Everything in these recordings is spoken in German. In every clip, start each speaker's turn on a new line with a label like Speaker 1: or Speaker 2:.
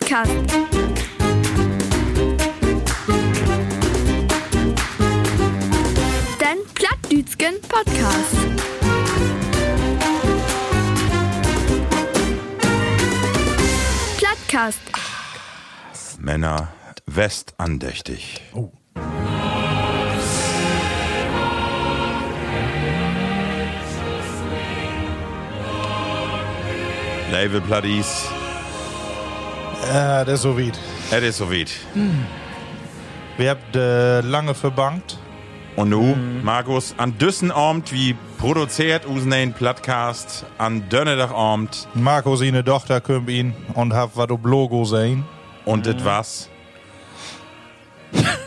Speaker 1: Podcast. Den Plattdütschen Podcast. Plattcast.
Speaker 2: Männer West andächtig.
Speaker 3: Oh.
Speaker 2: Label Pladies,
Speaker 3: Äh, das ist so weit.
Speaker 2: es ist soweit.
Speaker 3: Wir habt äh, lange verbankt.
Speaker 2: Und nu, Markus, an Düssen ormt wie produziert Usenein Plattcast, an Dönnedach ormt
Speaker 3: Marco seine Tochter kümmert ihn und hab wat ob Logo sehen.
Speaker 2: und et was?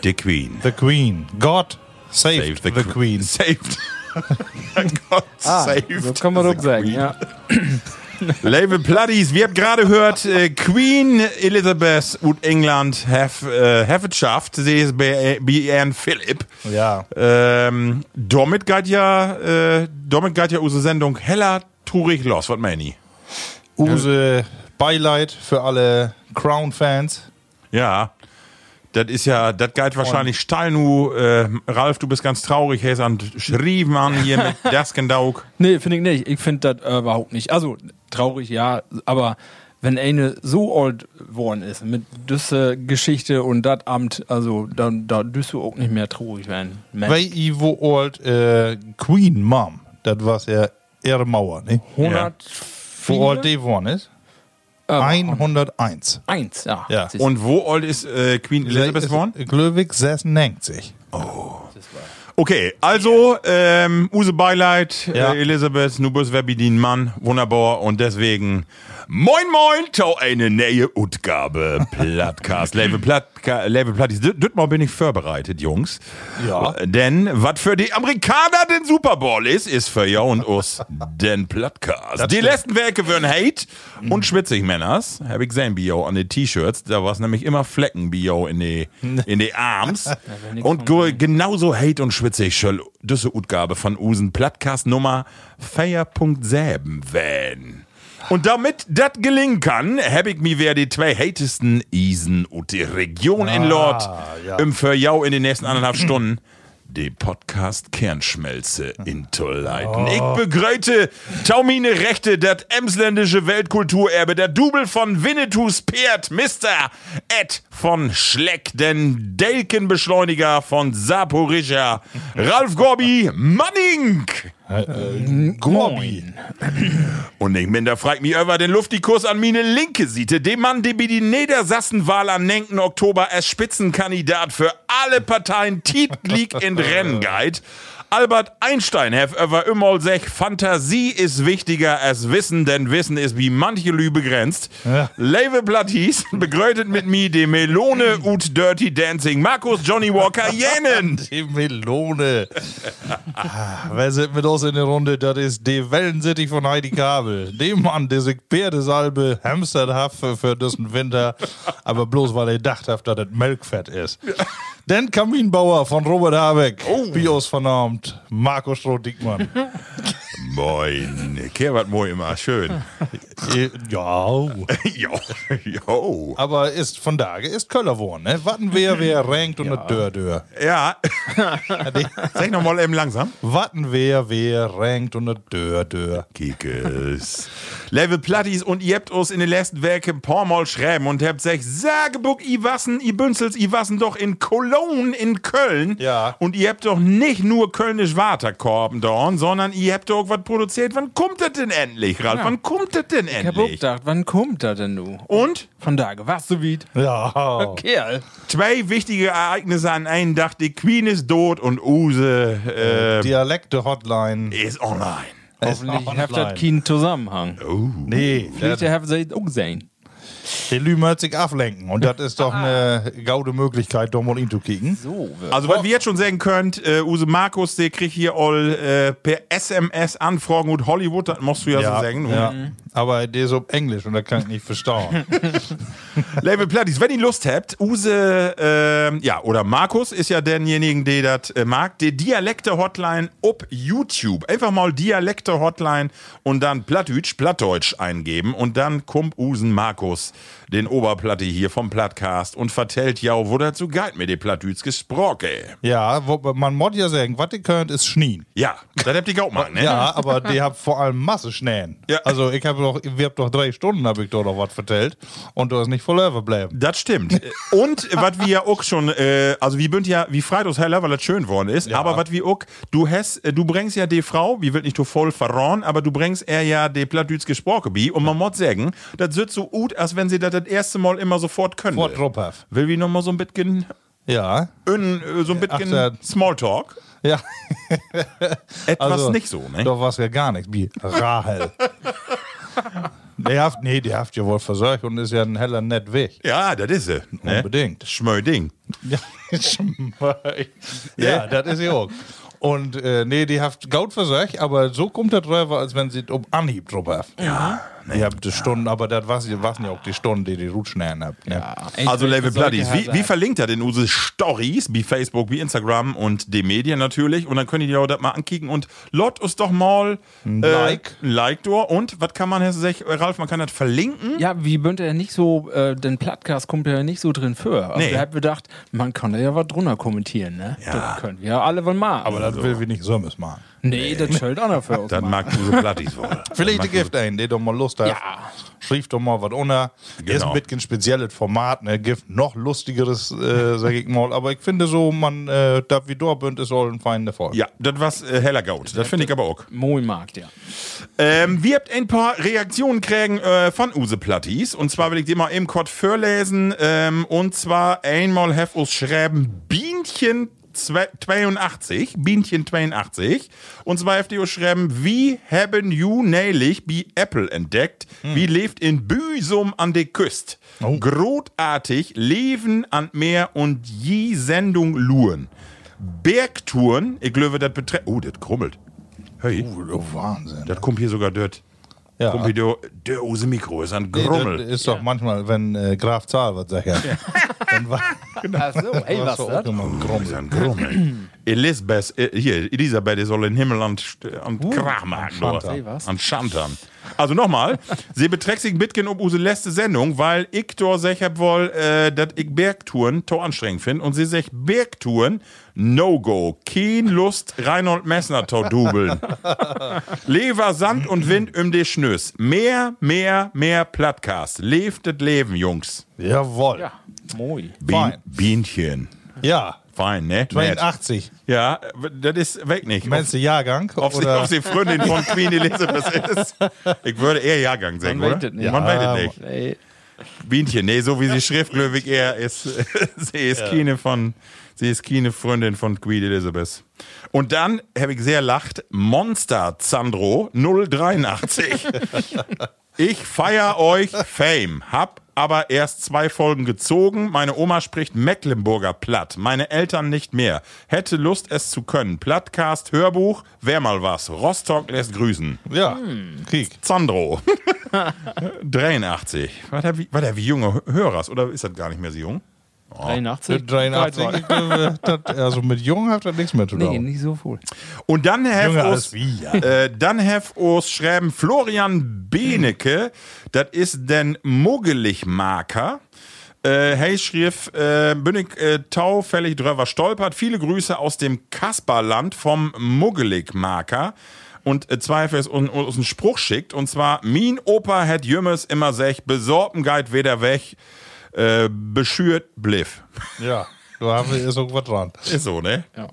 Speaker 2: Die Queen.
Speaker 3: The Queen. God saved, the,
Speaker 2: Que-
Speaker 3: Queen. Ah,
Speaker 2: Saved. Gott, saved.
Speaker 4: Ah, So kann man
Speaker 2: the
Speaker 4: doch sagen,
Speaker 2: Queen.
Speaker 4: ja.
Speaker 2: Label Pluddies, wir haben gerade gehört, äh, Queen Elizabeth und England have, äh, have it schafft, sie ist bei, bei Anne Philip.
Speaker 3: Ja.
Speaker 2: Ähm, damit geht ja, äh, damit geht ja unsere Sendung heller turig los, was meine ich?
Speaker 3: Use Beileid für alle Crown-Fans.
Speaker 2: Ja, das ist ja, das geht wahrscheinlich steil nu, äh, Ralf, du bist ganz traurig, er ist an Schrieben an hier mit Daskendauk.
Speaker 4: Nee, finde ich nicht. Ich finde das äh, überhaupt nicht. Also, traurig, ja, aber wenn eine so alt worden ist, mit düsse Geschichte und das Amt, also, dann da düst du auch nicht mehr traurig werden. Mensch,
Speaker 3: Weil ich wo old äh, Queen Mom. Das war's ja ihre Mauer, ne?
Speaker 4: 100
Speaker 3: Wo old die worden ist? Ah,
Speaker 4: äh,
Speaker 3: 101.
Speaker 4: eins, ja.
Speaker 3: Ja.
Speaker 4: Siehst du.
Speaker 2: Und wo old ist äh, Queen Elizabeth worden?
Speaker 3: Glöwig 96.
Speaker 2: Okay, also ähm, Use Beileid,
Speaker 3: Ja.
Speaker 2: äh, Elisabeth, Nubus Webidin Mann, wunderbar und deswegen Moin Moin, tau eine neue Utgabe, Plattcast, Label Plattka, Label Plattis. Düttmal bin ich vorbereitet, Jungs.
Speaker 3: Ja.
Speaker 2: Denn was für die Amerikaner den Super Bowl ist, ist für ja und uns den Plattcast. Die
Speaker 3: stimmt.
Speaker 2: letzten Werke würden Hate und schwitzig Männers, hab ich gesehen, Bio, an den T-Shirts, da war es nämlich immer Flecken, Bio, in die, in die Arms.
Speaker 4: nix
Speaker 2: und Ge- genauso hate und schwitzig schöll düsse Utgabe von Usen Plattcast Nummer 4.7 wählen. Und damit das gelingen kann, hab ich mir wer die zwei hatesten Isen und die Region in Lord
Speaker 3: Ah, ja.
Speaker 2: im Verjau in den nächsten anderthalb Stunden die Podcast-Kernschmelze in Tolleiten. Ich begrüße Taumine Rechte, das emsländische Weltkulturerbe, der Double von Winnetous Pferd, Mr. Ed von Schleck, den Delkenbeschleuniger von Saporischer, Ralf Gorbi Manning.
Speaker 3: Gorbi.
Speaker 2: Und ich bin da fragt mich über den Luftikus an meine linke Seite, dem Mann, der bei die Niedersassenwahl am 9. Oktober als Spitzenkandidat für alle Parteien Tiet liegt in Rennen geht. Albert Einstein hat über immer sech, Fantasie ist wichtiger als Wissen, denn Wissen ist wie manche Lü begrenzt.
Speaker 3: Ja.
Speaker 2: Leve Platties begrötet mit mir die Melone ut Dirty Dancing, Markus Johnny Walker Jenen.
Speaker 3: Die Melone. Ah, Wer sind mit uns in der Runde? Das ist die Wellensittich von Heidi Kabel. Dem Mann, der sich Pferdesalbe hamsterhaft für, für diesen Winter, aber bloß weil er dacht hat, dass das Melkfett ist. Den Kaminbauer von Robert Habeck. Bios vernarmt. Marco Stroh-Dickmann.
Speaker 2: Moin, Kerbert Moin immer, schön.
Speaker 3: Äh, ja.
Speaker 2: jo, jo.
Speaker 3: Aber ist von Tage ist Köller worden, ne? Watten wer, wer rankt und ja. Dör, Dör.
Speaker 2: Ja. Sag nochmal eben langsam.
Speaker 3: Watten wer, wer rankt und Dör, Dör.
Speaker 2: Kikes. Level Platties und ihr habt uns in den letzten Werken Pormol schreiben und habt sech Sagebuck, i Wassen, i Bünzels, i Wassen doch in Cologne, in Köln.
Speaker 3: Ja.
Speaker 2: Und ihr habt doch nicht nur Kölnisch Waterkorben dorn, sondern ihr habt doch was produziert. Wann kommt das denn endlich, Ralf? Wann kommt das denn
Speaker 4: Ich hab auch
Speaker 2: endlich?
Speaker 4: gedacht, wann kommt da denn du?
Speaker 2: Und
Speaker 4: Von da, was so wie
Speaker 3: Ja.
Speaker 2: Oh.
Speaker 4: Kerl.
Speaker 2: zwei wichtige Ereignisse an einem Tag. Die Queen ist tot und Use
Speaker 3: Dialekte-Hotline.
Speaker 2: äh, ist online.
Speaker 4: Hoffentlich
Speaker 3: online.
Speaker 4: hat das keinen Zusammenhang.
Speaker 3: Nee,
Speaker 4: Vielleicht haben sie es auch gesehen.
Speaker 3: der Lü möchte sich ablenken. Und das ist doch eine gaude Möglichkeit, Dom und ihn zu kicken.
Speaker 4: So, wir-
Speaker 2: Also, was wir jetzt schon sagen könnt, äh, Use Markus, der kriegt hier all äh, per SMS Anfragen und Hollywood, das musst du ja, so sagen.
Speaker 3: ja. Aber der ist auf Englisch und da kann ich nicht verstauen.
Speaker 2: Label Platties, wenn ihr Lust habt, Use, ähm, ja, oder Markus ist ja denjenigen, der das äh, mag, die Dialekte-Hotline ob YouTube. Einfach mal Dialekte-Hotline und dann Plattdeutsch, Plattdeutsch eingeben und dann kommt Usen Markus, den Oberplatte hier vom Plattcast und vertellt ja, wo dazu galt mir die Plattdüts gesprochen.
Speaker 3: Ja, wo, man mod ja sagen, was ihr könnt, ist schnien.
Speaker 2: Ja, das habt ihr auch mal, ne?
Speaker 3: Ja, aber die habt vor allem Masse schnähen.
Speaker 2: Ja.
Speaker 3: Also ich habe doch, wir habt doch drei Stunden, habe ich doch noch was vertellt. Und du hast nicht voll überbleiben.
Speaker 2: Das stimmt. Und was wir ja auch schon, äh, also wir bünd ja, wie Freitags heller, weil das schön worden ist, aber was wir auch, du hast, äh, du bringst ja die Frau, wie will nicht du voll verloren, aber du bringst er ja die Plattdüts gesprochen, bi, und man muss sagen, das wird so gut, als wenn sie das das erste Mal immer sofort können.
Speaker 3: Vor Dropphaft.
Speaker 2: Will wie nochmal so ein bisschen,
Speaker 3: Ja.
Speaker 2: ön, äh, so ein
Speaker 3: Ach,
Speaker 2: bisschen
Speaker 3: der-
Speaker 2: Smalltalk?
Speaker 3: Ja.
Speaker 2: Etwas nicht so, ne?
Speaker 3: Also, Doch was ja gar nichts, wie Rahel. der haft, nee, die haft ja wohl versorgt und ist ja ein heller nett Weg.
Speaker 2: Ja, das ist sie. Ne?
Speaker 3: Unbedingt.
Speaker 2: Schmöding.
Speaker 3: Ja, ja das ist ja auch. Und äh, nee, die haft gaut versorgt, aber so kommt der Träuber, als wenn sie um Anhieb drauf haft. Ja. Nee, ihr habt die Stunden, aber das waren waren ja auch die Stunden, die die Rutschnähen habt. Ne? Ja.
Speaker 2: Also Level Bloodies. Wie, wie
Speaker 4: wie
Speaker 2: verlinkt er denn unsere Stories, wie Facebook, wie Instagram und die Medien natürlich? Und dann könnt ihr die auch das mal ankicken und lot uns doch mal ein
Speaker 3: Like.
Speaker 2: Äh, ein like door. Und was kann man, Herr Sech, äh, Ralf, man kann das verlinken?
Speaker 4: ja, wie bünd er nicht so, äh, den Plattcast kommt er nicht so drin für. Aber
Speaker 2: Nee.
Speaker 4: ich hab gedacht, man kann da ja was drunter kommentieren, ne? Das können wir ja alle wohl mal.
Speaker 3: Aber
Speaker 4: Aber
Speaker 3: das will wir nicht Sömmes machen.
Speaker 4: nee, das schält auch noch für uns.
Speaker 2: Das
Speaker 4: mal.
Speaker 2: mag unsere Bloodies wohl.
Speaker 3: Vielleicht die Gift ein, der doch mal Lust hat.
Speaker 4: Ja.
Speaker 3: Schrieb doch mal was unter. Ist
Speaker 2: Genau.
Speaker 3: ein bisschen spezielles Format, ne? Gift noch lustigeres, äh, sag ich mal. Aber ich finde so, man, äh, da wie Dorbünd ist all ein feiner Erfolg.
Speaker 2: Ja, das war's äh, heller Gout. Das finde ich aber auch.
Speaker 4: Moimarkt, ja.
Speaker 2: Ähm, wir habt ein paar Reaktionen kriegen äh, von Use Platties. Und zwar will ich dir mal eben kurz vorlesen. Ähm, und zwar einmal have us schreiben Bienchen zwe- 82, Bienchen 82. Und zwar habt ihr uns schreiben, wie haben you neulich wie Apple entdeckt? Wie lebt in Büsum an der Küst? Großartig, Leben an Meer und je Sendung luren. Bergtouren, ich glaube, das betrifft. Oh, das krummelt. Hey.
Speaker 3: Oh, Wahnsinn.
Speaker 2: Das kommt hier sogar dort.
Speaker 3: Ja.
Speaker 2: Kommt hier der, der Use Mikro, ist ein
Speaker 3: Nee,
Speaker 2: Grummel.
Speaker 3: das ist doch manchmal, wenn äh, Graf Zahl was sagt. Ja. Dann war,
Speaker 2: Genau.
Speaker 4: Ach so, ey,
Speaker 3: war's
Speaker 4: was
Speaker 3: doch
Speaker 4: das?
Speaker 3: auch immer ein
Speaker 2: ist
Speaker 3: Grummel.
Speaker 2: ein Grummel. Elisabeth, äh, hier, Elisabeth die soll den Himmel an, an
Speaker 3: Uh,
Speaker 2: Kram machen.
Speaker 3: an
Speaker 2: dort.
Speaker 3: Schantern.
Speaker 4: Ey, was?
Speaker 2: An Schantern. Also nochmal, sie beträgt sich bitgen um unsere letzte Sendung, weil ich dort sech hab wohl, äh, dass ich Bergtouren to anstrengend finde und sie sagt Bergtouren, No-Go, kein Lust, Reinhold Messner to dubeln. Lever Sand und Wind um de Schnös. Mehr, mehr, mehr Plattcast. Lebt das Leben, Jungs.
Speaker 3: Jawohl. Ja.
Speaker 4: Ja, moi.
Speaker 2: Bien,
Speaker 3: Fein.
Speaker 2: Bienchen. Fein, ne?
Speaker 3: 82.
Speaker 2: Ja, das ist weg nicht.
Speaker 3: Meinst du Jahrgang?
Speaker 2: Ob sie,
Speaker 3: oder?
Speaker 2: ob sie Freundin von Queen Elizabeth ist. Ich würde eher Jahrgang sagen,
Speaker 4: Man
Speaker 2: oder?
Speaker 4: weiß es nicht.
Speaker 2: Man
Speaker 3: Ja.
Speaker 2: weiß es nicht.
Speaker 4: Ey,
Speaker 2: Bienchen, nee, so wie sie schriftgläubig eher ist. sie ist keine von, sie ist keine Freundin von Queen Elizabeth. Und dann habe ich sehr lacht, Monster Sandro 083. Ich feier euch Fame. Hab aber erst zwei Folgen gezogen. Meine Oma spricht Mecklenburger platt. Meine Eltern nicht mehr. Hätte Lust, es zu können. Plattcast, Hörbuch, wär mal was. Rostock lässt grüßen.
Speaker 3: Ja,
Speaker 4: Hm.
Speaker 3: Krieg.
Speaker 2: Sandro. 83. War der, wie- war der wie junge Hörers? Oder ist das gar nicht mehr so jung?
Speaker 4: 83?
Speaker 3: 83. ich glaube, das- also mit Jungen hat das nichts mehr zu tun.
Speaker 4: Nee, nicht so viel.
Speaker 2: Und dann have
Speaker 3: Jünger
Speaker 2: us,
Speaker 3: als wir.
Speaker 2: äh, dann have us schreiben Florian Benecke, das ist denn Muggeligmarker. Äh, hey Schrief, äh, bin ich äh, taufällig drüber stolpert. Viele Grüße aus dem Kasperland vom Muggeligmarker. Und äh, Zweifel ist uns, uns einen Spruch schickt. Und zwar, Min Opa hat Jümmes immer sech, besorben geit weder weg, äh, beschürt bliff.
Speaker 3: Ja, da haben wir ist irgendwas dran.
Speaker 2: Ist so, ne?
Speaker 4: Ja.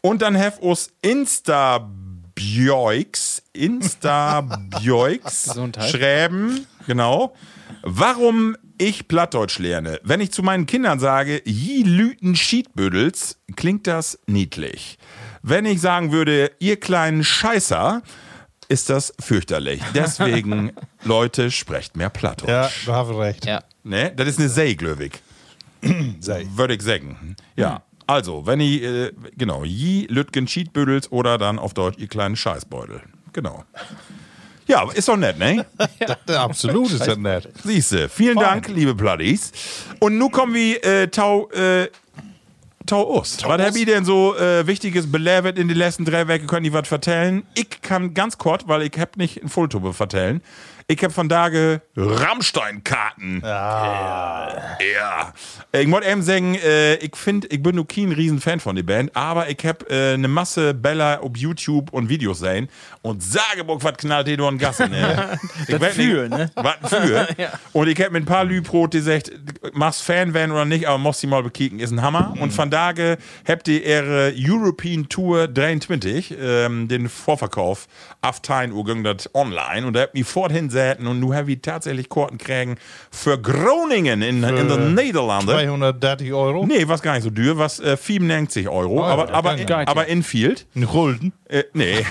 Speaker 2: Und dann have us Insta Bjoiks, Insta Bjoiks
Speaker 4: Gesundheit.
Speaker 2: schreiben, genau. Warum ich Plattdeutsch lerne. Wenn ich zu meinen Kindern sage, ji Lüten Schiedbüdels, klingt das niedlich. Wenn ich sagen würde, ihr kleinen Scheißer, ist das fürchterlich. Deswegen, Leute, sprecht mehr Plattdeutsch.
Speaker 3: Ja, da haben wir recht.
Speaker 4: Ja.
Speaker 2: Ne? Das ist eine Seeglöwig.
Speaker 3: Sei.
Speaker 2: Würde ich sagen. Ja. Also, wenn ihr, äh, genau, Ji, Lütgen, Cheatbödels oder dann auf Deutsch ihr kleinen Scheißbeutel. Genau. Ja, ist doch nett, ne?
Speaker 3: Absolut ist das nett.
Speaker 2: Siehste. Vielen Dank, liebe Bloodies. Und nun kommen wir äh, Tau, äh, Tau Ust. Was hab ich denn so äh, Wichtiges belehrt in den letzten drei Wochen? Können die was vertellen? Ich kann ganz kurz, weil ich hab nicht ein Foto vertellen. Ich hab von Tage Rammstein-Karten.
Speaker 3: Ah,
Speaker 2: Ja. Ich wollte eben sagen, äh, ich finde, ich bin nur kein riesen Fan von der Band, aber ich habe äh, eine Masse Bella auf YouTube und Videos sehen und Sageburg, was knallt die durch Gassen, ne? Ich
Speaker 4: Das
Speaker 2: weiß nicht,
Speaker 4: für, ne?
Speaker 2: Was für. Und ich habe mit ein paar Lübrot gesagt, mach's Fan werden oder nicht, aber musst die mal bekicken, ist ein Hammer.
Speaker 3: Mhm.
Speaker 2: Und von daher habt ihr ihre European Tour 23, ähm, den Vorverkauf, auf Tein ging das online und da habt ihr forthin säten und nu hab ich tatsächlich Korten kriegen für Groningen in, in den Niederlanden.
Speaker 3: 230 Euro.
Speaker 2: Nee, was gar nicht so dür, was äh, 97 Euro,
Speaker 3: Ah,
Speaker 2: aber,
Speaker 3: ja,
Speaker 2: aber,
Speaker 3: kann
Speaker 2: in,
Speaker 4: ja.
Speaker 2: aber in Field.
Speaker 3: Ein Gulden.
Speaker 2: Äh, nee.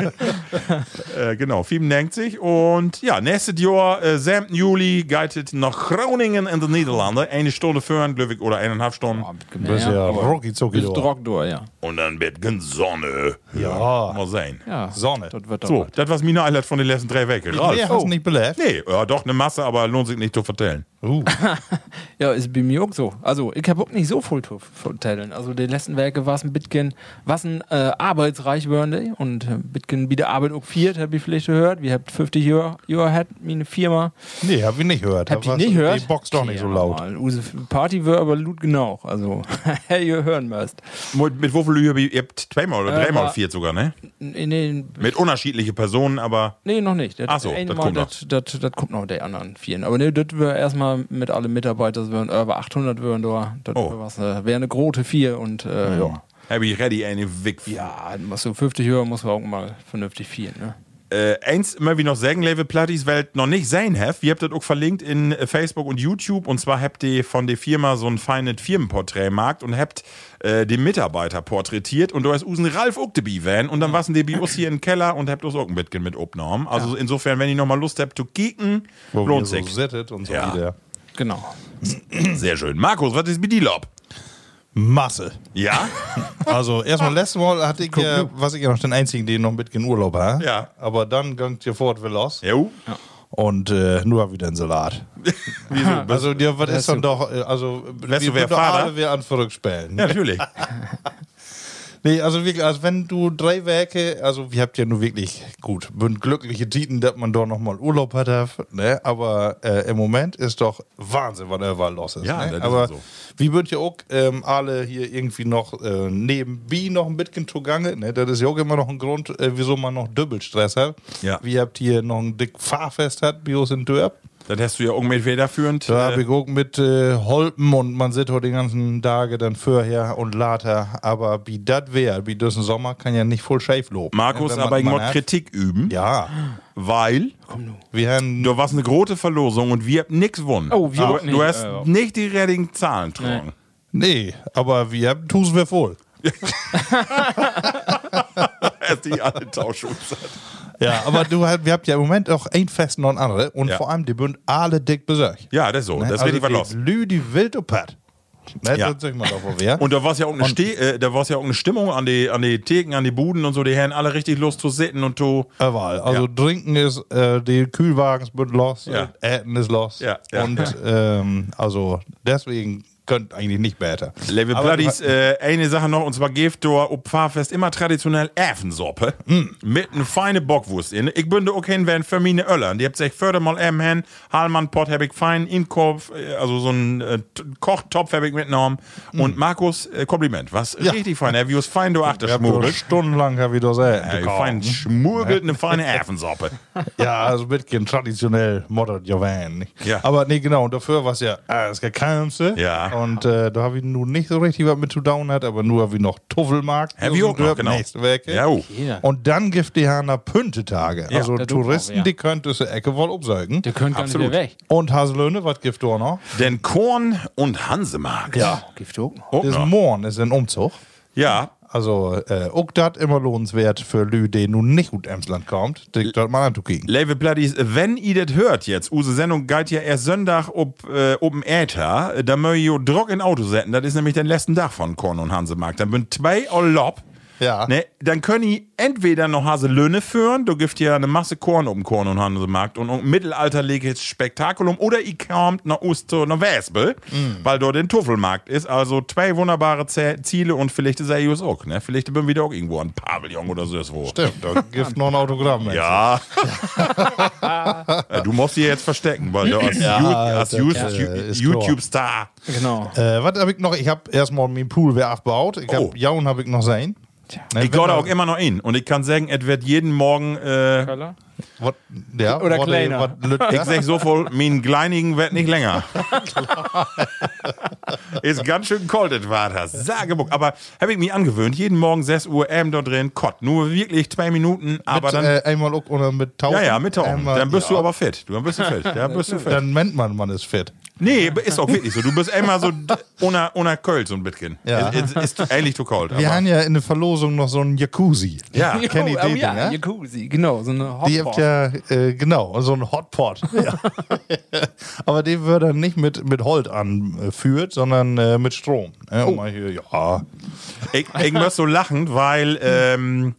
Speaker 2: äh, genau, 97. Und ja, nächstes Jahr, äh, 7. Juli, geht es nach Groningen in den Niederlanden. Eine Stunde fahren, glaube ich, oder eineinhalb Stunden.
Speaker 3: Das ist ja Rocky Zucki.
Speaker 4: Bis Drogdor, ja.
Speaker 2: Und dann wird gen Sonne.
Speaker 3: Ja.
Speaker 2: Mal sehen.
Speaker 4: ja.
Speaker 3: Sonne.
Speaker 4: Das wird doch
Speaker 2: So,
Speaker 4: was.
Speaker 2: das was Mina Eilert von den letzten drei Wege. Ralf.
Speaker 3: Nee, hast du nicht belebt.
Speaker 2: Nee, ja, doch, eine Masse, aber lohnt sich nicht zu vertellen.
Speaker 3: Uh,
Speaker 4: Ja, ist bei mir auch so. Also, ich habe auch nicht so viel zu vertellen. Also, die letzten Werke war es ein bisschen, was ein äh, arbeitsreich wörende und äh, ein bisschen wieder Arbeit auch viert, hab ich vielleicht gehört. Wir habt 50 Jahre, Jahre hat meine Firma.
Speaker 3: nee, hab ich nicht gehört.
Speaker 4: Habt ihr
Speaker 3: Was-
Speaker 4: nicht gehört?
Speaker 3: Die Box doch nicht so laut.
Speaker 4: Party war aber laut genau. Also, ihr hören müsst.
Speaker 2: Mit, mit Wuffel, ihr habt- ihr habt zweimal oder
Speaker 4: Äh,
Speaker 2: dreimal
Speaker 4: aber-
Speaker 2: vier sogar, ne?
Speaker 4: In den
Speaker 2: Mit unterschiedlichen Personen, aber
Speaker 4: Nee, noch nicht. Das,
Speaker 2: Ach so,
Speaker 4: eine
Speaker 2: das
Speaker 4: Mal,
Speaker 2: kommt noch.
Speaker 4: das, das, das kommt noch der anderen vielen. Aber nee, das wäre erstmal mit allen Mitarbeitern, das wären über 800 wären da. Das
Speaker 2: Oh.
Speaker 4: wär was, äh, wäre eine große vier und äh, ja.
Speaker 2: hab ich ready eine Wick.
Speaker 4: Ja, was so 50 höher muss man auch mal vernünftig vier, ne?
Speaker 2: äh, eins immer wie noch sagen, Level Platties Welt noch nicht sehen habt, wir habt das auch verlinkt in äh, Facebook und YouTube und zwar habt ihr von der Firma so ein feines Firmenporträtmarkt und habt äh, den Mitarbeiter porträtiert und da ist Usen Ralf auch dabei Van und dann waren die Bios hier im Keller und habt uns auch ein bisschen mit aufgenommen. Also insofern, wenn ihr nochmal Lust habt zu kicken,
Speaker 3: Wo wir
Speaker 2: lohnt
Speaker 3: so
Speaker 2: sich.
Speaker 3: sittet und so
Speaker 2: Ja.
Speaker 3: wieder.
Speaker 4: Genau.
Speaker 2: Sehr schön. Markus, was ist mit dir Lob?
Speaker 3: Masse.
Speaker 2: Ja?
Speaker 3: Also erstmal letztes Mal hatte ich ja, was ich ja noch den einzigen, den noch mit in Urlaub habe.
Speaker 2: Ja.
Speaker 3: Aber dann ging ihr fort wieder los.
Speaker 2: Jo?
Speaker 3: Und äh, nur habe ich den Salat.
Speaker 2: Wieso?
Speaker 3: Also dir was ist
Speaker 4: du-
Speaker 3: dann doch, äh, also
Speaker 2: Lässt du wer
Speaker 3: doch
Speaker 2: Fahrer?
Speaker 3: alle wer an zurückspielen.
Speaker 2: Ja, natürlich.
Speaker 3: Nee, also wirklich, also wenn du drei Werke, also wir habt ja nur wirklich gut, bin glückliche Titen, dass man doch nochmal Urlaub hat, ne? aber äh, im Moment ist doch Wahnsinn, was da überall los ist.
Speaker 2: Ja, das
Speaker 3: ne?
Speaker 2: ist
Speaker 3: aber
Speaker 2: so.
Speaker 3: wie wird ja auch ähm, alle hier irgendwie noch äh, nebenbei noch ein bisschen zugange, ne? das ist ja auch immer noch ein Grund, äh, wieso man noch Doppelstress hat.
Speaker 2: Ja.
Speaker 3: Wie habt ihr noch ein dick Fahrfest hat, Bios in Dörp?
Speaker 2: das hast du ja irgendwie federführend.
Speaker 3: Da hab
Speaker 2: äh,
Speaker 3: ich auch mit äh, Holpen und man sitzt heute die ganzen Tage dann vorher und later. Aber wie das wäre, wie diesen Sommer, kann ja nicht voll schief loben. ne?
Speaker 2: Markus,
Speaker 3: Wenn man-
Speaker 2: aber ich
Speaker 3: man
Speaker 2: muss
Speaker 3: hat-
Speaker 2: Kritik üben,
Speaker 3: Ja,
Speaker 2: weil
Speaker 3: wir haben.
Speaker 2: Du warst eine große Verlosung und wir haben nichts gewonnen.
Speaker 4: Oh, wir
Speaker 2: du,
Speaker 4: habt nicht,
Speaker 2: du hast
Speaker 4: äh,
Speaker 2: nicht die richtigen Zahlen getragen.
Speaker 3: Nee, aber wir haben tun's wir wohl.
Speaker 2: Erst die alle Tauschung.
Speaker 3: Ja, aber du, halt- wir habt ja im Moment auch ein Fest noch ein andere und
Speaker 2: Ja.
Speaker 3: vor allem die bünd alle dick besöcht.
Speaker 2: Ja, das ist so. Das ist richtig was los.
Speaker 3: Lü, also die wild und Pat. Ne,
Speaker 2: Ja.
Speaker 3: das sag ich mal doch, wo wir.
Speaker 2: Und da war es ja auch eine, Ste äh, da war's ja auch eine Stimmung an die, an die Theken, an die Buden und so. Die Herren alle richtig Lust zu sitten und zu.
Speaker 3: Überall. Also trinken ist, äh, die Kühlwagens sind los,
Speaker 2: Ja.
Speaker 3: äh, Äten ist los.
Speaker 2: Ja, ja.
Speaker 3: Und ähm, also deswegen könnt eigentlich nicht besser.
Speaker 2: Level
Speaker 3: Aber-
Speaker 2: Bloodies, äh, eine Sache noch, und zwar gibt da ob Pfarrfest immer traditionell Äfensoppe mit einer feine Bockwurst in. Ich bünde auch hin, wenn für meine Öllern. Die habt sich förder mal eben hin, Halmann Pott hab ich fein im Kopf, äh, also so einen äh, T- Kochtopf hab ich mitgenommen. Und Markus, äh, Kompliment, was
Speaker 3: Hm. Ja.
Speaker 2: richtig fein, er ist fein, du
Speaker 3: Ich
Speaker 2: achtest
Speaker 3: hab doch
Speaker 2: schmurgelt.
Speaker 3: stundenlang hab ich das Äten
Speaker 2: Ey,
Speaker 3: gekauft. ne?
Speaker 2: fein schmurgelt, eine feine Äfensoppe.
Speaker 3: Ja, also mitgehen traditionell modern Javan.
Speaker 2: Ja.
Speaker 3: Aber nee, genau, und dafür war es ja äh, das Gekalmste.
Speaker 2: Ja.
Speaker 3: Und äh, da habe ich nun nicht so richtig was mit zu down hat, aber nur hab ich noch Tuffelmarkt.
Speaker 2: Hab ich auch noch, genau.
Speaker 3: Nächste Werke.
Speaker 2: Ja, oh.
Speaker 4: Jeder.
Speaker 3: Und dann gibt die Hanna Püntetage.
Speaker 2: Ja,
Speaker 3: also
Speaker 4: da tut
Speaker 3: Touristen,
Speaker 4: auch, ja.
Speaker 3: die könnt diese Ecke wohl umsäugen.
Speaker 4: Der könnte gar nicht
Speaker 2: Absolut.
Speaker 4: mehr weg.
Speaker 3: Und Haselöhne, was gibt da noch?
Speaker 2: Denn Korn und Hansemarkt.
Speaker 3: Ja.
Speaker 4: Gift auch noch.
Speaker 2: Oh,
Speaker 3: Das
Speaker 2: ja.
Speaker 3: Morn ist ein Umzug.
Speaker 2: ja,
Speaker 3: Also, äh, auch das immer lohnenswert für Lü, die nun nicht gut Emsland kommt, die dort mal anzukriegen.
Speaker 2: Level Bloodies, wenn ihr das hört jetzt, unsere Sendung geht ja erst Sonntag ob äh, oben Äther, da möcht ihr jo Drog in Auto setzen, das ist nämlich der letzten Tag von Korn und Hansemarkt. Dann bin zwei Urlaub
Speaker 3: Ja.
Speaker 2: Ne, dann können die entweder noch Haselöhne führen, du gibst ja eine Masse Korn um Korn und Hansemarkt und ein mittelalterliches Spektakulum, oder ihr kommt nach Ost zu einer Wespe,
Speaker 3: Mm.
Speaker 2: weil dort ein Tuffelmarkt ist. Also zwei wunderbare Zä- Ziele und vielleicht ist er just auch, ne? Vielleicht bin wieder auch irgendwo an Pavillon oder so. Ist wo.
Speaker 3: Stimmt, da gibt noch ein Autogramm. Mensch.
Speaker 2: Ja. ja. Du musst sie jetzt verstecken, weil du als, Ju- als
Speaker 3: das,
Speaker 2: Ju-
Speaker 3: äh, ist klar.
Speaker 2: YouTube-Star.
Speaker 4: Genau.
Speaker 3: Äh, was habe ich noch? Ich habe erstmal meinen Pool wer abgebaut. Ich habe
Speaker 2: Oh.
Speaker 3: Jaun habe ich noch sein. Ne,
Speaker 2: Ich glaube
Speaker 3: wenn-
Speaker 2: auch immer noch ihn. Und ich kann sagen, es wird jeden Morgen. Äh,
Speaker 3: Wat, ja,
Speaker 4: Oder
Speaker 3: wat-
Speaker 4: kleiner.
Speaker 3: wat lüt
Speaker 2: ich
Speaker 3: das?
Speaker 2: sag so voll, mein Kleinigen wird nicht länger. Ist ganz schön kalt, das war das. Sagebuck. Aber habe ich mich angewöhnt, jeden Morgen 6 Uhr abends dort drin, Kott. Nur wirklich zwei Minuten, aber
Speaker 3: mit,
Speaker 2: dann.
Speaker 3: äh, einmal auch oder mit Tauchen.
Speaker 2: ja, ja, mit Tauchen.
Speaker 3: Einmal-
Speaker 2: Dann bist
Speaker 3: ja.
Speaker 2: du aber fit. Du dann bist du fit. Ja, bist du fit.
Speaker 3: Dann nennt man, man ist fit.
Speaker 2: Nee, ist auch wirklich so. Du bist immer so d- ohne, ohne Köln so ein bisschen.
Speaker 3: Ja.
Speaker 2: Ist, ist, ist eigentlich zu kalt.
Speaker 3: Wir
Speaker 2: aber-
Speaker 3: haben ja in der Verlosung noch so einen Jacuzzi.
Speaker 2: Ja.
Speaker 3: kenn ich
Speaker 4: oh,
Speaker 3: den
Speaker 4: oh, ja,
Speaker 3: Ding,
Speaker 4: Jacuzzi, genau, so eine
Speaker 3: ne?
Speaker 4: Hotpot.
Speaker 3: Die habt ja, äh, genau, so einen Hotpot. Ja. Aber den wird dann nicht mit, mit Holt anführt, sondern äh, mit Strom. Ne? Und mal hier, ja.
Speaker 2: ich, ich muss so lachen,
Speaker 3: Hm.
Speaker 2: weil ähm,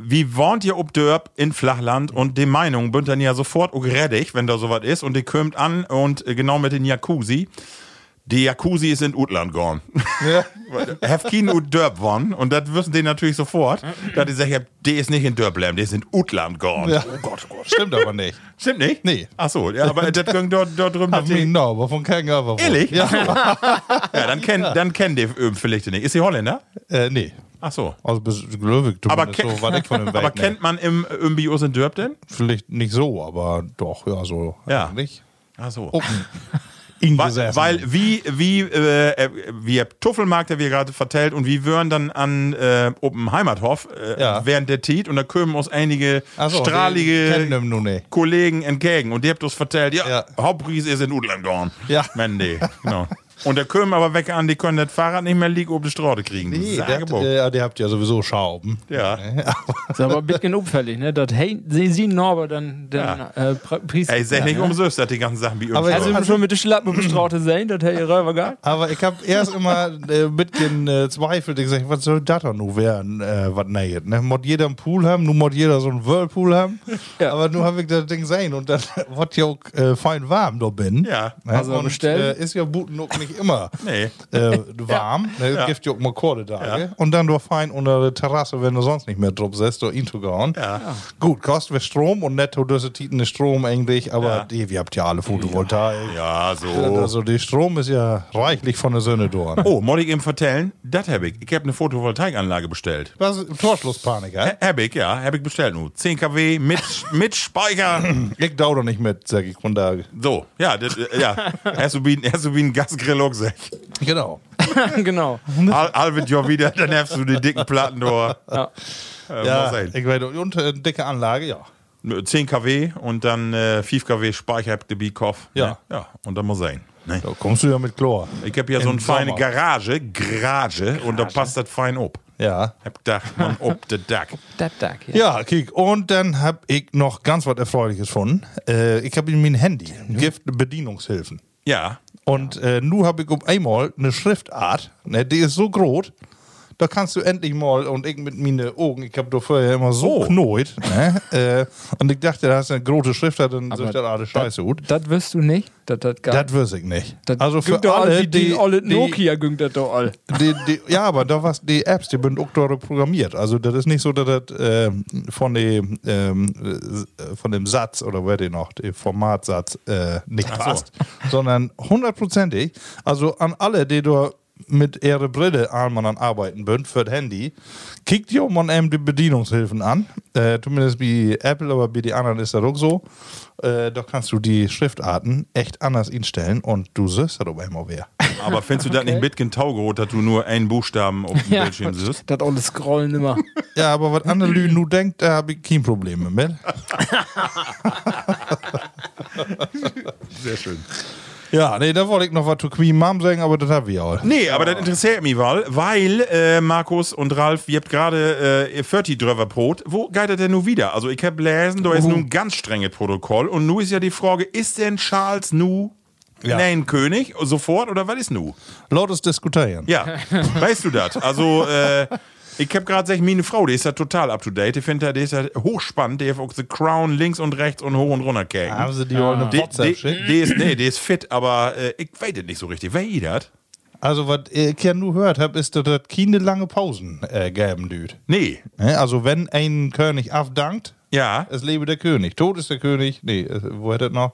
Speaker 2: wie wohnt ihr ob Dörp in Flachland und die Meinung bünd dann ja sofort auch reddig, wenn da sowas ist und die kommt an und äh, genau mit den Jacuzzi. Die Jacuzzi ist in Utland gone. Hefkin und Dörp waren und das wissen die natürlich sofort, dass die sagen, die ist nicht in Dörplam, die ist in Utland gone.
Speaker 3: Ja. oh Stimmt aber nicht.
Speaker 2: Stimmt nicht?
Speaker 3: Nee.
Speaker 2: Ach so, ja, aber das ging dort, dort drüben. dass
Speaker 3: Hab
Speaker 2: die-
Speaker 3: mich noch, aber von keinem Cover.
Speaker 2: Ehrlich?
Speaker 3: Ja.
Speaker 2: Ja, dann kennen dann kenn die ähm, vielleicht nicht. Ist sie Holländer?
Speaker 3: äh, nee.
Speaker 2: Ach so.
Speaker 3: Also bis Glöwig, du
Speaker 2: Aber
Speaker 3: meinst
Speaker 2: ken-
Speaker 3: so, was ich von dem
Speaker 2: Aber
Speaker 3: Werk
Speaker 2: kennt man im Ömbios in Dörp denn?
Speaker 3: nenn. Vielleicht nicht so, aber doch, ja, so.
Speaker 2: Ja.
Speaker 3: Nicht.
Speaker 2: Ach so.
Speaker 3: Oh, Weil,
Speaker 2: Weil, weil wie, wie, äh, äh, wie der Tuffelmarkt, der wir gerade vertellt, und wie wären dann an äh, Open Heimathof äh,
Speaker 3: Ja.
Speaker 2: während der Tiet und da kommen uns einige
Speaker 3: Ach so, die kennen
Speaker 2: strahlige
Speaker 3: ihn nun nicht.
Speaker 2: Kollegen entgegen und die habt uns vertellt, ja,
Speaker 3: Ja.
Speaker 2: Hauptpreis ist in Udland gone.
Speaker 3: Ja.
Speaker 2: Mandy. Genau. Und da kommen aber weg an, die können das Fahrrad nicht mehr liegen, ob die Straße kriegen.
Speaker 3: Nee, der hat,
Speaker 2: Sagebuck.
Speaker 3: äh, die habt ja sowieso Schrauben.
Speaker 2: ja.
Speaker 4: Ist aber ein bisschen unfällig, ne? Das hey, sie, sie Norbert dann, dann äh, Pri- Priester.
Speaker 2: Ey, sag nicht
Speaker 4: ne?
Speaker 2: umsonst, dass die ganzen Sachen wie
Speaker 3: Aber
Speaker 2: uns-
Speaker 4: Also, wenn wir schon mit der Schlappen bestraute sein, das hey, Röver geil.
Speaker 3: Aber ich hab erst immer äh, mitgezweifelt, äh, zweifelt. ich gesagt, was soll das doch nun werden, äh, was näht, ne? Mod jeder einen Pool haben, nun mod jeder so einen Whirlpool haben.
Speaker 4: Ja.
Speaker 3: Aber nun hab ich das Ding sein und dann wird ja auch äh, fein warm da bin.
Speaker 2: Ja.
Speaker 3: Ne?
Speaker 4: Also
Speaker 3: und
Speaker 4: bestellen.
Speaker 3: Äh, ist ja Buten auch nicht immer
Speaker 2: Nee.
Speaker 3: äh, warm. Ne?
Speaker 2: Ja.
Speaker 3: Gibt ja auch mal Korde da.
Speaker 2: Ja.
Speaker 3: Und dann doch fein unter der Terrasse, wenn du sonst nicht mehr drauf sitzt, oder ihn zu gehauen.
Speaker 2: Ja.
Speaker 3: Gut, kostet wir Strom und netto düsse Titen ist Strom eigentlich, aber
Speaker 2: Ja.
Speaker 3: die, wir habt ja alle Photovoltaik.
Speaker 2: Ja, so.
Speaker 3: Also der Strom ist ja reichlich von der Sonne dort.
Speaker 2: Oh, muss ich eben vertellen? Das hab ich. Ich hab eine Photovoltaikanlage bestellt.
Speaker 3: Was ist Torschlusspanik, ja?
Speaker 2: H- Hab ich, ja. Hab ich bestellt. Nur 10 kW mit, mit Speicher.
Speaker 3: Ich dau doch nicht mit, sag ich von da.
Speaker 2: So, ja. Das, äh, ja. Erst so wie ein- erst so wie ein Gasgrill auch sag.
Speaker 3: Genau.
Speaker 4: genau.
Speaker 2: Hal- Halbes Jahr wieder, dann hast du die dicken Platten durch.
Speaker 4: Ja.
Speaker 2: Äh,
Speaker 3: Ja,
Speaker 2: muss sein.
Speaker 3: ich werde und äh, dicke Anlage, ja.
Speaker 2: 10 kW und dann äh, 5 kW Speicher hab ich Bikov.
Speaker 3: Ja.
Speaker 2: Ja, und dann muss sein. Ne?
Speaker 3: Da kommst du ja mit Chlor.
Speaker 2: Ich hab ja
Speaker 3: Im
Speaker 2: so eine feine
Speaker 3: Sommer.
Speaker 2: Garage, Garage, und da passt das fein ob.
Speaker 3: Ja.
Speaker 2: Hab gedacht, man, ob de Dack.
Speaker 4: Das Tag, ja.
Speaker 3: Ja, Kick. Und dann hab ich noch ganz was Erfreuliches gefunden. Äh, ich habe ihm mein Handy, Gift Bedienungshilfen.
Speaker 2: Ja.
Speaker 3: Und äh, nun habe ich um einmal eine Schriftart, ne, die ist so groß, da kannst du endlich mal, und ich mit meinen Augen, ich habe da vorher immer so
Speaker 2: Oh.
Speaker 3: knoit, ne, äh, und ich dachte, da hast du eine große Schriftart, dann
Speaker 4: Aber
Speaker 3: sieht das alles scheiße gut.
Speaker 4: Das wirst du nicht. Das, das, gar-
Speaker 3: Das wüsste ich nicht.
Speaker 4: das
Speaker 3: also für
Speaker 4: güngt doch
Speaker 3: alle,
Speaker 4: wie
Speaker 3: die,
Speaker 4: die, olle
Speaker 3: die,
Speaker 4: Nokia güngt das doch all.
Speaker 3: die, die, ja, aber da was die Apps, die sind auch dort programmiert. Also das ist nicht so, dass das ähm, von dem ähm, äh, von dem Satz oder wer den noch, der Formatsatz äh, nicht passt, sondern hundertprozentig. Also an alle, die da mit ihrer Brille an man an arbeiten bünd für das Handy, kickt ihr man eben die Bedienungshilfen an. Äh, zumindest wie Apple, aber wie die anderen ist das auch so. Äh, da kannst du die Schriftarten echt anders instellen und du siehst darüber immer wer.
Speaker 2: Aber findest du das nicht mitgen taugerot, dass du nur einen Buchstaben auf dem Bildschirm siehst?
Speaker 4: Das alles Scrollen immer.
Speaker 3: Ja, aber was andere Lügen nu denkt, da habe ich kein Problem mit.
Speaker 2: Sehr schön.
Speaker 3: Ja, nee, da wollte ich noch was zu Queen Mom sagen, aber das habe ich auch.
Speaker 2: Nee, aber das interessiert mich mal, weil äh, Markus und Ralf, ihr habt gerade äh, 40 Dröver Brot. Wo geht das denn nun wieder? Also ich hab gelesen, da ist nun ein ganz strenges Protokoll und nun ist ja die Frage, ist denn Charles nu
Speaker 3: Ja.
Speaker 2: Nein, König, sofort oder was ist nu?
Speaker 3: Lautes Diskutieren.
Speaker 2: Ja, weißt du das? Also äh, Ich hab gerade gesagt, meine Frau, die ist ja total up to date. Ich finde, die ist ja hochspannend. Die hat auch The Crown links und rechts und hoch und runter gegen.
Speaker 3: Haben sie die auch eine
Speaker 2: Die,
Speaker 3: WhatsApp
Speaker 2: Ah. die,
Speaker 3: geschickt?
Speaker 2: die, ist, nee, die ist fit, aber äh, ich weiß das nicht so richtig. Wer ihr das?
Speaker 3: Also, was ich ja nur gehört habe, ist, dass das keine lange Pausen äh, geben düht.
Speaker 2: Nee.
Speaker 3: Also, wenn ein König abdankt,
Speaker 2: Ja.
Speaker 3: es lebe der König. Tot ist der König. Nee, äh, wo hätte das noch?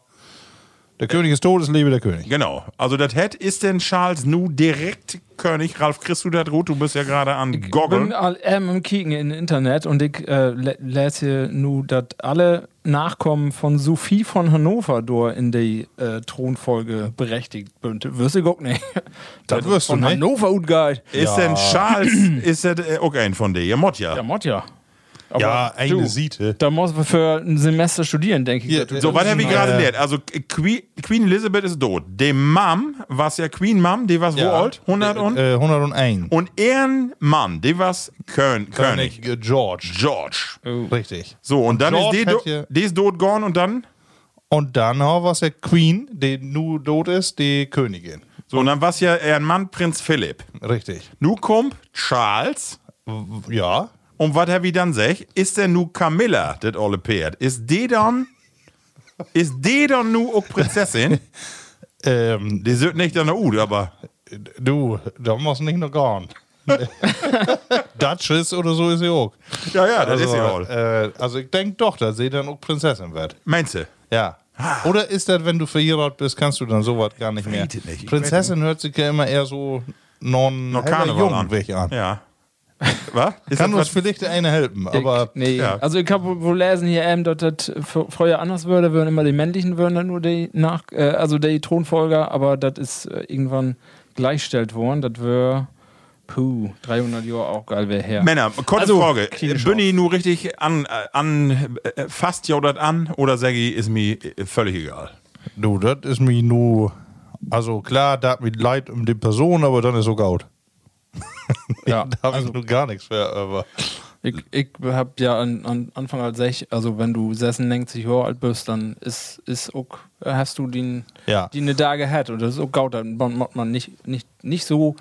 Speaker 3: Der König ist tot, es lebe der König.
Speaker 2: Genau. Also das hätte ist denn Charles nu direkt König. Ralf, kriegst du das gut? Du bist ja gerade an
Speaker 4: bin
Speaker 2: Goggle.
Speaker 4: all- ähm, im Kicken im Internet und ich äh, lä- lese hier nur, dass alle Nachkommen von Sophie von Hannover dort in die äh, Thronfolge berechtigt sind. Wirst du auch nicht.
Speaker 3: Das wirst du
Speaker 4: von
Speaker 3: nicht.
Speaker 4: Hannover gut geil.
Speaker 2: Ist denn Charles, ist das äh, auch ein von dir? Ja, Mott,
Speaker 4: Ja,
Speaker 2: ja.
Speaker 4: Mott, ja. Aber
Speaker 3: Ja, eine
Speaker 4: du,
Speaker 3: Siete.
Speaker 4: Da muss man für ein Semester studieren, denke ich.
Speaker 3: Hier,
Speaker 4: dass du-
Speaker 2: So, was habe ich
Speaker 3: Äh,
Speaker 2: gerade gelernt? Also äh, Queen, Queen Elizabeth ist tot. Die Mom, was ja Queen Mom, die was wo alt? 100 und?
Speaker 3: Äh, 101.
Speaker 2: Und ihren Mann, die was Kön König.
Speaker 3: äh, George.
Speaker 2: George.
Speaker 3: Oh. Richtig.
Speaker 2: So, und dann
Speaker 3: George
Speaker 2: ist die,
Speaker 3: hat
Speaker 2: do,
Speaker 3: ja-
Speaker 2: die ist tot gone und dann?
Speaker 3: Und dann haben wir die Queen, die nu tot ist, die Königin.
Speaker 2: So, und dann was ja ihren Mann Prinz Philipp.
Speaker 3: Richtig.
Speaker 2: Nu kommt Charles.
Speaker 3: W- Ja.
Speaker 2: Und was habe ich dann sech? Ist denn nu Camilla, das olle Pferd? Ist die dann. Ist die dann nu auch Prinzessin?
Speaker 3: Ähm,
Speaker 2: die sind nicht an der Ud, aber.
Speaker 3: du, da muss nicht noch gehen. Duchess oder so ist sie auch.
Speaker 2: Ja, ja, das ist ja all.
Speaker 3: äh, also ich denke doch, dass sie dann auch Prinzessin wird.
Speaker 2: Meinst du?
Speaker 3: Ja. Oder ist das, wenn du verheiratet bist, kannst du dann sowas gar nicht mehr?
Speaker 2: Weiß Ah. ich nicht. Ich
Speaker 3: Prinzessin hört sich ja immer eher so non
Speaker 2: Noch Karneval an.
Speaker 3: Weg an.
Speaker 2: Ja. Was? Ist
Speaker 3: Kann
Speaker 2: das
Speaker 3: uns
Speaker 2: was?
Speaker 3: vielleicht eine helfen,
Speaker 4: Ich-
Speaker 3: aber
Speaker 4: nee.
Speaker 2: ja.
Speaker 4: Also ich habe wohl lesen hier, ähm, dass das fr- früher anders würde, würden immer die männlichen würden dann nur die nach, äh, also die Thronfolger, aber das ist äh, irgendwann gleichgestellt worden. Das wäre puh, 300 Jahre auch geil wäre her.
Speaker 2: Männer, kurze
Speaker 4: Also,
Speaker 2: Frage. Äh,
Speaker 4: klinisch
Speaker 2: Bin ich nu richtig an, äh, an äh, fast ja das an oder sag ich, ist mir äh, völlig egal?
Speaker 3: du, das ist mir nur. Also klar, da hat mir leid um die Person, aber dann ist so gut.
Speaker 4: Ja.
Speaker 3: da habe ich nur gar nichts für, aber.
Speaker 4: Ich, ich habe ja an, an Anfang als sech, also wenn du 96 Jahre alt bist, dann ist, ist auch, äh, hast du den,
Speaker 3: Ja.
Speaker 4: die ne eine Tage hat und das ist auch gaut, dann macht man nicht, nicht, nicht so,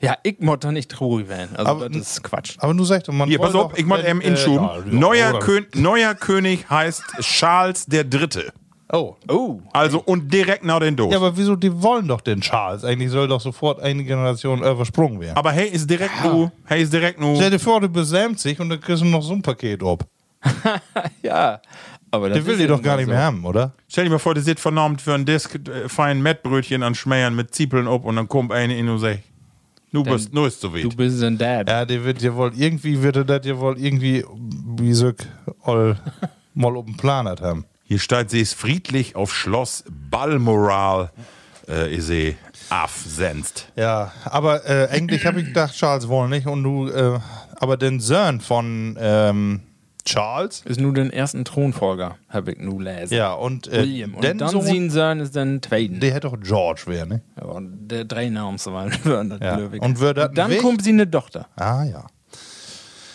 Speaker 4: ja, ich mod da nicht traurig werden. Also
Speaker 3: Aber-
Speaker 4: das ist Quatsch.
Speaker 3: Aber du sagst, doch, man
Speaker 2: Hier, pass
Speaker 3: wollte
Speaker 2: auf,
Speaker 3: doch,
Speaker 2: ich mal
Speaker 3: wenn,
Speaker 2: eben inschuben.
Speaker 3: äh, ja, ja,
Speaker 2: neuer,
Speaker 3: oder-
Speaker 2: Kön neuer König heißt Charles der Dritte.
Speaker 3: Oh.
Speaker 4: Oh.
Speaker 2: Also und direkt nach den Dos.
Speaker 3: Ja, aber wieso, die wollen doch den Charles. Eigentlich soll doch sofort eine Generation übersprungen werden.
Speaker 2: Aber hey, ist direkt nu, hey, ist direkt nu.
Speaker 3: Stell dir vor, du besämst dich und dann kriegst du noch so ein Paket ab.
Speaker 4: Ja, aber das
Speaker 3: Der will
Speaker 4: ist
Speaker 3: die
Speaker 4: ja
Speaker 3: doch gar
Speaker 4: immer
Speaker 3: nicht
Speaker 4: so.
Speaker 3: mehr haben, oder?
Speaker 2: Stell dir mal vor, die sitzt vernormt für ein Disk, äh, fein Mettbrötchen an Schmeiern mit Ziepeln ob und dann kommt eine in und sagt, nu bist, nu ist so
Speaker 4: Du
Speaker 2: weit.
Speaker 4: bist ein Dad.
Speaker 3: Ja, der wird ja wohl irgendwie, wird er das ja wohl irgendwie, wie so, all, mal oben planert haben.
Speaker 2: Hier steht, sie ist friedlich auf Schloss Balmoral, äh, ist sie afsenzt.
Speaker 3: Ja, aber äh, eigentlich habe ich gedacht, Charles wohl nicht. Und du, äh, aber den Sohn von ähm, Charles,
Speaker 4: Ist nur den ersten Thronfolger, habe ich nur lesen.
Speaker 3: ja, und äh,
Speaker 4: William. Und
Speaker 3: den
Speaker 4: dann
Speaker 3: Sohn,
Speaker 4: sehen sein ist dann Tweeden.
Speaker 3: der hätte doch George wäre, ne?
Speaker 4: Ja, und der drei Namen so mal. Und
Speaker 3: Ja. Und wird das
Speaker 4: dann
Speaker 3: ein Weg?
Speaker 4: kommt sie eine Tochter.
Speaker 3: Ah, ja.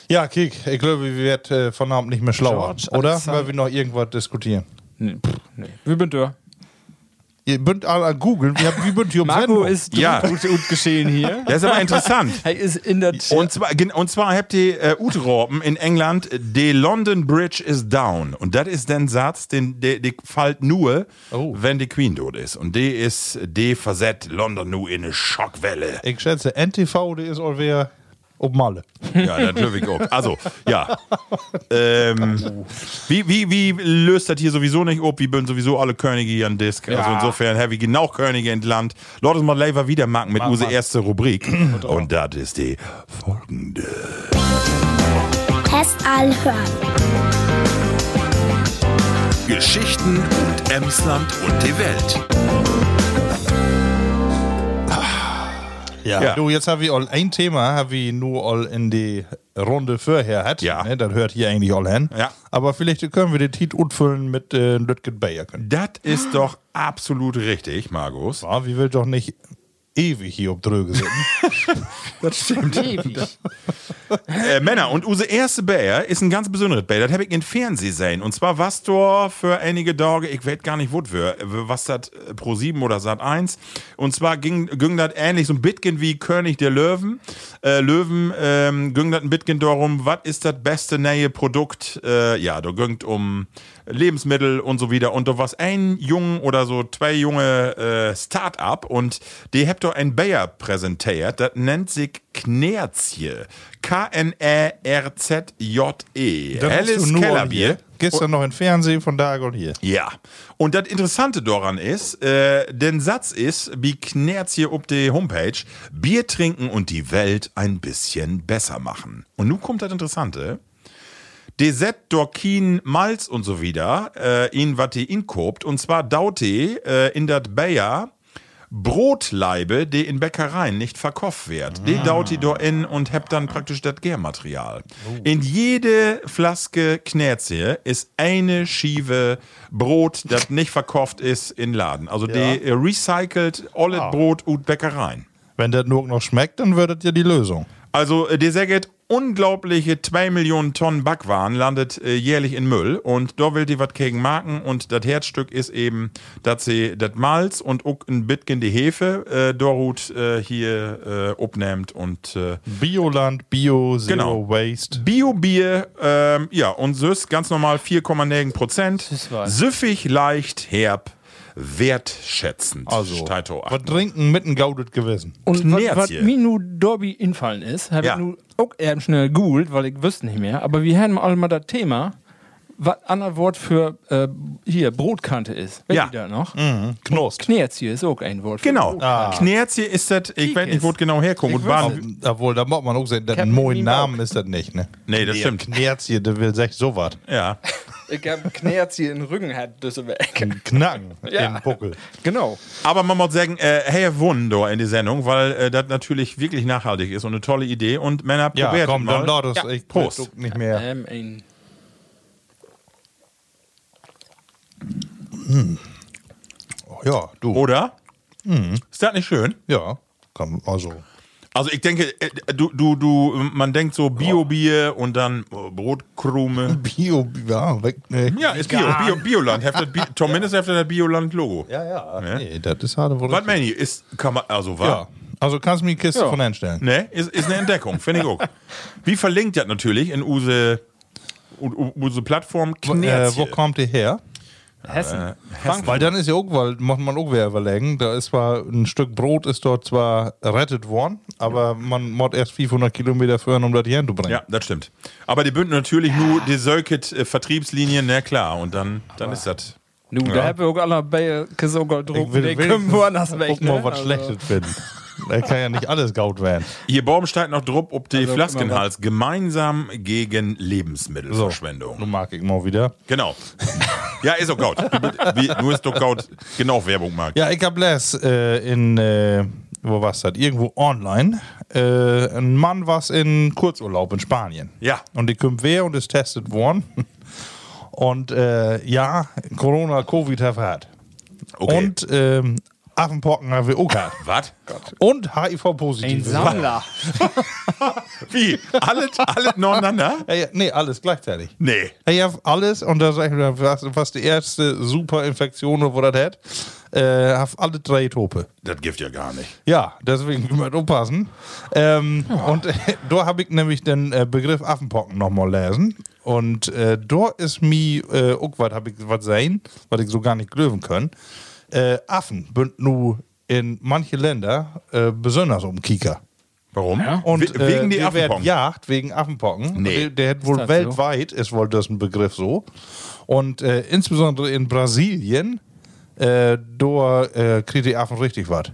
Speaker 3: Ja, Kick, ich glaube, wir werden äh, von Abend nicht mehr schlauer,
Speaker 4: George
Speaker 3: oder?
Speaker 4: Alexander-
Speaker 3: Weil wir noch irgendwas diskutieren.
Speaker 4: Nee, pff, nee. Wir sind da.
Speaker 3: Ihr bünd alle an googeln, wir haben wie bünd hier um
Speaker 4: Marco
Speaker 3: Sendung.
Speaker 4: ist
Speaker 2: Ja.
Speaker 4: gut, gut geschehen hier.
Speaker 2: Das ist aber interessant.
Speaker 4: Er ist in der Tat-
Speaker 2: Und zwar, gen- und zwar habt ihr äh, Utropen in England, the London Bridge is down. Und das ist der Satz, den der der fällt nur,
Speaker 3: Oh.
Speaker 2: wenn die Queen tot ist. Und die ist, die versetzt London nur in eine Schockwelle.
Speaker 3: Ich schätze, NTV, der ist auch wer ob Malle.
Speaker 2: ja, natürlich auch. Also, ja. ähm, wie, wie, wie löst das hier sowieso nicht ob? Wir bünden sowieso alle Könige hier an Disk. Also insofern, heavy genau Könige entland. Leute, mal lieber wieder machen mit unsere erste Rubrik. Und das ist die folgende.
Speaker 5: Test anhören.
Speaker 2: Geschichten und Emsland und die Welt. Ja.
Speaker 3: Du, jetzt habe ich all ein Thema, habe ich nur all in die Runde vorher hat.
Speaker 2: Ja.
Speaker 3: Ne, das hört hier eigentlich all hin.
Speaker 2: Ja.
Speaker 3: Aber vielleicht können wir den Titel utfüllen mit äh, Lütgen Bayer.
Speaker 2: Das ist doch absolut richtig, Markus.
Speaker 3: Ja, wir will doch nicht ewig hier ob Dröge sind.
Speaker 4: Das stimmt. Ewig.
Speaker 2: Äh, Männer, und unsere erste Bär ist ein ganz besonderes Bär. Das habe ich in Fernsehen gesehen. Und zwar was da für einige Tage, ich weiß gar nicht, was für, äh, was das Pro 7 oder Sat 1. Und zwar ging, ging das ähnlich so ein bisschen wie König der Löwen. Äh, Löwen ähm, ging das ein bisschen darum, was ist das beste neue Produkt? Äh, ja, da ging um Lebensmittel und so wieder. Und da war ein Jungen oder so zwei junge äh, Start-up und die habt doch ein Bayer präsentiert. Das nennt sich Knerzje. K-N-E-R-Z-J-E.
Speaker 3: Das hast du
Speaker 2: Helles
Speaker 3: nur
Speaker 2: E. Kellerbier.
Speaker 3: hier. Gestern noch im Fernsehen, von da und hier.
Speaker 2: Ja. Und das Interessante daran ist, äh, den Satz ist, wie Knerz hier auf die Homepage, Bier trinken und die Welt ein bisschen besser machen. Und nun kommt das Interessante. Deset, Dorkin, Malz und so wieder, äh, in wat die inkobt, und zwar daute äh, in dat Bayer Brotleibe, die in Bäckereien nicht verkauft wird. Die daut die do in und hebt dann praktisch das Gärmaterial. In jede Flaske Knärzje ist eine Schiebe Brot, das nicht verkauft ist, in Laden. Also die äh, recycelt alle Brot und Bäckereien.
Speaker 3: Wenn das nur noch schmeckt, dann würdet ihr die Lösung.
Speaker 2: Also äh, der Säget unglaubliche 2 Millionen Tonnen Backwaren landet äh, jährlich in Müll und da will die was gegen marken und das Herzstück ist eben, dass sie das Malz und auch ein bisschen die Hefe äh, Dorut äh, hier äh, abnimmt und äh,
Speaker 3: Bioland, Bio, Zero
Speaker 2: Genau.
Speaker 3: Waste.
Speaker 2: Bio-Bier, ähm, ja, und süß, ganz normal 4,9 Prozent.
Speaker 4: was.
Speaker 2: Süffig, leicht, herb, wertschätzend.
Speaker 3: Also,
Speaker 2: Steht da
Speaker 3: was trinken mit einem gaudet Gewissen.
Speaker 4: Und
Speaker 2: Knirps
Speaker 4: was, was
Speaker 2: hier.
Speaker 4: mir nur Dobby infallen ist, habe
Speaker 2: Ja.
Speaker 4: ich nur auch eben schnell googelt, weil ich wüsste nicht mehr. Aber wir haben alle mal das Thema, was anderes Wort für äh, hier Brotkante ist. Wer
Speaker 2: Ja.
Speaker 4: die da noch?
Speaker 3: Mhm. Knost.
Speaker 4: Knirps hier ist auch ein Wort. Für
Speaker 2: Genau.
Speaker 4: Brotkante.
Speaker 2: Ah. Knerzje ist das, ich weiß nicht, wo es genau herkommt. Und
Speaker 4: Ich weiß
Speaker 2: Baden-
Speaker 4: nicht.
Speaker 3: Obwohl, da muss man auch sehen,
Speaker 4: hab
Speaker 3: den neuen
Speaker 4: nie
Speaker 3: Namen ist das nicht, ne?
Speaker 2: Nee, das stimmt.
Speaker 3: Knerz hier, der will sech sowas.
Speaker 2: Ja.
Speaker 4: Ich habe Knirps hier in Rücken, hat Düsselberg.
Speaker 3: Knacken
Speaker 4: Ja.
Speaker 3: den Buckel.
Speaker 4: Genau.
Speaker 2: Aber man muss sagen, äh, hey, Wunder in die Sendung, weil äh, das natürlich wirklich nachhaltig ist und eine tolle Idee. Und Männer,
Speaker 3: Ja,
Speaker 2: probiert
Speaker 3: komm,
Speaker 2: mal.
Speaker 3: dann laut es.
Speaker 4: Ja.
Speaker 3: Ich
Speaker 2: Prost.
Speaker 3: guck nicht mehr.
Speaker 4: Ähm, ein
Speaker 3: Oh, Ja, du.
Speaker 2: Oder?
Speaker 3: Mhm.
Speaker 2: Ist das nicht schön?
Speaker 3: Ja, komm, also.
Speaker 2: Also ich denke, äh, du, du, du, man denkt so Bio-Bier und dann äh, Brotkrume.
Speaker 3: Bio, ja, weg. Nee.
Speaker 2: Ja, ist Bio, Bio, Bioland. Heftet, Bi zumindest heftet das Bioland-Logo.
Speaker 3: ja, ja.
Speaker 2: Ne?
Speaker 3: Nee, das ist harte
Speaker 2: Was
Speaker 3: Worte.
Speaker 2: meine ich? Ist, kann man, also was?
Speaker 3: Ja, also kannst du mir eine Kiste
Speaker 4: Ja.
Speaker 3: von einstellen.
Speaker 2: Ne, ist, ist eine Entdeckung, finde ich auch. Wie verlinkt das natürlich in use, u- u- use Plattform
Speaker 3: Äh, wo
Speaker 2: Knerzje.
Speaker 3: kommt ihr her? Äh,
Speaker 4: Hessen.
Speaker 3: Weil dann ist ja auch, weil macht man auch wieder überlegen, da ist zwar ein Stück Brot ist dort zwar rettet worden, aber man muss erst 500 Kilometer fahren, um das hier hinzubringen.
Speaker 2: Ja, das stimmt. Aber die bünden natürlich nur die Circuit-Vertriebslinien, na klar, und dann, dann ist das.
Speaker 4: Du, da haben wir auch alle Bälke sogar
Speaker 3: Ich
Speaker 4: drucken.
Speaker 3: will
Speaker 4: Die
Speaker 3: wenigstens
Speaker 4: können woanders weg.
Speaker 3: auch mal
Speaker 4: ne?
Speaker 3: was
Speaker 4: Also-
Speaker 3: Schlechtes finden. Da kann ja nicht alles gaut werden.
Speaker 2: Hier Baum steigt noch drupp, ob die
Speaker 4: Also,
Speaker 2: Flaskenhals gemeinsam gegen Lebensmittelverschwendung.
Speaker 3: Nun mag ich mal wieder.
Speaker 2: Genau. ja, ist doch gaut. Wie, wie- nur ist doch gaut. Genau, Werbung mag.
Speaker 3: Ja, ich hab les äh, in, äh, wo war's das? Irgendwo online. Äh, ein Mann war's in Kurzurlaub in Spanien.
Speaker 2: Ja.
Speaker 3: Und die kommt wer und ist testet worden. Und äh, ja, Corona, Covid hat er.
Speaker 2: Okay.
Speaker 3: Und ähm, Affenpocken haben wir auch gehabt.
Speaker 2: Was?
Speaker 3: Und
Speaker 4: Ein
Speaker 3: HIV-positiv.
Speaker 4: Sammler.
Speaker 2: Wie? Alles, alles nebeneinander?
Speaker 3: Ja, ja, nee, alles gleichzeitig.
Speaker 2: Nee.
Speaker 3: Ja, Ja, alles. Und da sag ich mir, was, was die erste Superinfektion oder was das hat, äh, hab alle drei Tope.
Speaker 2: Das gibt ja gar nicht.
Speaker 3: Ja, deswegen immer aufpassen. Ähm, Und äh, da habe ich nämlich den äh, Begriff Affenpocken nochmal lesen. Und äh, da ist mir äh, auch was, habe ich was sehen, was ich so gar nicht glauben können. Äh, Affen sind nur in manche Länder äh, besonders um Kieker.
Speaker 2: Warum?
Speaker 3: Und, äh,
Speaker 2: We- wegen die
Speaker 3: werden
Speaker 2: Affenpocken.
Speaker 3: jagt wegen Affenpocken.
Speaker 2: Nee.
Speaker 3: Der, der hat wohl
Speaker 4: das so?
Speaker 3: weltweit ist wohl das ein Begriff so. Und äh, insbesondere in Brasilien, äh, da äh, kriegt die Affen richtig was.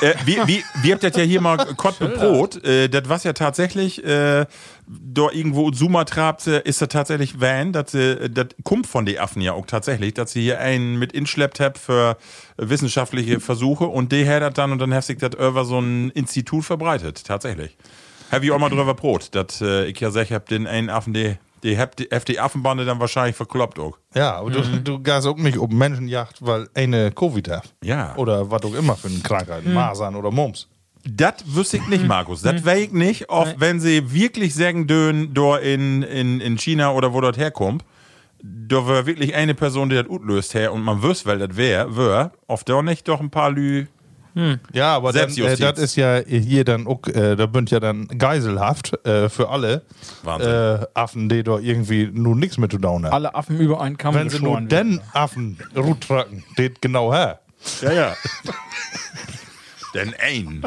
Speaker 2: äh, wir, wir, wir habt das ja hier mal Kott bebrot. Äh, das was ja tatsächlich äh, da irgendwo in Sumatra habt ihr- ist das tatsächlich Van. Das, äh, das kommt von den Affen ja auch tatsächlich, dass sie hier einen mit inschleppt habt für wissenschaftliche Versuche und die hat das dann und dann hat sich das über so ein Institut verbreitet. Tatsächlich. Hab ich auch mal drüber Brot. Das, äh, ich ja sag, ich hab den einen Affen, der Die hebt die, hebt die Affenbande dann wahrscheinlich verkloppt auch.
Speaker 3: Ja, aber du,
Speaker 2: Mhm.
Speaker 3: du gehst auch nicht um Menschenjagd, weil eine Covid hat.
Speaker 2: Ja. Mhm.
Speaker 3: Oder was auch immer für eine Krankheit, Masern oder Mumps.
Speaker 2: Das wüsste ich nicht, Markus. Das wäre ich nicht, auch wenn sie wirklich sagen dön, da in, in, in China oder wo dort herkommt. Da wäre wirklich eine Person, die das gut löst her und man wüsste, weil das wäre, wär, oft doch nicht doch ein paar Lü.
Speaker 3: Ja, aber dann, äh,
Speaker 2: Selbstjustiz.
Speaker 3: das ist ja hier dann, auch, äh, da bünd ja dann Geiselhaft äh, für alle
Speaker 2: Wahnsinn.
Speaker 3: Äh, Affen, die da irgendwie nur nichts mit zu tun haben.
Speaker 4: Alle Affen über einen Kamm
Speaker 3: Wenn sie nur
Speaker 4: geschoren
Speaker 3: den Affen ruttracken, geht genau her.
Speaker 2: Ja, ja. Denn ein.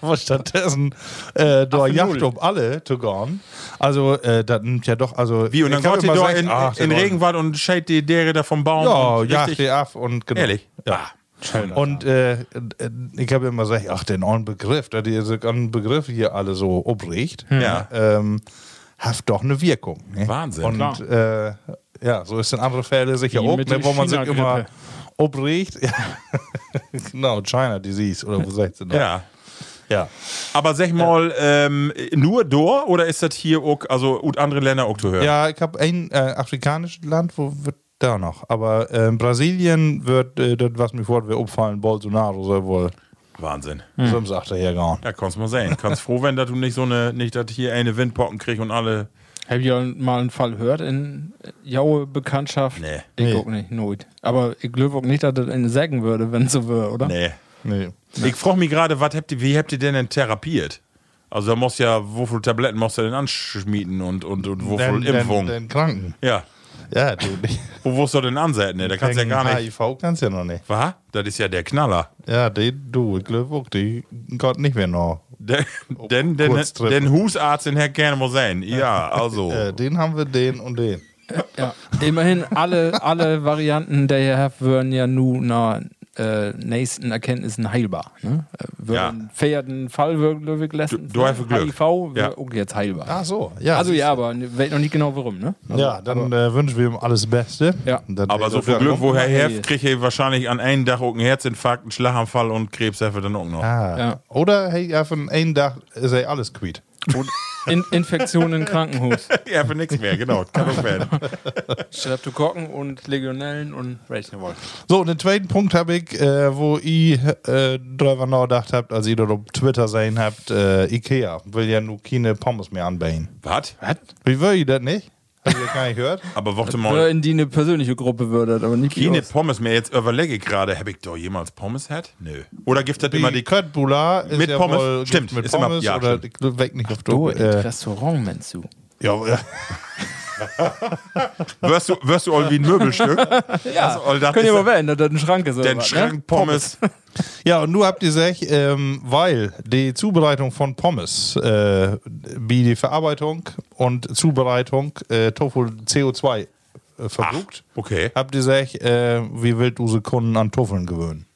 Speaker 3: Aber stattdessen äh, da Jagd
Speaker 4: null.
Speaker 3: um alle zu gehen. Also, äh, das nimmt ja doch, also.
Speaker 2: Wie, und dann
Speaker 3: ich hab
Speaker 2: kommt ihr
Speaker 3: immer
Speaker 2: da
Speaker 3: gesagt,
Speaker 2: in,
Speaker 3: ach,
Speaker 2: in
Speaker 3: der war-
Speaker 2: Regenwald und schält die Dere da vom Baum.
Speaker 3: Ja,
Speaker 2: und
Speaker 3: Jagd
Speaker 2: richtig-
Speaker 3: die Affen und genau.
Speaker 2: Ehrlich?
Speaker 3: Ja.
Speaker 2: Schön.
Speaker 3: Und äh, äh, ich habe immer gesagt, ach, den neuen Begriff, da die so einen Begriff hier alle so obricht,
Speaker 2: Hm. Ja.
Speaker 3: ähm, hat doch eine Wirkung. Ne?
Speaker 2: Wahnsinn.
Speaker 3: Und äh, ja, so ist in anderen Fällen sicher
Speaker 4: Wie
Speaker 3: auch,
Speaker 4: mit
Speaker 3: ne,
Speaker 4: der
Speaker 3: wo man sich
Speaker 4: China-Grippe.
Speaker 3: immer obricht. Ja. genau, China Disease oder wo sagt sie noch?
Speaker 2: Ja.
Speaker 3: ja.
Speaker 2: Aber sag mal, ähm, nur Dor oder ist das hier auch, also ut andere Länder auch zu hören?
Speaker 3: Ja, ich habe ein äh, afrikanisches Land, wo wird da noch? Aber äh, Brasilien wird, äh, das, was mir vorher umfallen, Bolsonaro soll wohl
Speaker 2: Wahnsinn.
Speaker 4: Hm.
Speaker 3: so im Sachter hergehauen.
Speaker 2: Ja, kannst mal sehen. Kannst froh werden, dass du nicht so eine, nicht, dass hier eine Windpocken kriegst und alle.
Speaker 4: Hab ich ja mal einen Fall gehört in jaue Bekanntschaft?
Speaker 2: Nee.
Speaker 4: Ich guck nicht, not. Aber ich glaube auch nicht, dass das einen sägen würde, wenn es so wäre, oder?
Speaker 2: Nee.
Speaker 3: Nee.
Speaker 2: Ich frage mich gerade, was habt ihr, wie habt ihr denn denn therapiert? Also da musst ja, wofür Tabletten musst du denn anschmieden und, und, und wofür
Speaker 3: Den, den,
Speaker 2: Impfung?
Speaker 3: den Kranken.
Speaker 2: Ja.
Speaker 3: Ja, du. die-
Speaker 2: Wo musst du denn ansetzen? Ne? Da kannst du ja
Speaker 3: gegen
Speaker 2: gar nicht.
Speaker 3: HIV kannst du ja noch nicht.
Speaker 2: Was? Das ist ja der Knaller.
Speaker 3: Ja, die, du, ich glaube auch, die Gott nicht mehr noch.
Speaker 2: Den, den, den,
Speaker 3: kurz treffen.
Speaker 2: den Husarzt in Herr Kern muss sein. Ja, also.
Speaker 3: Äh, den haben wir, den und den.
Speaker 4: Ja. Immerhin, alle, alle Varianten der ihr habt, würden ja nun nach äh, nächsten Erkenntnissen heilbar. Ne? Äh, Würden
Speaker 2: Ja.
Speaker 4: feierten Fall wirklich lassen.
Speaker 2: Du- du hast Glück.
Speaker 4: HIV wäre
Speaker 2: Ja.
Speaker 4: auch jetzt heilbar.
Speaker 3: Ach so, ja.
Speaker 4: Also ja, aber ne- weiß noch nicht genau warum, ne?
Speaker 3: Ja, dann äh, wünschen wir ihm alles Beste.
Speaker 4: Ja.
Speaker 3: Dann-
Speaker 2: Aber so viel
Speaker 3: Ja.
Speaker 2: Glück, woher her,
Speaker 4: Nee.
Speaker 2: kriegt ihr wahrscheinlich an einem Tag auch einen Herzinfarkt, einen Schlaganfall und Krebs dafür dann auch noch.
Speaker 3: Ah.
Speaker 4: Ja.
Speaker 3: Oder hey, ja, von einem Tag ist er alles quiet.
Speaker 4: In Infektionen im Krankenhaus.
Speaker 2: Ja, für nichts mehr, genau. Kann auch werden.
Speaker 4: Streptokokken und Legionellen und welchen wollt.
Speaker 3: So, und den zweiten Punkt habe ich, äh, wo ihr äh, drüber nachgedacht habt, als ihr dort auf Twitter sehen habt, äh, Ikea will ja nur keine Pommes mehr anbieten.
Speaker 2: Was?
Speaker 3: Wie will ihr das nicht? Habt ihr gar nicht gehört?
Speaker 2: Aber warte
Speaker 4: Oder
Speaker 2: mal.
Speaker 4: Äh, in die eine persönliche Gruppe würdet, aber nicht die
Speaker 2: Keine
Speaker 4: aus-
Speaker 2: Pommes mehr, jetzt überlege ich gerade. Habe ich da jemals Pommes gehabt? Nö. Oder gibt das immer
Speaker 3: Die,
Speaker 2: die.
Speaker 3: Köttbula ist
Speaker 2: Mit
Speaker 3: ja
Speaker 2: Pommes?
Speaker 3: Wohl,
Speaker 2: Stimmt,
Speaker 3: mit
Speaker 2: ist immer-
Speaker 3: Pommes
Speaker 2: ja,
Speaker 3: oder ich weg nicht auf
Speaker 4: Du,
Speaker 3: du.
Speaker 4: im
Speaker 3: Äh,
Speaker 4: Restaurant, meinst du?
Speaker 3: ja,
Speaker 2: Wirst du, wirst du all wie ein Möbelstück? ja. Also, das
Speaker 4: Könnt
Speaker 2: ist
Speaker 4: ihr mal wählen, dass das ein Schrank ist. oder
Speaker 2: Den
Speaker 4: was, Ne?
Speaker 2: Schrank Pommes.
Speaker 3: Ja, und du habt gesagt, ähm, weil die Zubereitung von Pommes, äh, wie die Verarbeitung und Zubereitung äh, Tofu CO2 äh, verbrucht,
Speaker 2: Okay.
Speaker 3: habt ihr gesagt, äh, wie will du Kunden an Toffeln gewöhnen?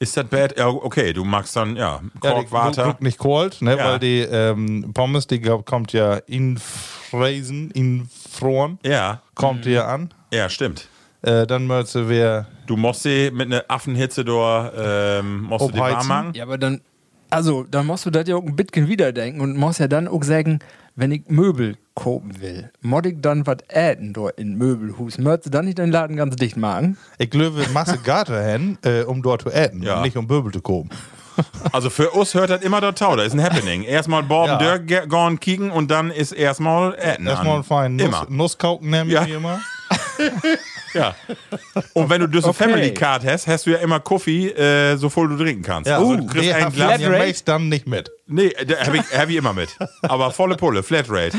Speaker 2: Ist das bad? Ja, okay, du magst dann, ja,
Speaker 3: Ja,
Speaker 2: Korkwater.
Speaker 3: die nicht kalt, ne,
Speaker 2: Ja.
Speaker 3: weil die ähm, Pommes, die glaub, kommt ja in Fräsen, in Froren,
Speaker 2: ja,
Speaker 3: kommt hier an.
Speaker 2: ja, stimmt.
Speaker 3: Äh, dann möchtest wir
Speaker 2: Du musst sie mit einer Affenhitze da, ähm, musst du die warm
Speaker 3: Obheizen.
Speaker 2: machen.
Speaker 4: Ja, aber dann, also, dann musst du das ja auch ein bisschen wiederdenken und musst ja dann auch sagen, wenn ich Möbel kaufen will, mod ich dann was äten dort in Möbelhus? Möchtest du dann nicht den Laden ganz dicht machen?
Speaker 3: ich löwe Masse Garter hin, äh, um dort zu essen,
Speaker 2: Ja.
Speaker 3: und nicht um Böbel zu kommen.
Speaker 2: Also für uns hört das immer der Tau, da ist ein Happening. Erstmal Borben
Speaker 3: Ja.
Speaker 2: Dirk ge- gorn kicken und dann ist erstmal Etten
Speaker 3: Erstmal einen feinen Nuss,
Speaker 2: Immer.
Speaker 3: Nusskauken nehmen
Speaker 2: Ja.
Speaker 3: wir immer.
Speaker 2: Ja. Und wenn du diese
Speaker 4: Okay.
Speaker 2: Family Card hast, hast du ja immer Kaffee, äh, so voll du trinken kannst.
Speaker 3: Ja,
Speaker 2: also
Speaker 3: uh,
Speaker 2: du kriegst ein
Speaker 3: Glas
Speaker 2: Glas.
Speaker 4: Flatrate?
Speaker 3: Flatrate? dann nicht mit.
Speaker 2: Nee, da hab ich, hab ich immer mit. Aber volle Pulle, Flatrate.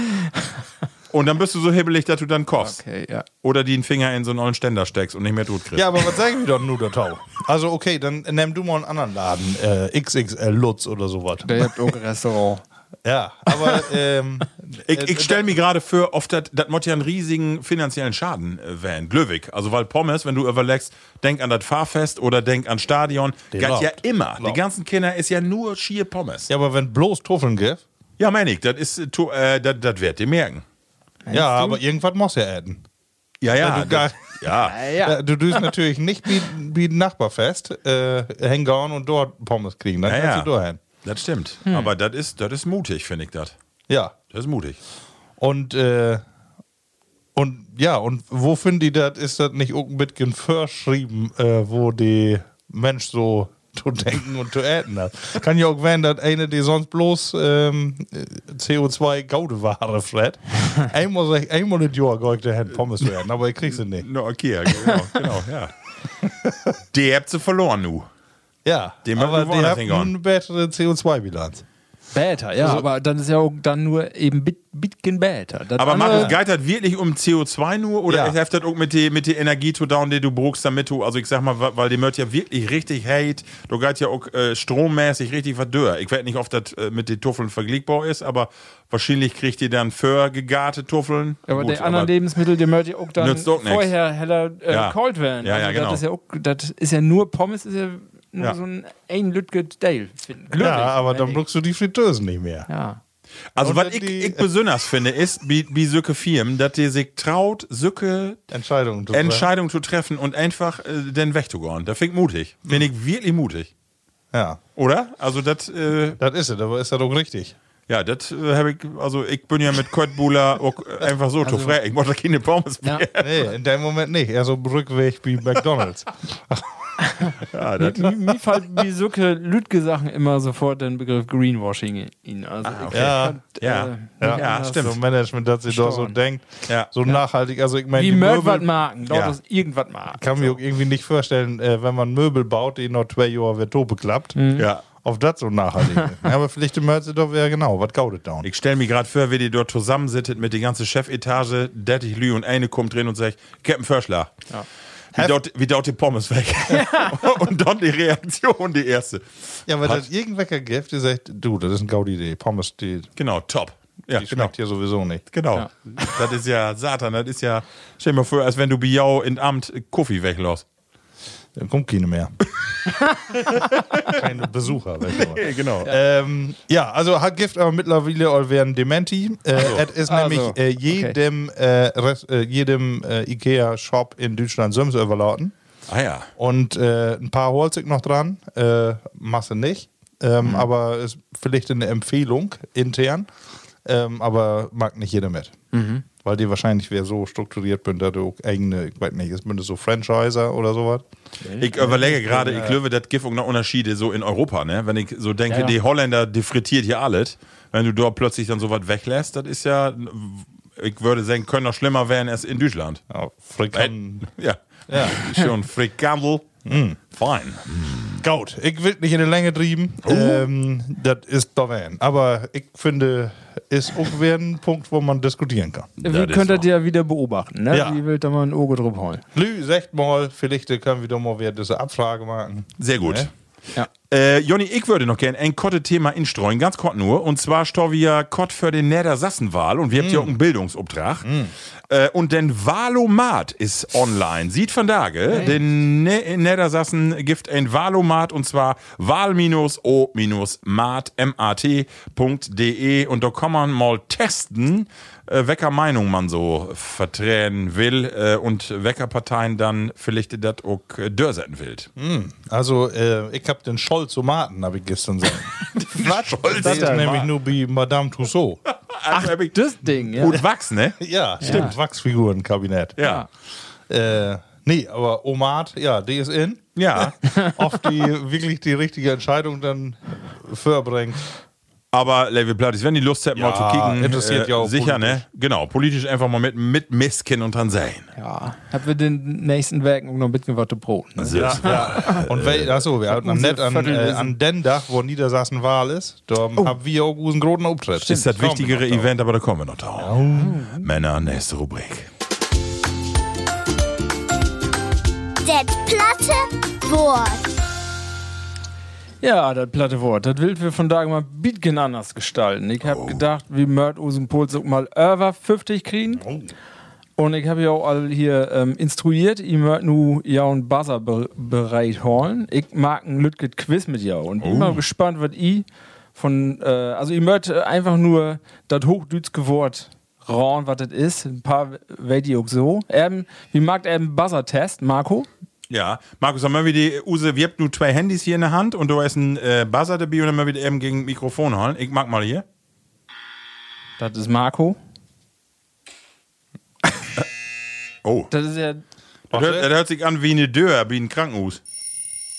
Speaker 2: Und dann bist du so hibbelig, dass du dann kochst.
Speaker 4: Okay, ja.
Speaker 2: Oder den Finger in so einen ollen Ständer steckst und nicht mehr tot kriegst.
Speaker 3: Ja, aber was sagen wir doch nur der Tau? Also okay, dann nimm du mal einen anderen Laden, äh, XXL Lutz oder sowas.
Speaker 4: Der habt auch ein Restaurant.
Speaker 3: Ja, aber ähm,
Speaker 2: Ich, ich stelle mir gerade für, oft das muss ja einen riesigen finanziellen Schaden äh, werden. Glöwig. Also, weil Pommes, wenn du überlegst, denk an das Fahrfest oder denk an Stadion. Geht ja
Speaker 3: läuft.
Speaker 2: immer. Die
Speaker 3: Läuft.
Speaker 2: ganzen Kinder ist ja nur schier Pommes. Ja,
Speaker 3: ja, aber wenn bloß Tuffeln gibt,
Speaker 2: mein ich, das ist, äh, tu- äh, das das werdet ihr merken.
Speaker 3: ja, aber irgendwas muss ja äten.
Speaker 2: Ja, ja.
Speaker 3: Ja,
Speaker 2: das,
Speaker 3: du geil.
Speaker 2: ja.
Speaker 4: Ja.
Speaker 3: Äh, du düst natürlich nicht wie, wie ein Nachbarfest äh, hängen und dort Pommes kriegen. Dann
Speaker 2: Ja,
Speaker 3: kannst
Speaker 2: ja.
Speaker 3: du dahin.
Speaker 2: Hm. Das stimmt. Aber das ist, das ist mutig, finde ich das.
Speaker 3: Ja.
Speaker 2: Das ist mutig.
Speaker 3: Und, äh, und ja, und wo finden die das? Ist das nicht irgendein bisschen verschrieben, äh, wo die Mensch so zu denken und zu äten hat? Kann ja auch werden, dass eine, die sonst bloß ähm, CO2-Gaudeware frett, einmal, sich- einmal das Jahr gehe ich dahin Pommes werden, aber ich krieg sie nicht.
Speaker 2: Na, okay, ja, genau, genau, ja. Die habt ihr verloren, nu.
Speaker 3: Ja,
Speaker 2: Den machen wir
Speaker 3: aber die
Speaker 2: woanders
Speaker 3: haben
Speaker 2: hingehen.
Speaker 3: eine bessere CO2-Bilanz.
Speaker 4: Bäter, ja, aber dann ist ja auch dann nur eben bit, bitgen Bäter. Das
Speaker 2: Aber
Speaker 4: andere-
Speaker 2: Markus, geht das wirklich um CO2 nur oder
Speaker 3: Ja.
Speaker 2: ja. hat das auch mit der mit die Energie zu down, die du brauchst, damit du, also ich sag mal, wa- weil die Mört ja wirklich richtig hate, du geht ja auch äh, strommäßig richtig verdörr. Ich weiß nicht, ob das äh, mit den Tuffeln vergleichbar ist, aber wahrscheinlich kriegt ihr dann für gegarte Tuffeln.
Speaker 4: Ja, aber
Speaker 2: Gut,
Speaker 4: die anderen Lebensmittel, die mögt ihr auch dann
Speaker 2: Nützt auch nix.
Speaker 4: vorher heller äh,
Speaker 2: Ja.
Speaker 4: kalt werden.
Speaker 2: Ja, ja,
Speaker 4: also
Speaker 2: genau.
Speaker 4: das, ist ja auch, das ist ja nur Pommes, ist ja nur
Speaker 2: Ja.
Speaker 4: so ein ein Lütget Dale. Glücklich.
Speaker 3: Ja, aber
Speaker 4: wenn
Speaker 3: dann
Speaker 4: ich-
Speaker 3: brauchst du die Fritteusen nicht mehr.
Speaker 4: Ja.
Speaker 2: Also,
Speaker 3: Und
Speaker 2: was
Speaker 3: wenn
Speaker 2: ich,
Speaker 3: die-
Speaker 2: ich besonders finde, ist, wie, wie Sücke Firmen, dass die sich traut, Sücke
Speaker 3: Entscheidungen. zu
Speaker 2: Entscheidung zu treffen und einfach äh, den Weg zu gehen. Da finde ich mutig. Bin ich wirklich mutig.
Speaker 3: treffen. Ja,
Speaker 2: Oder? Also, das, äh,
Speaker 3: das ist es, aber ist das auch richtig.
Speaker 2: ja, das äh, habe ich, also, ich bin ja mit Kurt Bula auch äh, einfach so also, frei. Ich wollte keine Pommes
Speaker 4: Ja.
Speaker 2: mehr.
Speaker 3: Nee, in dem Moment nicht. Eher so ein Rückweg wie McDonalds.
Speaker 2: Ja, das-
Speaker 4: Mir, mir fällt wie Sücke Lütge-Sachen immer sofort den Begriff Greenwashing in. Also ich
Speaker 3: Ja,
Speaker 2: Ah,
Speaker 4: fand,
Speaker 2: ja.
Speaker 4: äh,
Speaker 3: ja,
Speaker 2: Ja,
Speaker 3: stimmt. So Management, dass sie da so
Speaker 4: Storn.
Speaker 3: denkt.
Speaker 2: Ja.
Speaker 3: So nachhaltig. Also, ich meine,
Speaker 4: Wie
Speaker 3: die
Speaker 4: mögt was
Speaker 3: Möbel
Speaker 4: marken, dort
Speaker 2: Ja.
Speaker 4: ist irgendwas marken.
Speaker 3: kann mir auch irgendwie nicht vorstellen, äh, wenn man Möbel baut, die noch zwei Jahre wird tot beklappt.
Speaker 2: ja.
Speaker 3: Auf das so nachhaltig. ist. ja, aber vielleicht merkt sie doch, ja, genau, was gaudet down.
Speaker 2: Ich stelle mir gerade vor, wie die dort zusammensittet mit der ganzen Chefetage, Dettich Lü und eine kommt drin und sagt, Captain Förschler, wie, dort, wie dort die Pommes weg. und dann die Reaktion, die erste.
Speaker 3: Ja, weil
Speaker 2: Hat-
Speaker 3: das irgendwelcher Gift, die sagt, du, das ist eine Gaudi-Idee. Pommes, die, die
Speaker 2: Genau, top. Ja, genau.
Speaker 3: schmeckt hier sowieso nicht.
Speaker 2: Genau. Das ist ja Satan, das ist ja, stell dir mal vor, als wenn du Biau in Amt Kofi weglässt.
Speaker 3: Dann kommt keine mehr. Keine Besucher. Nee,
Speaker 2: genau.
Speaker 3: Ähm, ja, also hat Gift aber mittlerweile all werden Dementi. Äh, Es ist
Speaker 4: Also,
Speaker 3: nämlich äh, jedem, äh, Rest, äh, jedem äh, Ikea-Shop in Deutschland Söms überlauten.
Speaker 2: Ah ja.
Speaker 3: Und äh, ein paar holt sich noch dran, äh, Masse nicht. Ähm, Aber ist vielleicht eine Empfehlung intern. Ähm, aber mag nicht jeder mit. Weil die wahrscheinlich wäre so strukturiert, bin, dass du auch eigene, ich weiß nicht, ist mindestens so Franchiser oder sowas.
Speaker 2: Ich überlege gerade, ich glaube, das gibt auch noch Unterschiede so in Europa, ne? Wenn ich so denke,
Speaker 4: Ja.
Speaker 2: die Holländer, die frittiert hier alles. Wenn du dort plötzlich dann so was weglässt, das ist ja, ich würde sagen, können noch schlimmer werden als in Deutschland.
Speaker 3: Ja, Frikaden.
Speaker 2: Ja. ja. Schon Frikandel.
Speaker 4: Hm.
Speaker 2: Fein.
Speaker 3: Gut, ich will nicht in die Länge trieben. Ähm, das ist doch ein. Aber ich finde, ist auch wieder ein Punkt, wo man diskutieren kann.
Speaker 2: Das
Speaker 4: Wie
Speaker 2: ist
Speaker 4: könnt ihr
Speaker 2: so.
Speaker 4: ja wieder beobachten, ne?
Speaker 3: Ja.
Speaker 4: Wie will da mal ein Oge drauf holen?
Speaker 3: Lü, sagt mal, vielleicht können wir doch mal wieder diese Abfrage machen.
Speaker 2: Sehr gut.
Speaker 3: Ne?
Speaker 4: Ja.
Speaker 2: Äh, Jonny, ich würde noch gerne ein kottes Thema instreuen, ganz kort nur. Und zwar stehen wir kott für den Niedersassenwahl und wir habt ja auch einen Bildungsobtrag. Äh, und den Wahlomat ist online. Sieht von Tage, den ne Niedersassen gibt ein Wahlomat und zwar wahl-o-mat.de und da kann man mal testen, äh, wecker Meinung man so vertreten will äh, und wecker Parteien dann vielleicht das auch äh, dörsetten will.
Speaker 3: Also, äh, ich habe den Scholz Tomaten, habe ich gestern gesagt. Was?
Speaker 2: Scholz
Speaker 3: das ist
Speaker 4: Tomaten.
Speaker 3: nämlich nur wie Madame Tussaud.
Speaker 2: Ach,
Speaker 4: Das Ding, ja.
Speaker 2: Also, gut wachsen, ne?
Speaker 3: ja, stimmt. Wachsfigurenkabinett.
Speaker 2: Ja.
Speaker 3: Äh, nee, aber Omat, ja, die ist in.
Speaker 2: Ja.
Speaker 3: Oft die wirklich die richtige Entscheidung dann verbringt.
Speaker 2: Aber Level Plattis, wenn die Lust habt, mal
Speaker 3: Ja,
Speaker 2: zu kicken,
Speaker 3: interessiert ja auch
Speaker 2: sicher,
Speaker 3: politisch.
Speaker 2: ne? Genau, politisch einfach mal mit, mit Miskin und dann sehen.
Speaker 4: Ja. Haben wir den nächsten Werken auch noch mitgewatte Brot. Ne?
Speaker 2: Also,
Speaker 3: Ja. Und wel, achso, wir hatten am
Speaker 4: Unsere
Speaker 3: Net an, äh,
Speaker 4: Viertelwissen.
Speaker 3: an den Dach, wo Niedersachsen Wahl ist, da haben wir auch einen großen Auftritt.
Speaker 2: Ist das
Speaker 3: Kommen
Speaker 2: wichtigere
Speaker 3: wir noch drauf.
Speaker 2: Event, aber da kommen wir noch drauf. Männer, nächste Rubrik.
Speaker 5: Das platte Wort.
Speaker 4: Ja, das platte Wort. Das will wir von da mal bisschen anders gestalten. Ich habe gedacht, wir Mörd Osenpuls auch mal über 50 kriegen. Und ich habe ja auch alle hier ähm, instruiert, ihr mögt nu ja und Buzzer be bereit holen. Ich mag ein Lütget Quiz mit ja und bin mal gespannt, was i von, äh, also ihr mögt äh, einfach nur das hochdütske Wort rauen, was das ist. Ein paar weet ihr auch so. Ähm, wie mag eben Buzzer-Test, Marco?
Speaker 2: Ja, Markus, dann mal wie die Use, wir habt nur zwei Handys hier in der Hand und du hast einen äh, Buzzer dabei und dann mal wieder eben gegen das Mikrofon holen. Ich mag mal hier.
Speaker 4: Das ist Marco.
Speaker 2: Oh, das,
Speaker 4: Das ist ja.
Speaker 2: hört, das hört sich an wie eine Dörr, wie ein Krankenhus.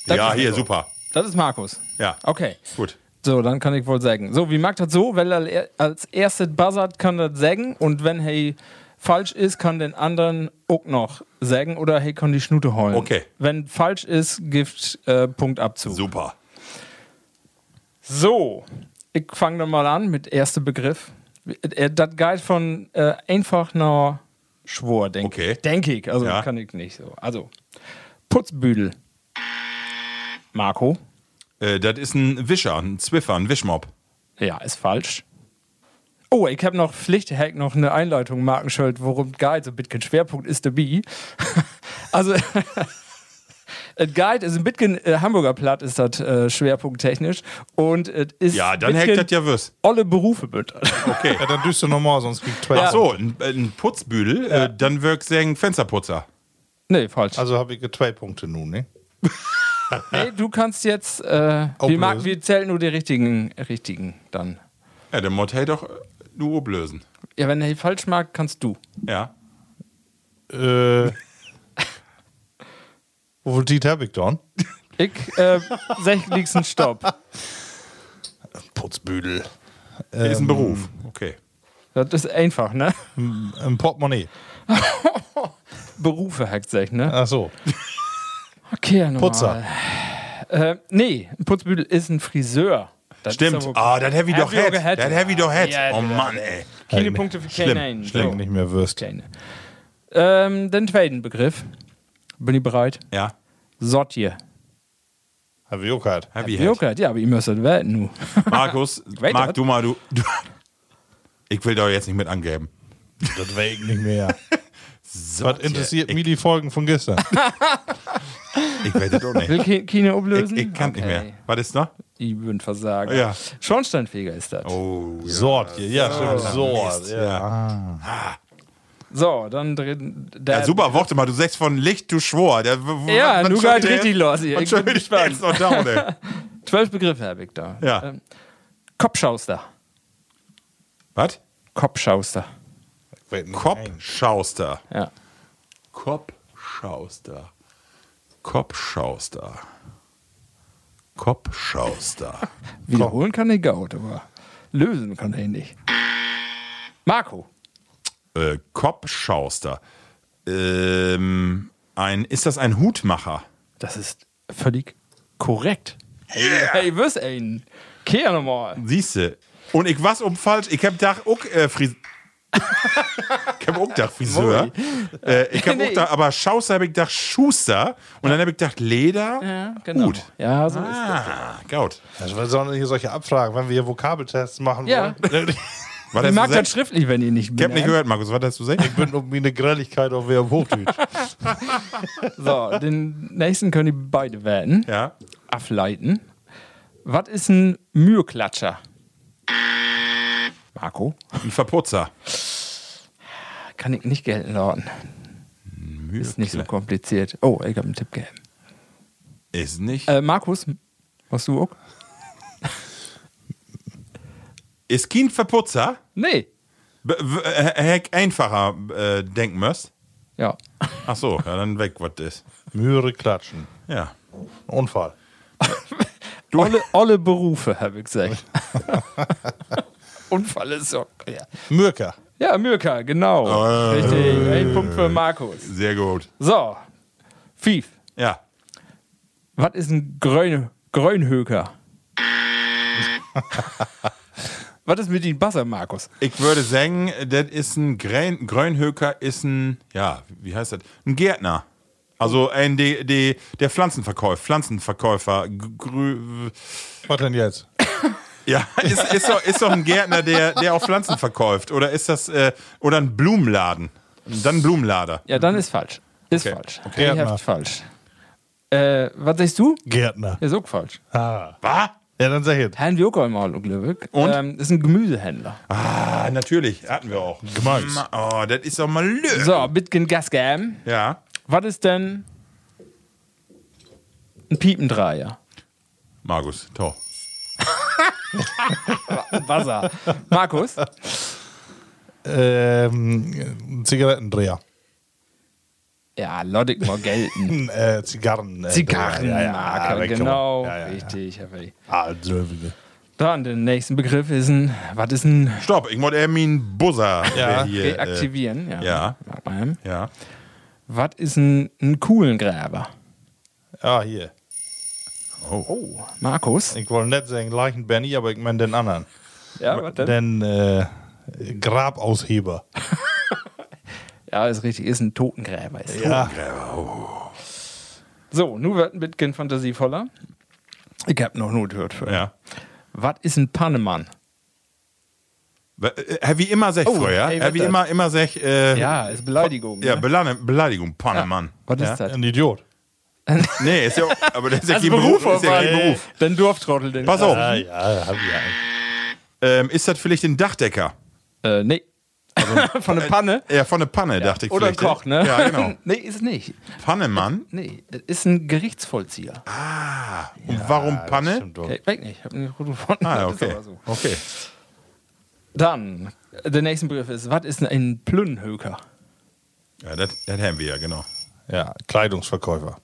Speaker 4: Das
Speaker 2: ja,
Speaker 4: ist
Speaker 2: hier,
Speaker 4: super.
Speaker 2: super.
Speaker 4: Das ist Markus.
Speaker 2: Ja.
Speaker 4: Okay.
Speaker 2: Gut.
Speaker 4: So, dann kann ich wohl sagen. So, wie mag das so? Weil er als erstes buzzert, kann das sagen. Und wenn hey falsch ist, kann den anderen auch noch sagen. Oder hey kann die Schnute heulen.
Speaker 2: Okay.
Speaker 4: Wenn falsch ist, gibt äh, Punktabzug. So.
Speaker 2: Super.
Speaker 4: ich fange dann mal an mit erster Begriff. Äh, Das geht von äh, einfach nur Schwur, denke
Speaker 2: Okay.
Speaker 4: ich. Denke ich. Also,
Speaker 2: Ja.
Speaker 4: kann ich nicht so. Also, Putzbüdel. Marco.
Speaker 2: Äh, das ist ein Wischer, ein Zwiffer, ein Wischmob.
Speaker 4: Ja, ist falsch. Oh, ich habe noch Pflichthack noch eine Einleitung, Markenschild, worum Guide, so ein bisschen Schwerpunkt ist der Bi. also, et Guide ist ein bisschen äh, Hamburger Platt, ist das äh, Schwerpunkt technisch. Und et ist.
Speaker 2: Ja, dann
Speaker 4: bitken
Speaker 2: hackt das ja Würst.
Speaker 4: Olle Berufe mit.
Speaker 2: Okay.
Speaker 3: Ja, dann düst du nochmal, sonst kriegt zwei.
Speaker 2: Ach so, ein, ein Putzbüdel, äh, dann wirkt sagen Fensterputzer.
Speaker 4: nee, falsch.
Speaker 3: Also habe ich zwei Punkte nun, ne?
Speaker 4: nee, du kannst jetzt. Äh, wir,
Speaker 3: Auflösen.
Speaker 4: mag, wir zählen nur die richtigen, richtigen dann.
Speaker 2: Ja, der Mod hält doch äh, nur oblösen.
Speaker 4: Ja, wenn er falsch mag, kannst du.
Speaker 2: Ja.
Speaker 3: Äh. Wofür die habe ich dann?
Speaker 4: Ich, äh, sech liegst ein Stopp.
Speaker 3: Putzbüdel.
Speaker 2: Ist ein Beruf. Okay.
Speaker 4: Ähm, Das ist einfach, ne?
Speaker 3: Ein Portemonnaie.
Speaker 4: Berufe hackt sich, ne?
Speaker 3: Ach so. Ah,
Speaker 4: Okay, normal.
Speaker 3: Putzer.
Speaker 4: Äh, nee, ein Putzbüdel ist ein Friseur. Das ist
Speaker 2: Stimmt.
Speaker 4: aber-
Speaker 2: Ah, das Heavy doch
Speaker 4: Heavy
Speaker 2: Head.
Speaker 4: doch Head.
Speaker 2: Das Heavy doch Head.
Speaker 4: Ja,
Speaker 2: Oh
Speaker 4: ja.
Speaker 2: Mann, ey.
Speaker 4: Viele Punkte für
Speaker 3: Schlimm,
Speaker 4: K9.
Speaker 3: schlimm,
Speaker 4: So.
Speaker 3: nicht mehr Würst.
Speaker 4: K9. Ähm, den zweiten Begriff. Bin ich bereit?
Speaker 2: Ja.
Speaker 4: Sortier.
Speaker 3: Habe ich auch halt.
Speaker 2: Heavy Head.
Speaker 4: Jokert, ja, aber ihr müsst das werden, nu.
Speaker 2: Markus,
Speaker 4: Wait,
Speaker 2: mag
Speaker 4: what?
Speaker 2: du mal, du, du. Ich will doch jetzt nicht mit angeben.
Speaker 3: Das wäre ich nicht mehr.
Speaker 2: So,
Speaker 3: Was interessiert mich die Folgen von gestern?
Speaker 2: Ich, ich will das doch
Speaker 4: Will
Speaker 2: nicht.
Speaker 4: Ki- Kine
Speaker 2: Ich,
Speaker 4: oblösen?
Speaker 2: ich kann nicht mehr. Was ist noch?
Speaker 4: Ich bin Versager.
Speaker 2: Ja.
Speaker 4: Schornsteinfeger ist das.
Speaker 2: Oh, ja.
Speaker 3: Sort hier. Ja, stimmt. Sort.
Speaker 2: Mist, ja.
Speaker 3: Ja.
Speaker 4: So, dann dritten. Der
Speaker 2: ja, super, warte mal, du sagst von Licht, du schwor. Der,
Speaker 4: Ja, nu geht richtig los
Speaker 2: Ich
Speaker 4: hier. Ich bin
Speaker 2: schon wieder
Speaker 4: gespannt.
Speaker 2: jetzt noch down, ey.
Speaker 4: Zwölf Begriffe habe ich da.
Speaker 2: Ja.
Speaker 4: Ähm, Kopfschauster.
Speaker 2: Was?
Speaker 4: Kopfschauster.
Speaker 3: Äh,
Speaker 2: Kopfschauster.
Speaker 4: Ja.
Speaker 2: Kopfschauster. Kopfschauster. Kopfschauster.
Speaker 4: Wiederholen kann ich gut, aber lösen kann ich nicht. Marco.
Speaker 2: äh, Kopfschauster. Ähm, ein, ist das ein Hutmacher?
Speaker 4: Das ist völlig korrekt. Yeah. Hey, wirst ein. Kehr nochmal.
Speaker 2: Siehste. Und ich was um falsch. Ich hab da auch äh, Fris Ich hab auch gedacht Friseur. Äh, ich hab
Speaker 4: Nee.
Speaker 2: auch gedacht, aber Schauster hab ich gedacht Schuster. Und dann hab ich gedacht Leder. Gut.
Speaker 4: Ja, so ist
Speaker 2: Ah, gut.
Speaker 3: Also, was sollen denn hier solche Abfragen, wenn wir hier Vokabeltests machen
Speaker 4: Ja.
Speaker 3: wollen?
Speaker 2: War
Speaker 4: Ich
Speaker 2: das
Speaker 4: mag
Speaker 2: so
Speaker 4: das schriftlich, wenn ihr nicht
Speaker 2: ich hab nicht
Speaker 4: merkt.
Speaker 2: gehört, Markus. Was hast du gesagt?
Speaker 3: Ich bin um eine Grelligkeit auf wer Hochdeutsch.
Speaker 4: So, den nächsten können die beide werden.
Speaker 2: Ja.
Speaker 4: Ableiten. Was ist ein Müheklatscher? Marco?
Speaker 2: Ein Verputzer.
Speaker 4: Kann ich nicht gelten lauten. Ist nicht so
Speaker 2: Mühle.
Speaker 4: kompliziert. Oh, ich habe einen Tipp gegeben.
Speaker 2: Ist nicht.
Speaker 4: Äh, Markus, was du auch?
Speaker 2: Ist kein Verputzer.
Speaker 4: Nee.
Speaker 2: B- w- äh, Hätt einfacher äh, denken müsst.
Speaker 4: Ja.
Speaker 2: Ach so, ja, dann weg, was ist.
Speaker 3: Mühre klatschen.
Speaker 2: Ja.
Speaker 3: Unfall.
Speaker 4: Olle, olle Berufe, habe ich gesagt. Unfall ist so. Ja,
Speaker 3: Mürker.
Speaker 4: ja Mürka, genau.
Speaker 2: Ah,
Speaker 4: Richtig.
Speaker 2: Äh.
Speaker 4: Ein Punkt für Markus.
Speaker 2: Sehr gut.
Speaker 4: So. Fief.
Speaker 2: Ja.
Speaker 4: Was ist ein Gröne, Grönhöker? Was ist mit den Basser, Markus?
Speaker 2: Ich würde sagen, das ist ein Grön Grönhöker ist ein, ja, wie heißt das? Ein Gärtner. Also ein de, de, der Pflanzenverkäufer, Pflanzenverkäufer. G- grü-
Speaker 3: Was denn jetzt?
Speaker 2: Ja, ist, ist, doch, ist doch ein Gärtner, der, der auch Pflanzen verkauft. Oder ist das, äh, oder ein Blumenladen. Dann ein Blumenlader.
Speaker 4: Ja, dann ist falsch. Ist
Speaker 2: Okay.
Speaker 4: falsch.
Speaker 3: Okay.
Speaker 4: Ich hab falsch. Äh, was sagst du?
Speaker 3: Gärtner.
Speaker 4: Ist auch falsch.
Speaker 3: Ah.
Speaker 2: War?
Speaker 3: Ja, dann sag jetzt.
Speaker 4: Herrn Wirko im Auto, glaube ich.
Speaker 2: Und?
Speaker 4: Ähm, ist ein Gemüsehändler.
Speaker 2: Ah, natürlich. Hatten wir auch.
Speaker 3: Gemeins.
Speaker 2: Ma- Oh, das ist doch mal lö.
Speaker 4: So, Bitgen Gasgam.
Speaker 2: Ja.
Speaker 4: Was ist denn ein Piependreier?
Speaker 2: Markus, toll.
Speaker 4: Wasser. Markus?
Speaker 3: Ähm, Zigarettendreher.
Speaker 4: Ja, Loddig mal gelten.
Speaker 3: Äh, Zigarren. ah, Äh,
Speaker 4: Zigarrenmarke,
Speaker 3: ja, ja,
Speaker 4: genau.
Speaker 3: Ja, ja, ja.
Speaker 4: Richtig, Herr Fee.
Speaker 3: Ah, Döbige.
Speaker 4: Dann, der nächste Begriff ist ein, was ist ein
Speaker 2: Stopp, ich wollte eben einen Buzzer
Speaker 3: Ja.
Speaker 2: hier. Äh,
Speaker 4: Reaktivieren? ja.
Speaker 2: ja.
Speaker 4: Mag man haben.
Speaker 2: ja.
Speaker 4: Was ist ein, ein Kuhlengräber?
Speaker 3: Ah, hier.
Speaker 4: Oh, Markus.
Speaker 3: Ich wollte nicht sagen Leichenbernie, aber ich meine den anderen.
Speaker 4: Ja, was
Speaker 3: Den äh, Grabausheber.
Speaker 4: Ja, ist richtig, ist ein Totengräber. Ist.
Speaker 3: Ja.
Speaker 4: So, nun wird ein bisschen fantasievoller. Ich hab noch Not gehört für.
Speaker 2: ja.
Speaker 4: Was ist ein Pannemann?
Speaker 2: Äh, Herr wie immer sech vorher.
Speaker 4: Oh, ey,
Speaker 2: Herr wie
Speaker 4: wird
Speaker 2: immer, immer sech. Äh,
Speaker 4: Ja, ist Beleidigung.
Speaker 2: Ja,
Speaker 4: ne?
Speaker 2: Belane- Beleidigung, Pannemann.
Speaker 4: was ist
Speaker 2: ja.
Speaker 4: das?
Speaker 3: Ein Idiot.
Speaker 2: Nee, ist ja, aber das ist ja
Speaker 4: Also
Speaker 2: kein Beruf.
Speaker 4: Beruf,
Speaker 2: Ist ja kein
Speaker 4: aber-
Speaker 2: Beruf.
Speaker 4: Dann Dorftrottel, den.
Speaker 2: Pass auf,
Speaker 3: Ah, ja, hab ich ja.
Speaker 2: ähm, ist das vielleicht ein Dachdecker?
Speaker 4: Äh, nee. Von der Panne.
Speaker 2: Ja, von der Panne, Also, äh, dachte ich
Speaker 4: Oder ein
Speaker 2: vielleicht.
Speaker 4: Koch, ne?
Speaker 2: Ja, genau.
Speaker 4: nee, ist nicht.
Speaker 2: Pannemann?
Speaker 4: Nee, das ist ein Gerichtsvollzieher.
Speaker 2: Und warum Panne?
Speaker 4: Okay, weg nicht. Ich habe nicht gut gefunden.
Speaker 2: Ah,
Speaker 4: Das ist
Speaker 2: okay.
Speaker 4: aber so.
Speaker 2: okay.
Speaker 4: Dann, äh, der nächste Begriff ist, was ist ein Plünnhöker?
Speaker 2: Ja, das, das haben wir ja, genau.
Speaker 3: Ja, Kleidungsverkäufer.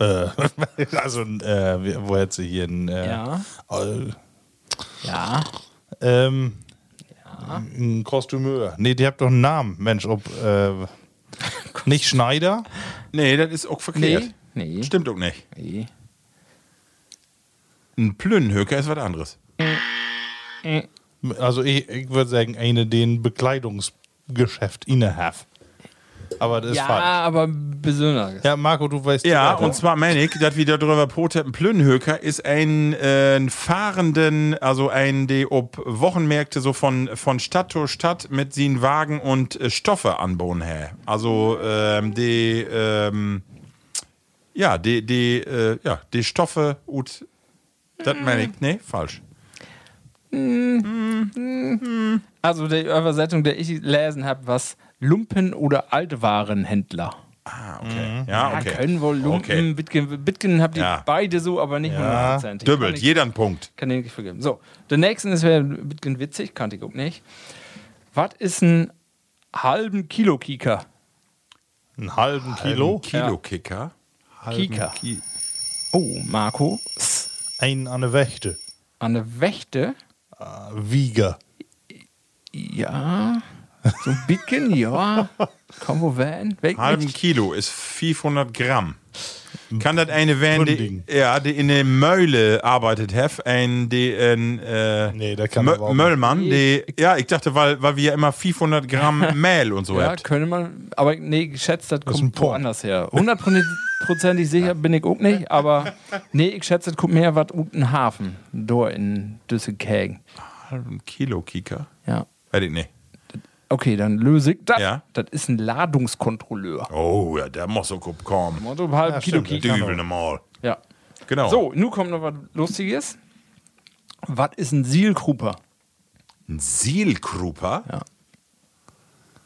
Speaker 3: Äh, also, äh, wie- wo hätte sie hier einen. Äh,
Speaker 4: Ja.
Speaker 3: äh,
Speaker 4: Ja.
Speaker 3: ähm, Ein Kostümeur. Nee, die habt doch einen Namen, Mensch. Ob, äh, nicht Schneider?
Speaker 2: Nee, das ist auch verkehrt.
Speaker 4: Nee, nee.
Speaker 2: Stimmt auch nicht.
Speaker 4: Nee.
Speaker 2: Ein Plünnhöker ist was anderes.
Speaker 3: Also ich, ich würde sagen, eine den Bekleidungsgeschäft innehaf. Aber das ist
Speaker 4: Ja,
Speaker 3: falsch.
Speaker 4: aber besonders.
Speaker 3: Ja, Marco, du weißt
Speaker 2: Ja,
Speaker 3: weiter.
Speaker 2: und zwar meine ich, dass wir darüber protesten. Plünnhöker ist ein, äh, ein fahrenden, also ein, der ob Wochenmärkte so von, von Stadt zu Stadt mit seinen Wagen und äh, Stoffe anbauen her. Also, ähm, die, ähm, ja, die, die, äh, ja, die Stoffe und, das meine ich, nee, ne? falsch.
Speaker 4: Also der Übersetzung, der ich gelesen habe, was Lumpen- oder Altwarenhändler.
Speaker 2: Ah, okay. Ja,
Speaker 4: Mhm. Ja,
Speaker 2: okay.
Speaker 4: können wohl Lumpen,
Speaker 2: Okay.
Speaker 4: Bitcoin, Bitcoin habt ihr
Speaker 2: Ja.
Speaker 4: beide so, aber nicht
Speaker 3: Ja.
Speaker 4: 100%. Ich kann
Speaker 2: Dübbelt,
Speaker 4: nicht-
Speaker 2: jeder einen Punkt.
Speaker 4: Kann den nicht vergeben. So, der nächste ist wieder ein bisschen witzig, kannte ich auch nicht. Was ist ein halben Kilo Kika?
Speaker 3: einen halben Kilo,
Speaker 2: Kilo-Kicker.
Speaker 4: Kika. Oh, Marco. S-
Speaker 3: einen an der Wächte. Äh,
Speaker 4: Eine Wächte?
Speaker 3: Wieger.
Speaker 4: Ja. So ein bisschen, ja. Komm, wo werden? Weg
Speaker 2: halben
Speaker 4: nicht.
Speaker 2: Kilo ist 500 Gramm. Kann das eine werden, die,
Speaker 3: Pfunding.
Speaker 2: ja, die in der Möhle arbeitet, Hef, ein, die, ein, äh,
Speaker 3: Nee, der kann
Speaker 2: Mö-
Speaker 3: aber auch nicht.
Speaker 2: Möllmann, die, ja, ich dachte, weil, weil wir ja immer 500 Gramm Mehl und so
Speaker 4: Ja,
Speaker 2: habt.
Speaker 4: könnte man, aber nee, geschätzt, das
Speaker 3: ein
Speaker 4: kommt
Speaker 3: Porn.
Speaker 4: woanders her. Hundertprozentig sicher bin ich auch nicht, aber nee, ich schätze, das kommt mehr was unten Hafen, da in Düsseldorf.
Speaker 2: Halben Kilo Kika?
Speaker 4: Ja.
Speaker 2: Weiß ich nicht.
Speaker 4: Okay, dann löse ich das.
Speaker 2: Ja.
Speaker 4: Das ist ein Ladungskontrolleur.
Speaker 2: Oh, ja, der muss so gut kommen.
Speaker 4: Motto, halb
Speaker 3: Ja,
Speaker 4: Kilo
Speaker 3: stimmt.
Speaker 4: Kick.
Speaker 2: Dübel normal.
Speaker 4: Ja.
Speaker 2: Genau.
Speaker 4: So, nun kommt noch was Lustiges. Was ist ein Sielgruber?
Speaker 2: Ein Sielkruper?
Speaker 4: Ja.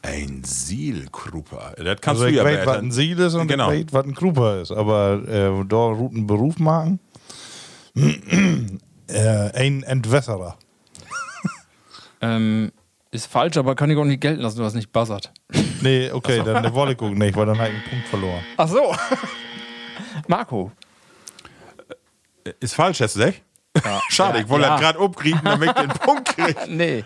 Speaker 2: Ein Sielkruper. Das kannst
Speaker 3: Also
Speaker 2: du
Speaker 3: ich
Speaker 2: ja
Speaker 3: weiß, was
Speaker 2: erläutern.
Speaker 3: ein Siel ist und
Speaker 2: Genau.
Speaker 3: ich weiß, was ein Kruper ist. Aber äh, da Routen Beruf machen. äh, ein Entwässerer.
Speaker 4: Ähm, ist falsch, aber kann ich auch nicht gelten lassen, du hast nicht buzzert.
Speaker 3: Nee, okay, dann der Wolle gucken nicht, weil dann hat ich einen Punkt verloren.
Speaker 4: Ach so. Marco.
Speaker 2: Ist falsch, hast du recht? Schade, ich wollte
Speaker 4: ja.
Speaker 2: das gerade abkriegen, damit ich den Punkt kriege.
Speaker 4: Nee.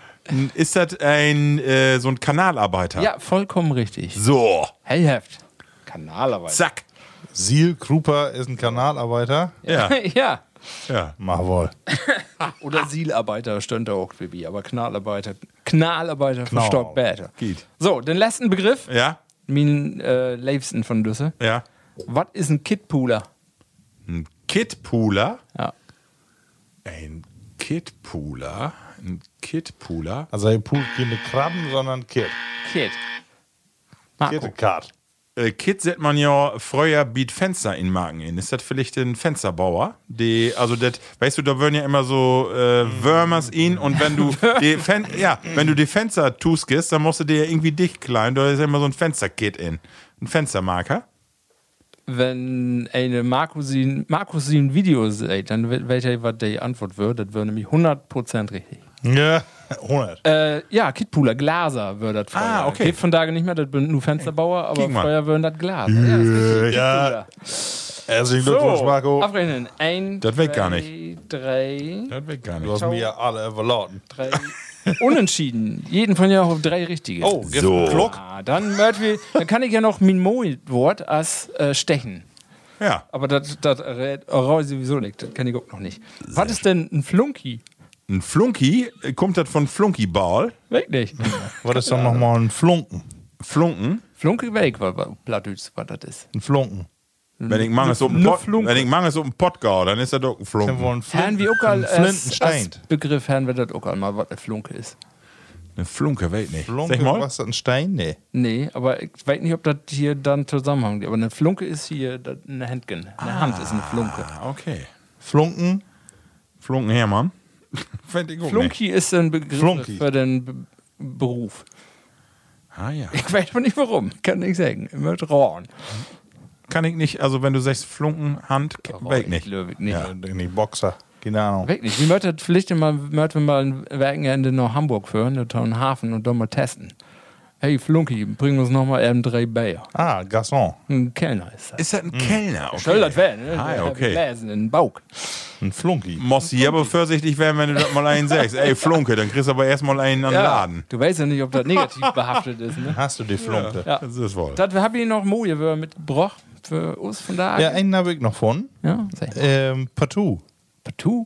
Speaker 2: Ist das ein äh, so ein Kanalarbeiter?
Speaker 4: Ja, vollkommen richtig.
Speaker 2: So,
Speaker 4: Hellheft. Kanalarbeiter.
Speaker 2: zack.
Speaker 3: Siel Kruper ist ein Kanalarbeiter.
Speaker 2: Ja,
Speaker 4: ja.
Speaker 2: ja.
Speaker 3: Mach wohl.
Speaker 4: Oder Siilarbeiter stand da auch, Bibi. Aber Knalarbeiter. Knalarbeiter von
Speaker 3: Knall.
Speaker 4: Stockbäder.
Speaker 2: Geht.
Speaker 4: So, den letzten Begriff.
Speaker 2: Ja,
Speaker 4: Min äh, Leifsten von Düsse.
Speaker 2: ja.
Speaker 4: Was ist ein Kidpooler?
Speaker 2: Ein Kidpooler.
Speaker 4: Ja.
Speaker 2: Ein Kidpooler. Ein Kidpooler.
Speaker 3: Also er pult keine Krabben, sondern Kit.
Speaker 4: Kid.
Speaker 3: Kitte
Speaker 4: Marco.
Speaker 3: Kart.
Speaker 2: Äh, Kid sieht man ja früher Beat Fenster in Marken in. Ist das vielleicht ein Fensterbauer? Die, also das, weißt du, da würden ja immer so äh, Würmers in und wenn du die Fen ja, wenn du die Fenster tuskest, dann musst du dir ja irgendwie dicht klein. Da ist ja immer so ein Fensterkit in. Ein Fenstermarker.
Speaker 4: Wenn eine Markus sie, Markus sie ein Video sieht, dann welcher was die Antwort wird, das wäre nämlich 100% richtig.
Speaker 3: Ja. 100.
Speaker 4: Äh, ja, Kittpuler, Glaser wird das Feuer.
Speaker 2: Ah, okay.
Speaker 4: Geht von da nicht mehr, das sind nur Fensterbauer, aber
Speaker 2: Guck mal.
Speaker 4: Feuer würden das Glas. Ja, das ist
Speaker 3: Äh,
Speaker 4: richtig.
Speaker 3: Ja,
Speaker 4: Kittpuler.
Speaker 3: herzlichen Glückwunsch, Marco.
Speaker 4: abrechnen. Ein,
Speaker 2: Das weg gar
Speaker 4: drei, Drei,
Speaker 2: Das wird gar
Speaker 3: Du
Speaker 2: nicht.
Speaker 3: hast mir ja alle verloren.
Speaker 4: drei. Unentschieden. Jeden von ja auch drei richtige.
Speaker 3: Oh, jetzt
Speaker 2: So.
Speaker 3: so. Glock.
Speaker 4: Ah, dann, Murphy, dann kann ich ja noch mein Moid-Wort als äh, Stechen.
Speaker 2: Ja.
Speaker 4: Aber das das rät Aurora sowieso nicht. Das kann ich auch noch nicht. Was ist denn ein Flunky?
Speaker 2: Ein Flunky, äh, kommt das von Flunkyball?
Speaker 4: Weg nicht.
Speaker 3: Was ist dann nochmal ein Flunken?
Speaker 2: Flunken?
Speaker 4: Flunky weg, weil Plattdütsch, was das ist.
Speaker 3: Ein Flunken.
Speaker 2: Wenn ich manges auf den
Speaker 4: ne
Speaker 2: Pott,
Speaker 4: Flunke.
Speaker 2: wenn ich manges auf den Pott gau, dann ist das doch ein
Speaker 3: Können wir
Speaker 2: Flunken.
Speaker 3: einen
Speaker 4: Herrn wie Uckerl
Speaker 3: einen
Speaker 4: als,
Speaker 3: Flintenstein.
Speaker 4: als Begriff, Herrn wird das Uckerl mal, was eine Flunke ist.
Speaker 2: Eine Flunke, weiß nicht.
Speaker 3: Flunke,
Speaker 2: Sag mal.
Speaker 3: was ist das, ein Stein? Nee.
Speaker 4: Nee, aber ich weiß nicht, ob das hier dann zusammenhängt. Aber eine Flunke ist hier das- eine Handgen. Eine Hand ist eine Flunke.
Speaker 2: Ah, okay.
Speaker 3: Flunken.
Speaker 2: Flunken Hermann. Fänd ich auch nicht.
Speaker 4: Flunky ist ein Begriff
Speaker 3: Flunky.
Speaker 4: für den Be Beruf.
Speaker 2: Ah ja.
Speaker 4: Ich weiß aber nicht warum. Kann nicht sagen. Immer Rohren.
Speaker 2: Kann ich nicht, also wenn du sagst Flunken, Hand, weg nicht.
Speaker 4: Löwig nicht.
Speaker 3: Ja. Äh, Nee, Boxer. Keine Ahnung.
Speaker 4: Weg nicht. Wie möchte vielleicht mal, möchte mal ein Wochenende nach Hamburg führen, in den Hafen und dann mal testen. Hey Flunky, bring uns nochmal eben drei Bayer.
Speaker 3: Ah, Gasson.
Speaker 4: Ein Kellner ist das.
Speaker 2: Ist das ein Kellner? Okay.
Speaker 4: Soll das werden, ne?
Speaker 2: Ah, ja,
Speaker 4: Ich
Speaker 2: okay.
Speaker 4: hab Bläsen in den Bauch.
Speaker 3: Ein Flunky.
Speaker 2: Muss hier aber vorsichtig werden, wenn du das mal einen sagst. Ey, Flunke, dann kriegst du aber erstmal einen an den Laden.
Speaker 4: Du weißt ja nicht, ob das negativ behaftet ist, ne?
Speaker 3: Hast du die Flunke?
Speaker 4: Ja.
Speaker 2: Das ist wohl.
Speaker 4: Das habe ich noch Moje mitgebracht für uns von da.
Speaker 3: Ja, einen habe ich noch von.
Speaker 4: ja sag mal.
Speaker 3: Ähm, Partout.
Speaker 4: Partout.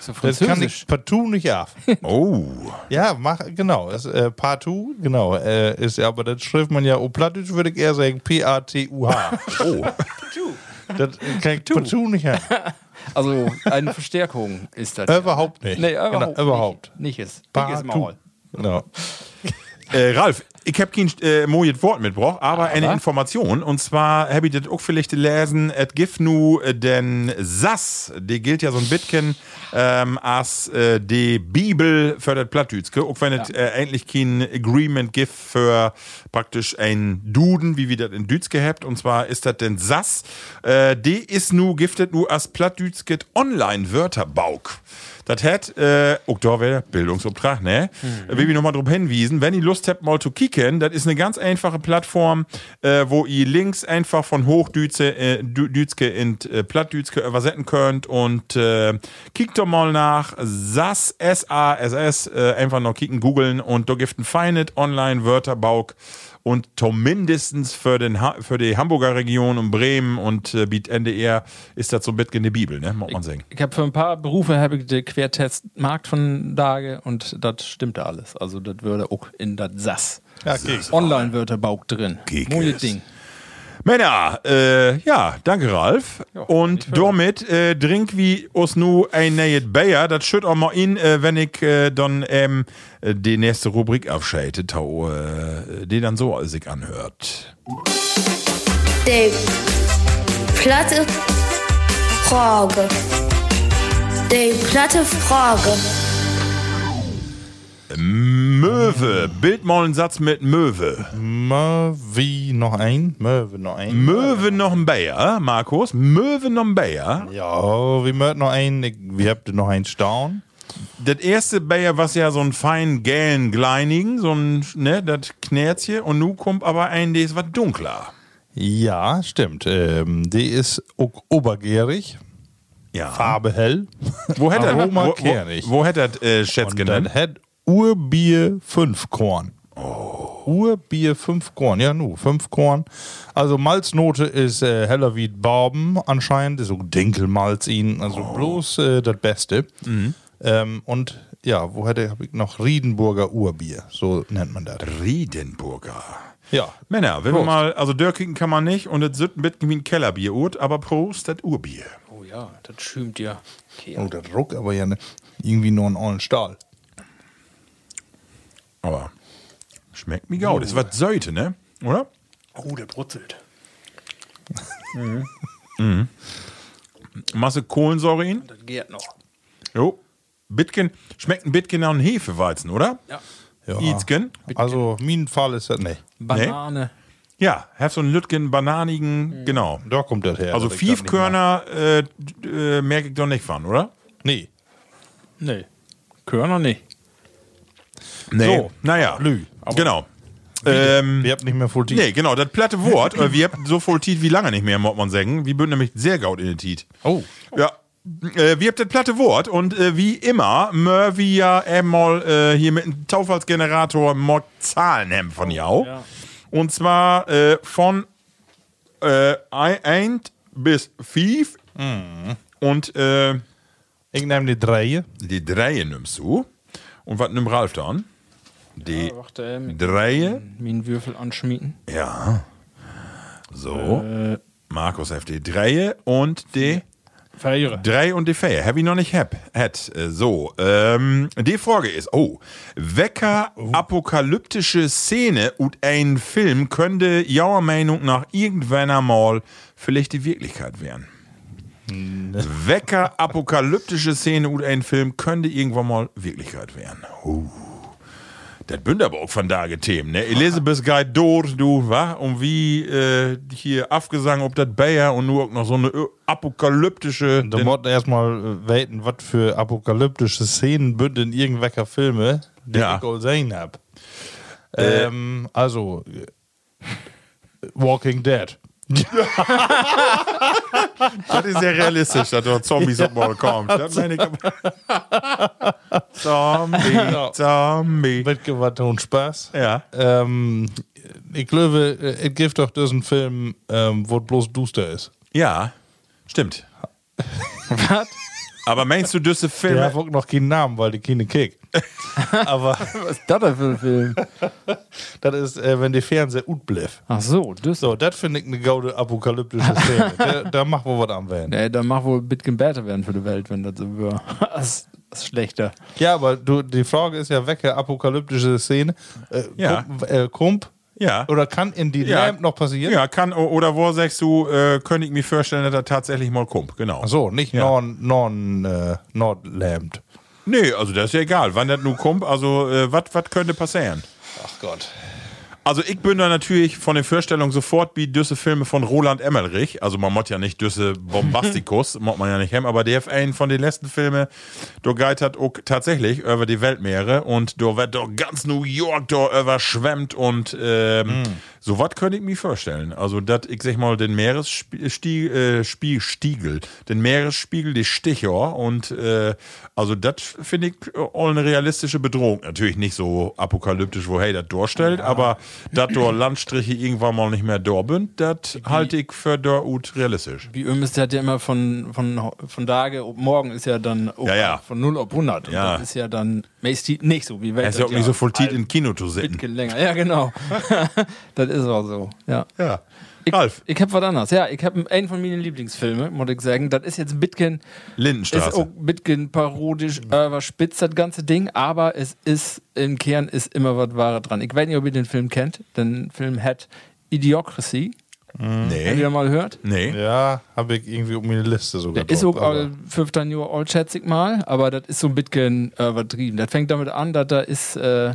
Speaker 4: So
Speaker 3: Das kann
Speaker 4: französisch.
Speaker 3: ich partout nicht ab.
Speaker 2: Oh.
Speaker 3: ja, mach, genau. Das, äh, partout, genau. Äh, ist ja, aber das schreibt man ja, oh, plattisch würde ich eher sagen P-A-T-U-H.
Speaker 2: Oh.
Speaker 3: das äh, kann ich partout nicht ab.
Speaker 4: Also eine Verstärkung ist das.
Speaker 3: Überhaupt nicht.
Speaker 4: Nee, überhaupt.
Speaker 3: Genau, überhaupt.
Speaker 4: Nicht, nicht ist.
Speaker 3: Partout.
Speaker 4: Dickes Maul.
Speaker 3: Genau.
Speaker 2: Äh, Ralf, ich habe kein äh, mojet Wort mitgebracht, aber, eine
Speaker 4: Aber?
Speaker 2: Information. Und zwar habe ich das auch vielleicht gelesen, et gif nu äh, den Sass, die gilt ja so ein bisschen ähm, als äh, die Bibel für das Plattdütske, auch wenn es äh, eigentlich kein Agreement gibt für praktisch ein Duden, wie wir das in Dütz gehabt. Und zwar ist das den Sass, äh, die ist nu giftet nu als Plattdütske Online-Wörterbauk. Das hat, äh, auch da wäre Bildungsobtrag, ne? Will ich nochmal drauf hinwiesen, wenn ihr Lust habt, mal zu kicken, das ist eine ganz einfache Plattform, äh, wo ihr Links einfach von Hochdütze, äh, Dü- Dütske in äh, Plattdütske übersetzen könnt und äh, kickt doch mal nach SAS, S-A-S-S, äh, einfach noch kicken, googeln und da gibt ein Feinet Online Wörterbauk und mindestens für, den ha für die Hamburger Region und Bremen und äh, biet NDR ist das so ein bisschen eine Bibel, ne? Muss man sagen.
Speaker 4: Ich habe für ein paar Berufe habe ich den Quertest Markt von Dage und das stimmte alles. Also das würde auch in das Sass.
Speaker 3: Ja, geht's.
Speaker 4: Online wird der Bauch drin.
Speaker 2: Kick
Speaker 4: Moje
Speaker 2: es.
Speaker 4: Ding.
Speaker 2: Männer, äh, ja, danke Ralf. und damit äh, drink wie uns nu ein neues Bayer. Das schütt auch mal in, äh, wenn ich äh, dann ähm, äh, die nächste Rubrik abschalte, tau, äh, die dann so sich anhört.
Speaker 6: Die platte Frage. Die platte Frage.
Speaker 2: Möwe, bild mal einen Satz mit Möwe.
Speaker 3: Möwi noch ein. Möwe noch ein.
Speaker 2: Möwe noch ein Bayer, Markus. Möwe noch ein Bayer.
Speaker 3: ja, wir möchten noch einen. Ich- Wir habt noch einen Staun.
Speaker 2: Das erste Bayer war ja so ein fein gälen Gleinigen, so ein, ne, das Knärzchen. Und nu kommt aber ein, der ist was dunkler.
Speaker 3: Ja, stimmt. Ähm, die ist auch obergärig,
Speaker 2: Ja.
Speaker 3: Farbe hell.
Speaker 2: Wo hätte er,
Speaker 3: Aroma
Speaker 2: wo,
Speaker 3: kernig.
Speaker 2: wo, wo hätte er äh, Schätz
Speaker 3: Und dann
Speaker 2: genannt?
Speaker 3: hat Urbier 5 Korn.
Speaker 2: Oh.
Speaker 3: Urbier 5 Korn, ja nu, 5 Korn. Also Malznote ist äh, heller wie Barben anscheinend, so Dinkelmalz ihn, also
Speaker 2: Oh.
Speaker 3: bloß äh, das Beste.
Speaker 2: Mhm.
Speaker 3: Ähm, und ja, wo hätte hab ich noch Riedenburger Urbier, so nennt man das.
Speaker 2: Riedenburger.
Speaker 3: Ja,
Speaker 2: Männer, wenn wir mal, also Dörkigen kann man nicht und es wird ein bisschen wie ein Kellerbier, ut, aber Prost, das Urbier.
Speaker 4: Oh ja, das schümt ja.
Speaker 3: oh, das ruck aber ja ne, irgendwie nur einen ollen Stahl.
Speaker 2: Aber schmeckt mir gut. Das war Söte, ne? Oder?
Speaker 4: Oh, der brutzelt.
Speaker 2: Mhm. Masse Kohlensäure in.
Speaker 4: Das geht noch.
Speaker 2: Jo. Bitken, schmeckt ein bisschen nach einem Hefeweizen, oder?
Speaker 4: Ja.
Speaker 3: Ja.
Speaker 2: Itzken.
Speaker 3: Also, mein Fall ist das nicht.
Speaker 4: Banane.
Speaker 2: Ja, hast so einen Lütgen, Bananigen, genau.
Speaker 3: Da kommt das her.
Speaker 2: Also
Speaker 3: dass ich das nicht mag.
Speaker 2: Fiefkörner äh, d- äh, merke ich doch nicht von, oder?
Speaker 3: Nee.
Speaker 4: Nee. Körner nicht.
Speaker 2: Nee.
Speaker 3: So.
Speaker 2: Naja.
Speaker 3: Lü.
Speaker 2: Genau. Ähm,
Speaker 3: Wir habt nicht mehr Fultit.
Speaker 2: nee, genau, das platte Wort. äh, wir haben so voll Tiet wie lange nicht mehr in Mottmann sengen. Wir bünden nämlich sehr gaut in den Tiet.
Speaker 3: Oh.
Speaker 2: Ja. Äh, wir habt das platte Wort und äh, wie immer, Mör wir ja einmal äh, hier mit dem Taufallsgenerator Mod Zahlen haben von Jau. Und zwar äh, von 1 bis 5
Speaker 4: Mhm.
Speaker 2: und äh,
Speaker 3: Ich nehme die Dreie.
Speaker 2: die 3 nimmst du. Und was nimmt Ralf dann? Die
Speaker 4: Warte, ähm,
Speaker 2: 3?
Speaker 4: meinen Würfel anschmieden.
Speaker 2: Ja. So.
Speaker 4: Äh.
Speaker 2: Markus hat die 3 und die
Speaker 4: Verliere.
Speaker 2: Drei und die Fähe. Hab ich noch nicht hab, hat. Äh, So, ähm, die Frage ist, oh, wecker
Speaker 3: Oh.
Speaker 2: apokalyptische Szene und ein Film könnte jauer Meinung nach irgendwann einmal vielleicht die Wirklichkeit werden. Wecker apokalyptische Szene und ein Film könnte irgendwann mal Wirklichkeit werden. Oh. Das bünd aber auch von da Themen, ne? Elisabeth Guide dort, du, wa? Und wie äh, hier Afgesang, ob das Bayer und nur auch noch so eine ö- apokalyptische.
Speaker 3: Da muss erstmal äh, weten, was für apokalyptische Szenen bünden in irgendwelcher Filme, die
Speaker 2: Ja. Äh.
Speaker 3: ich all gesehen habe. Ähm, also, äh, Walking Dead.
Speaker 2: Das ist sehr realistisch, dass dort Zombies ja. mal kommen. Das meine ich aber- Zombie, Zombie.
Speaker 3: Mitgewandt und Spaß.
Speaker 2: Ja.
Speaker 3: Ähm, ich glaube, äh, es gibt doch diesen Film, ähm, wo es bloß duster ist.
Speaker 2: Ja, stimmt.
Speaker 4: Was?
Speaker 2: Aber meinst du, diese
Speaker 3: Der
Speaker 2: Filme?
Speaker 3: hat auch noch keinen Namen, weil die keine Kick. Aber
Speaker 4: Was ist das denn für ein Film?
Speaker 3: das ist, äh, wenn der Fernseher gut bleibt.
Speaker 4: Ach so, das.
Speaker 3: So, das finde ich eine gaude apokalyptische Szene. da, da machen wir was am Van.
Speaker 4: Nee, dann mach wohl Bitcoin besser werden für die Welt, wenn das so wäre. das ist schlechter.
Speaker 3: Ja, aber du, die Frage ist ja weg, ja, apokalyptische Szene. Äh,
Speaker 2: Ja.
Speaker 3: Kump, äh, Kump
Speaker 2: Ja.
Speaker 3: oder kann in die
Speaker 2: Ja.
Speaker 3: Lamp noch passieren?
Speaker 2: Ja, kann, o- oder wo sagst du, äh, könnte ich mir vorstellen, dass er tatsächlich mal kommt, genau.
Speaker 3: Ach so, nicht
Speaker 2: Ja.
Speaker 3: non, non, äh, not lampt.
Speaker 2: Nee, also das ist ja egal, wann das nun kommt, also äh, was könnte passieren?
Speaker 3: Ach Gott.
Speaker 2: Also ich bin da natürlich von den Vorstellungen sofort wie düsse Filme von Roland Emmerich. Also man mott ja nicht düsse Bombastikus, mott man ja nicht haben, aber der hat einen von den letzten Filmen, der geitert auch tatsächlich über die Weltmeere und da wird doch ganz New York da überschwemmt und ähm, so was könnte ich mir vorstellen. Also das, ich sag mal, den Meeresspiegel, äh, Spie- Stiegel, den Meeresspiegel, die Stichor und äh, also das finde ich auch eine realistische Bedrohung. Natürlich nicht so apokalyptisch, wo hey, das durchstellt, aber dass dort Landstriche irgendwann mal nicht mehr da sind, das halte ich für da gut realistisch.
Speaker 4: Wie Öm ist, der hat ja immer von, von, von Tage, ob morgen ist ja dann ob-
Speaker 2: Ja, ja.
Speaker 4: von 0 auf 100. Und
Speaker 2: Ja.
Speaker 4: Das ist ja dann meistens nicht so, wie Welt.
Speaker 2: Es ist ja auch nicht so voll tief
Speaker 4: in
Speaker 2: in Kino zu sitzen.
Speaker 4: länger. Ja, genau. das ist auch so. Ja.
Speaker 2: Ja.
Speaker 4: Ich,
Speaker 2: Ralf,
Speaker 4: ich hab was anderes. Ja, ich hab einen von meinen Lieblingsfilmen, muss ich sagen. Das ist jetzt Bitcoin.
Speaker 2: Lindenstraße.
Speaker 4: Ist auch Bitcoin parodisch, äh, was spitz das ganze Ding, aber es ist im Kern ist immer was Wahres dran. Ich weiß nicht, ob ihr den Film kennt. Den Film hat Idiocracy. Habt ihr
Speaker 2: nee.
Speaker 4: den mal gehört?
Speaker 2: Nee.
Speaker 3: Ja, habe ich irgendwie um meine Liste sogar.
Speaker 4: Der ist äh,
Speaker 3: drauf,
Speaker 4: auch
Speaker 3: aber-
Speaker 4: all 15 Jahre alt, schätze ich mal, aber das ist so ein bisschen äh, übertrieben. Das fängt damit an, dass da ist, äh,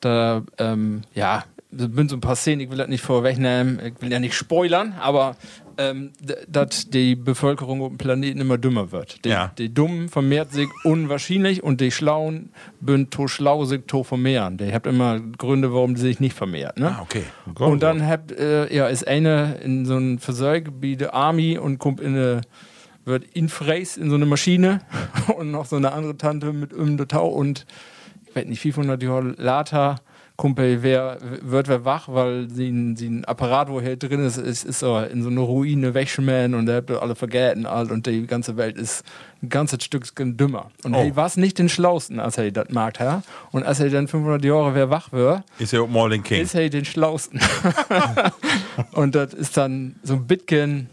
Speaker 4: da, ähm, ja, das sind so ein paar Szenen, ich will das nicht vorwegnehmen, ich will ja nicht spoilern, aber ähm, d- dass die Bevölkerung auf dem Planeten immer dümmer wird. Die,
Speaker 2: Ja.
Speaker 4: die Dummen vermehrt sich unwahrscheinlich und die Schlauen bünd to schlau sich to vermehren. Die habt immer Gründe, warum die sich nicht vermehrt. Ne?
Speaker 2: Ah, okay.
Speaker 4: Und dann habt, äh, ja, ist eine in so einem Versorg wie der Army und kommt in eine, wird infräs in so eine Maschine und noch so eine andere Tante mit um der Tau und ich weiß nicht, 500 Jahre later, Kumpel, wer, wird wer wach, weil sie ein, sie ein Apparat, wo er halt drin ist, ist, ist so in so eine Ruine wegschmähen und da habt ihr alle vergessen alt und die ganze Welt ist ein ganzes Stückchen dümmer. Und
Speaker 2: Oh.
Speaker 4: er war es nicht den Schlausten, als er das mag, ja. Und als er dann 500 Jahre wer wach wird,
Speaker 2: Ist ja auch mal den King.
Speaker 4: ist hey den Schlausten. und das ist dann so ein bisschen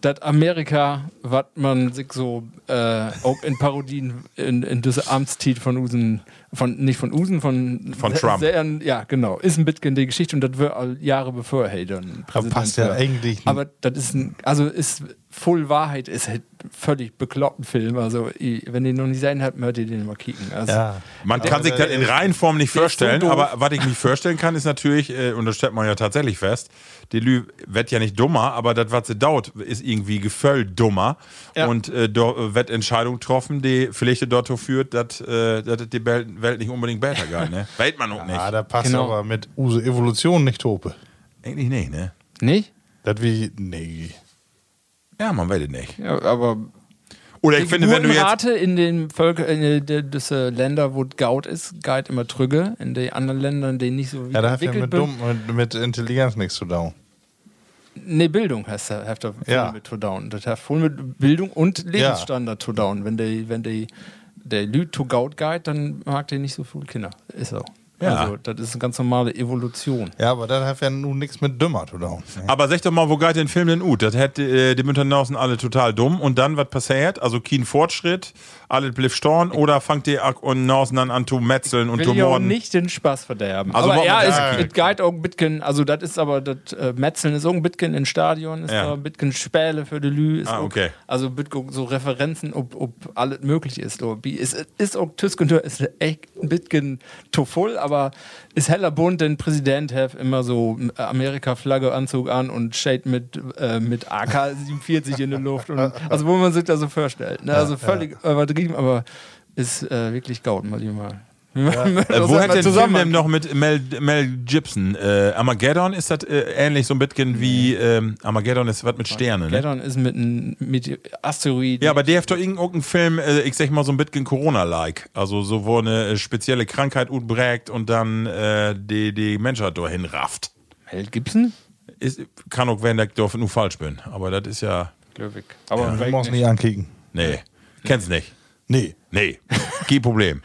Speaker 4: das Amerika, was man sich so äh, auch in Parodien in, in diese Amtstitel von Usen, von nicht von Usen, von,
Speaker 2: Von
Speaker 4: Se-
Speaker 2: Trump.
Speaker 4: Serien- ja, genau. Ist ein bisschen die Geschichte und das wird all Jahre bevor hey dann
Speaker 3: passt ja
Speaker 4: wird.
Speaker 3: eigentlich
Speaker 4: Aber das ist ein, also ist voll Wahrheit ist halt völlig bekloppten Film. Also, ich, wenn ihr noch nicht sein habt, möchtet ihr den mal kicken. Also,
Speaker 3: Ja.
Speaker 2: Man kann sich das in Reihenform nicht vorstellen, aber was ich mich vorstellen kann, ist natürlich, äh, und das stellt man ja tatsächlich fest, die Lü wird ja nicht dummer, aber das, was sie daut, ist irgendwie geföll dummer.
Speaker 3: Ja.
Speaker 2: Und äh, da wird Entscheidung getroffen, die vielleicht dazu führt, dass, äh, dass es die Welt Welt nicht unbedingt besser geht. Ne? Welt man auch nicht.
Speaker 3: Ah, da passt
Speaker 4: Genau.
Speaker 3: aber mit Use Evolution nicht Tope.
Speaker 2: Eigentlich nicht, ne?
Speaker 4: Nicht?
Speaker 3: Das wie, nee.
Speaker 2: Ja, man weiß es nicht.
Speaker 4: Ja, aber
Speaker 2: Oder ich finde, wenn du jetzt.
Speaker 4: Geburtenrate in den Völker, in den diese äh, Länder, wo Gaut ist, geht immer trüge. In den anderen Ländern, die nicht so
Speaker 3: Ja, da hat ja
Speaker 4: entwickelt
Speaker 3: mit,
Speaker 4: bin-
Speaker 3: dumm, mit, mit Intelligenz nichts zu tun.
Speaker 4: Nee, Bildung heißt das, hat das
Speaker 3: Ja.
Speaker 4: voll mit to down. Das hat voll mit Bildung und Lebensstandard to down. Wenn der, wenn der, der Lüd to gout geht, dann mag der nicht so viele Kinder. Ist so.
Speaker 2: Ja.
Speaker 4: Also, das ist eine ganz normale Evolution.
Speaker 3: Ja, aber das hat ja nun nichts mit dümmer zu tun.
Speaker 2: Aber sag doch mal, wo geht den Film denn ut? Das hätte äh, die Mütter draußen alle total dumm. Und dann, was passiert? Also, kein Fortschritt, alle bliff storn oder fangt ihr ak- und draußen dann an zu metzeln und
Speaker 4: Will
Speaker 2: zu
Speaker 4: ja auch
Speaker 2: morden?
Speaker 4: nicht den Spaß verderben.
Speaker 2: Also
Speaker 4: aber
Speaker 2: wollen
Speaker 4: ja,
Speaker 2: wir
Speaker 4: ist,
Speaker 2: sagen.
Speaker 4: es geht auch ein bisschen, also das ist aber, das äh, Metzeln ist auch ein bisschen im Stadion, ist
Speaker 2: Ja.
Speaker 4: da ein bisschen Späle für die Lü. Ist
Speaker 2: Ah,
Speaker 4: auch-
Speaker 2: okay.
Speaker 4: also ein bisschen so Referenzen, ob, ob alles möglich ist. So. Wie Ist, ist auch Tüsk und Tür ist echt ein bisschen zu voll, aber ist heller bunt, denn Präsident hat immer so Amerika-Flagge, Anzug an und Shade mit, äh, mit AK-47 in der Luft. Und, also wo man sich da so vorstellt. Ne? Also völlig übertrieben, aber ist äh, wirklich gaut, mal die mal.
Speaker 2: Äh, wo hat der Film denn noch mit Mel, Mel Gibson? Äh, Armageddon ist das äh, ähnlich so ein bisschen wie ähm, Armageddon ist was mit Sterne, ne?
Speaker 4: Gaddon ist mit einem mit Asteroid.
Speaker 2: Ja, aber der hat doch irgendeinen Film, äh, ich sag mal so ein bisschen Corona-like. Also so wo eine äh, spezielle Krankheit utbrägt und dann äh, die, die Menschheit dahin rafft.
Speaker 4: Mel Gibson?
Speaker 2: Ist, kann auch werden, dass ich doch nur falsch bin. Aber das ist ja.
Speaker 4: Glöwig. Aber
Speaker 3: Du musst nicht ankicken.
Speaker 2: Nee. Kennst nicht.
Speaker 3: Nee.
Speaker 2: Nee, kein Problem.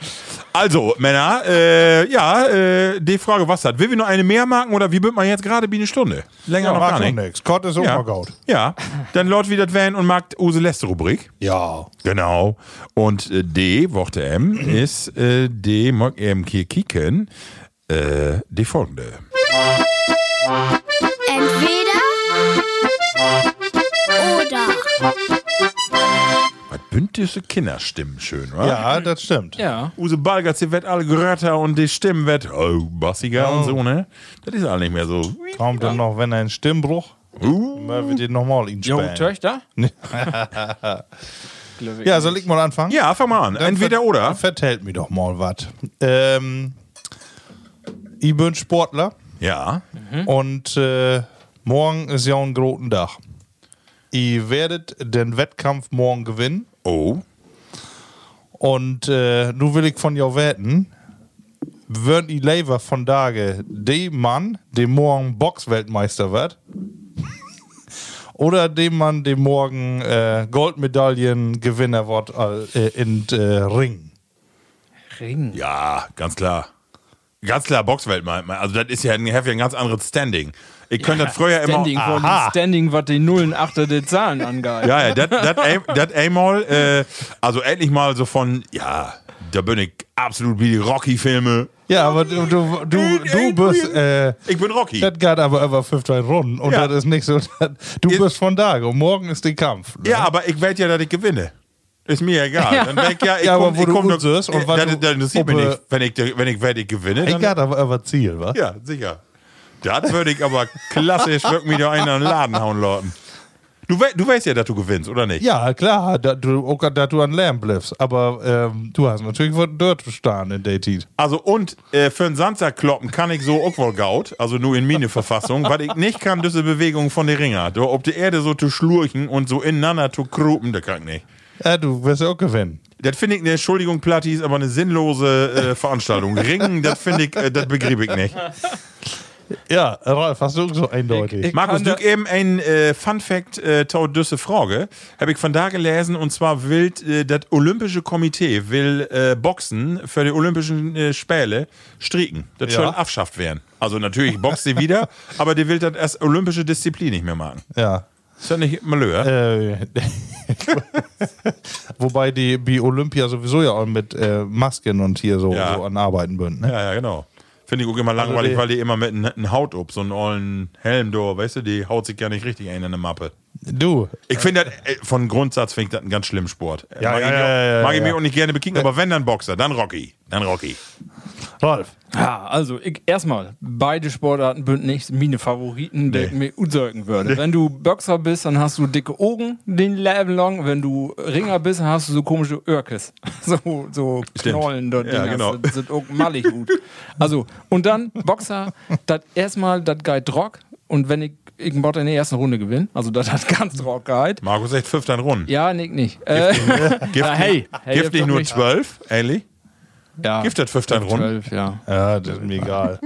Speaker 2: Also, Männer, äh, ja, äh, die Frage, was hat? Will wir noch eine mehr machen oder wie wird man jetzt gerade wie eine Stunde? Länger noch gar nicht.
Speaker 3: nichts. Gott ist
Speaker 2: Ja.
Speaker 3: umgegaut.
Speaker 2: ja, dann Lord wie das Van und mag Use letzte Rubrik.
Speaker 3: Ja.
Speaker 2: Genau. Und äh, D, Worte M, ist äh, D, mag eben hier kicken, äh, die folgende.
Speaker 5: Entweder oder.
Speaker 2: Was bündische Kinderstimmen schön, oder?
Speaker 3: Ja, das stimmt.
Speaker 4: ja.
Speaker 2: Use Balgatz, die wird alle grötter und die Stimmen wird oh, bassiger und so, ne? Das ist alles nicht mehr so.
Speaker 3: Kommt dann noch, wenn ein Stimmbruch,
Speaker 2: Uh.
Speaker 3: mal wir den nochmal ihn
Speaker 4: Jo,
Speaker 3: spähen.
Speaker 4: Töchter?
Speaker 3: Ja, soll ich mal anfangen?
Speaker 2: Ja, fang mal an.
Speaker 3: Dann
Speaker 2: Entweder
Speaker 3: ver-
Speaker 2: oder.
Speaker 3: dann Vertellt mir doch mal was. Ähm, ich bin Sportler
Speaker 2: Ja.
Speaker 3: und äh, morgen ist ja ein großen Tag. Ihr werdet den Wettkampf morgen gewinnen
Speaker 2: Oh.
Speaker 3: und äh, nun will ich von dir wetten, wird ihr Lever von Tage dem Mann, der morgen Boxweltmeister wird, oder dem Mann, der morgen äh, Goldmedaillengewinner wird äh, in äh, Ring?
Speaker 4: Ring.
Speaker 2: Ja, ganz klar. Ganz klar, Boxweltmeister. Also, das ist ja ein, hat ja ein ganz anderes Standing. Ich könnte das früher immer.
Speaker 4: Standing, vor
Speaker 3: Aha.
Speaker 4: dem Standing, was die Nullen achter der Zahlen angeht.
Speaker 2: Ja, ja, das einmal, äh, also endlich mal so von, ja, da bin ich absolut wie die Rocky-Filme.
Speaker 3: Ja, aber du, du, du, du bist. Äh,
Speaker 2: Ich bin Rocky.
Speaker 3: das geht aber über 15 Runden und
Speaker 2: Ja.
Speaker 3: das ist nicht so. dass- Du
Speaker 2: Ist-
Speaker 3: bist von da und morgen ist der Kampf. ne?
Speaker 2: ja, aber ich werde ja, dass ich gewinne. Ist mir egal. Dann werd ich ja, ich
Speaker 3: Ja, aber
Speaker 2: komm,
Speaker 3: wo
Speaker 2: ich
Speaker 3: du
Speaker 2: komm
Speaker 3: gut siehst und wann
Speaker 2: dann,
Speaker 3: du-
Speaker 2: dann, dann sieht
Speaker 3: ob,
Speaker 2: mich
Speaker 3: äh,
Speaker 2: nicht, wenn ich, wenn ich, wenn ich gewinne.
Speaker 3: Ich
Speaker 2: Dann,
Speaker 3: geht aber über Ziel, wa?
Speaker 2: ja, sicher. Das würde ich aber klassisch wirklich mir da einen an den Laden hauen, Leuten. Du, we du weißt ja, dass du gewinnst, oder nicht?
Speaker 3: Ja, klar, da du, auch, dass du an Lärm bleibst. Aber ähm, du hast natürlich von Dirt bestanden in der Zeit.
Speaker 2: Also und äh, für einen Samstag kloppen kann ich so auch wohl gaut, also nur in meine Verfassung, weil ich nicht kann diese Bewegung von den Ringer. Du, ob die Erde so zu schlurchen und so ineinander zu krupen, das kann ich nicht.
Speaker 3: Ja, du wirst ja auch gewinnen.
Speaker 2: Das finde ich, eine Entschuldigung, Platti, ist aber eine sinnlose äh, Veranstaltung. Ringen, das finde ich, äh, das begrieb ich nicht.
Speaker 3: Ja, Ralf, hast du auch so eindeutig.
Speaker 4: ich-
Speaker 2: Markus
Speaker 4: kann da-
Speaker 2: Dück eben ein äh, Fun Fact äh, tau düsse Frage habe ich von da gelesen und zwar will äh, das Olympische Komitee will äh, Boxen für die Olympischen äh, Späle striken. Das
Speaker 3: Ja.
Speaker 2: soll abschafft werden. Also natürlich boxt sie wieder, aber die will das als olympische Disziplin nicht mehr machen.
Speaker 3: ja.
Speaker 2: Ist das nicht malheur?
Speaker 3: Äh, wobei die bei Olympia sowieso ja auch mit äh, Masken und hier so,
Speaker 2: Ja.
Speaker 3: so an Arbeiten bünden. Ne?
Speaker 2: Ja, ja, genau. Für Finde ich auch immer langweilig,
Speaker 3: die-
Speaker 2: weil die immer mit einem Haut ob, so einen ollen Helm, do, weißt du, die haut sich ja nicht richtig ein in eine Mappe.
Speaker 3: Du,
Speaker 2: Ich finde das, äh, von Grundsatz finde ich das einen ganz schlimmen Sport. Äh,
Speaker 3: Ja,
Speaker 2: mag
Speaker 3: ja,
Speaker 2: ich, mir
Speaker 3: ja,
Speaker 2: auch-
Speaker 3: ja,
Speaker 2: mag ich
Speaker 3: ja.
Speaker 2: mir auch nicht gerne bekicken, aber wenn dann Boxer, dann Rocky. Dann Rocky.
Speaker 3: Rolf.
Speaker 4: Ja, also ich, erstmal, beide Sportarten sind nicht meine Favoriten, die ich mir unsägen würde. Wenn du Boxer bist, dann hast du dicke Ohren den Leben lang. Wenn du Ringer bist, dann hast du so komische Örkes. So, so
Speaker 2: Stimmt.
Speaker 4: Knollen dort.
Speaker 2: Ja, genau.
Speaker 4: Das sind auch malig gut. Also, und dann Boxer, das erstmal, das geht Rock. Und wenn ich irgendwann in der ersten Runde gewinne, also das hat ganz Rock gehalt.
Speaker 2: Markus echt fünf dann Runden.
Speaker 4: Ja, nick nicht. Äh,
Speaker 2: Gift,
Speaker 4: Na, hey, hey,
Speaker 2: Gift nicht
Speaker 4: doch
Speaker 2: nur
Speaker 4: nicht.
Speaker 2: zwölf, ehrlich?
Speaker 4: ja,
Speaker 2: Gift das fünf dann Runden?
Speaker 4: 12, Äh, ja.
Speaker 3: Ja, das ist mir egal.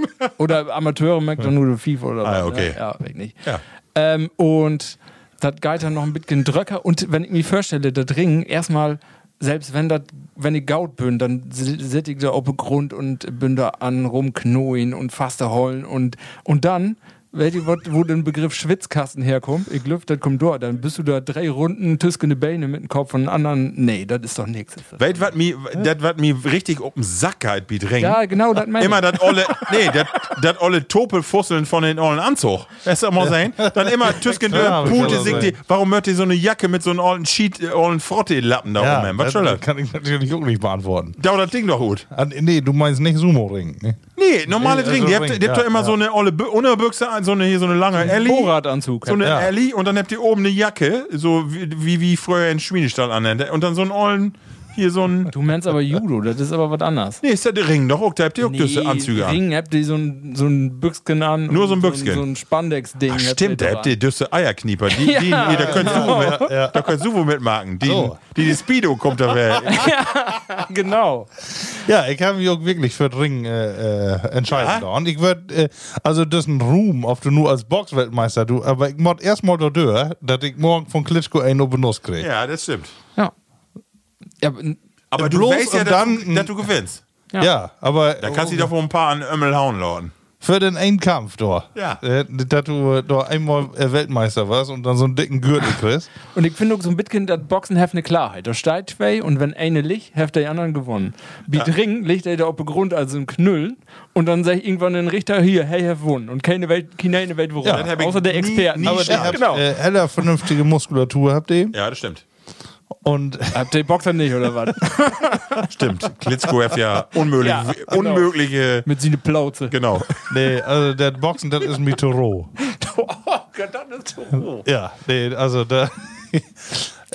Speaker 4: Oder Amateure merkt doch nur FIFA oder
Speaker 2: Ah,
Speaker 4: was,
Speaker 2: okay.
Speaker 4: Ne? Ja, weg nicht.
Speaker 2: Ja.
Speaker 4: Ähm, und das geht dann noch ein bisschen dröcker. Und wenn ich mir vorstelle, das Ringen, erstmal, selbst wenn das, wenn ich gaut bin, dann sitze ich da auf dem Grund und bin da an rumknoien und fast da heulen und, und dann, weißt du, wat- wo den Begriff Schwitzkasten herkommt, ich glaube, das kommt dort, dann bist du da drei Runden tüskende Beine mit dem Kopf von anderen. Nee, das ist doch nichts.
Speaker 2: Weit, was mir, das, was mir richtig um Sackheit bietet, Ring.
Speaker 4: Ja, genau, das meine ich.
Speaker 2: Immer das olle, nee, das- das olle Topelfusseln von den ollen Anzug. Weißt du, muss sein? Dann immer Tüsken,
Speaker 3: Ja, das
Speaker 2: Pute
Speaker 3: kann
Speaker 2: sich
Speaker 3: sein.
Speaker 2: die, warum hört ihr so eine Jacke mit so einem ollen Sheet, äh, ollen Frotte-Lappen da
Speaker 3: Ja,
Speaker 2: rum, man? Was soll das?
Speaker 3: kann ich natürlich auch nicht beantworten.
Speaker 2: Dauert das Ding doch gut.
Speaker 3: Ah, Nee, du meinst nicht Sumo-Ring. Ne?
Speaker 2: Nee, normale
Speaker 3: Nee,
Speaker 2: Ring.
Speaker 3: also
Speaker 2: Die habt,
Speaker 3: Ring,
Speaker 2: die habt
Speaker 3: ja,
Speaker 2: doch immer
Speaker 3: ja.
Speaker 2: so eine olle Bü- Unterbüchse, an, so eine, hier so eine lange Ellie.
Speaker 4: Vorratanzug.
Speaker 2: So eine
Speaker 3: Ja.
Speaker 2: Ellie und dann habt ihr oben eine Jacke, so wie, wie, wie früher in Schmiedestall anhängt. Und dann so einen ollen, hier so einen.
Speaker 4: du meinst aber Judo, das ist aber was anderes.
Speaker 2: Nee, ist das der Ring doch auch. Da habt ihr auch diese Anzüge an.
Speaker 4: Ring habt ihr so ein, so ein Büchsken an.
Speaker 2: Nur
Speaker 4: und
Speaker 2: so ein Büchsken.
Speaker 4: So ein, so ein Spandex-Ding.
Speaker 2: Ach,
Speaker 4: habt ihr
Speaker 2: stimmt, da
Speaker 4: dran.
Speaker 2: habt ihr düsse Eierknieper. Die, die,
Speaker 4: Ja.
Speaker 2: die, da könnt ihr wohl mit,
Speaker 3: ja.
Speaker 2: da könnt ihr wohl mitmachen. Die,
Speaker 3: So.
Speaker 2: die, die Speedo kommt da weg.
Speaker 4: Genau.
Speaker 3: Ja, ich habe mich auch wirklich für den Ring äh, äh, entscheiden ja? Und ich würde, äh, also das ist ein Ruhm, ob du nur als Boxweltmeister du, aber ich mod erstmal da durch, dass ich morgen von Klitschko einen auf den Nuss krieg.
Speaker 2: Ja, das stimmt.
Speaker 4: Ja. ja aber-
Speaker 2: Aber du
Speaker 3: Bloß
Speaker 2: weißt ja,
Speaker 3: und
Speaker 2: dass, du,
Speaker 3: dann-
Speaker 2: dass du gewinnst.
Speaker 3: Ja, aber
Speaker 2: Da kannst du dich doch wohl ein paar an Ömmel hauen, Lorden.
Speaker 3: für den einen Kampf da,
Speaker 2: Ja.
Speaker 3: äh, dass du äh, da einmal äh, Weltmeister warst und dann so einen dicken Gürtel kriegst.
Speaker 4: und ich finde auch so ein bisschen, dass Boxen hat eine Klarheit. Da steigt zwei und wenn eine liegt, hat der anderen gewonnen. Wie Ring liegt er da auf dem Grund als ein Knüll und dann sagt irgendwann ein Richter, hier, hey, hat gewonnen. Und keine Welt, keine Welt, worum.
Speaker 2: das hab ich
Speaker 4: Außer der
Speaker 2: nie-
Speaker 4: Experten.
Speaker 2: nie
Speaker 4: aber
Speaker 2: Ja,
Speaker 3: Ihr habt,
Speaker 4: genau.
Speaker 3: äh, heller vernünftige Muskulatur habt ihr
Speaker 2: Ja, das stimmt.
Speaker 3: und
Speaker 4: Habt ihr Boxer nicht, oder was?
Speaker 2: Stimmt. Klitschko hat ja, unmöglich,
Speaker 4: Ja, genau.
Speaker 2: unmögliche.
Speaker 4: Mit sie eine Plauze.
Speaker 2: Genau.
Speaker 3: nee, also der Boxen, das ist mir zu roh.
Speaker 4: oh, Gott, das ist so.
Speaker 3: Ja, nee, also da.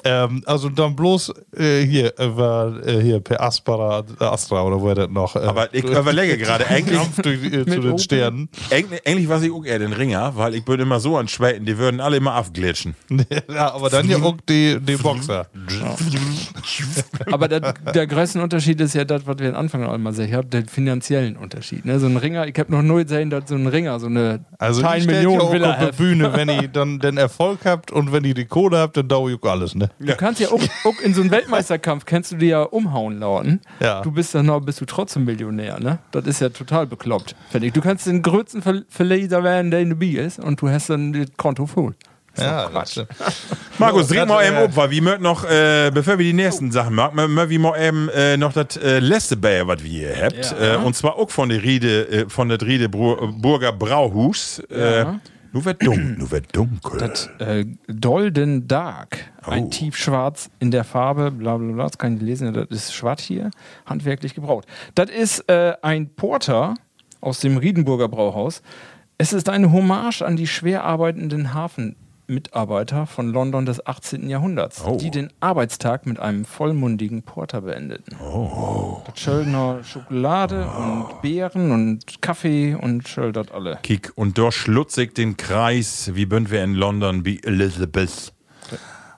Speaker 3: ähm, also dann bloß äh, hier, äh, war, äh, hier per Aspera, Astra oder wo er das noch. Äh,
Speaker 2: Aber ich überlege gerade, eigentlich,
Speaker 3: Kampf durch, äh, zu den
Speaker 4: Open.
Speaker 3: Sternen.
Speaker 2: eigentlich, eigentlich war ich auch eher den Ringer, weil ich würde immer so an Schweden, die würden alle immer abglitschen.
Speaker 3: ja, aber dann ja auch die, die Boxer.
Speaker 4: Aber der, der größte Unterschied ist ja das, was wir am Anfang auch mal gesagt haben, den finanziellen Unterschied. Ne? So ein Ringer, ich habe noch null gesehen, dass so ein Ringer so eine
Speaker 3: Also ich
Speaker 4: Teil
Speaker 3: stell
Speaker 4: Million
Speaker 3: ja auch
Speaker 4: Villa
Speaker 3: auf der
Speaker 4: hat.
Speaker 3: Bühne, wenn ihr dann den Erfolg habt und wenn ihr die Kohle habt, dann dauert ich auch alles, ne?
Speaker 4: Du kannst ja auch, auch in so einem Weltmeisterkampf, kannst du dir ja umhauen lauten.
Speaker 3: Ja.
Speaker 4: Du bist dann noch, bist du trotzdem Millionär, ne? Das ist ja total bekloppt, finde ich. Du kannst den größten Ver- Verleser werden, der in der B ist und du hast dann das Konto voll.
Speaker 3: Ja, das,
Speaker 2: Markus,
Speaker 3: Ja,
Speaker 2: dreh
Speaker 3: das,
Speaker 2: mal
Speaker 3: äh, Oh.
Speaker 2: eben um, weil wir möchten noch, äh, bevor wir die nächsten Sachen machen, mö- möchten wir mal eben äh, noch das äh, letzte Bier, was wir hier habt. Äh, und zwar auch von der Riede, äh, von der Riede Bru- Burger Brauhus. Äh, Nur wird dunkel, nur wird dunkel.
Speaker 4: Äh, Dolden Dark.
Speaker 2: Oh.
Speaker 4: Ein Tiefschwarz in der Farbe, bla bla bla, das kann ich nicht lesen, das ist schwarz hier, handwerklich gebraut. Das ist äh, ein Porter aus dem Riedenburger Brauhaus. Es ist eine Hommage an die schwer arbeitenden Hafenmitarbeiter von London des 18. Jahrhunderts,
Speaker 2: Oh.
Speaker 4: die den Arbeitstag mit einem vollmundigen Porter beendeten.
Speaker 2: Oh.
Speaker 4: Das Schöldner Schokolade
Speaker 2: Ah.
Speaker 4: und Beeren und Kaffee und Schöldert alle.
Speaker 2: Kick und doch schlutzig den Kreis, wie bünd wir in London, wie Elizabeth.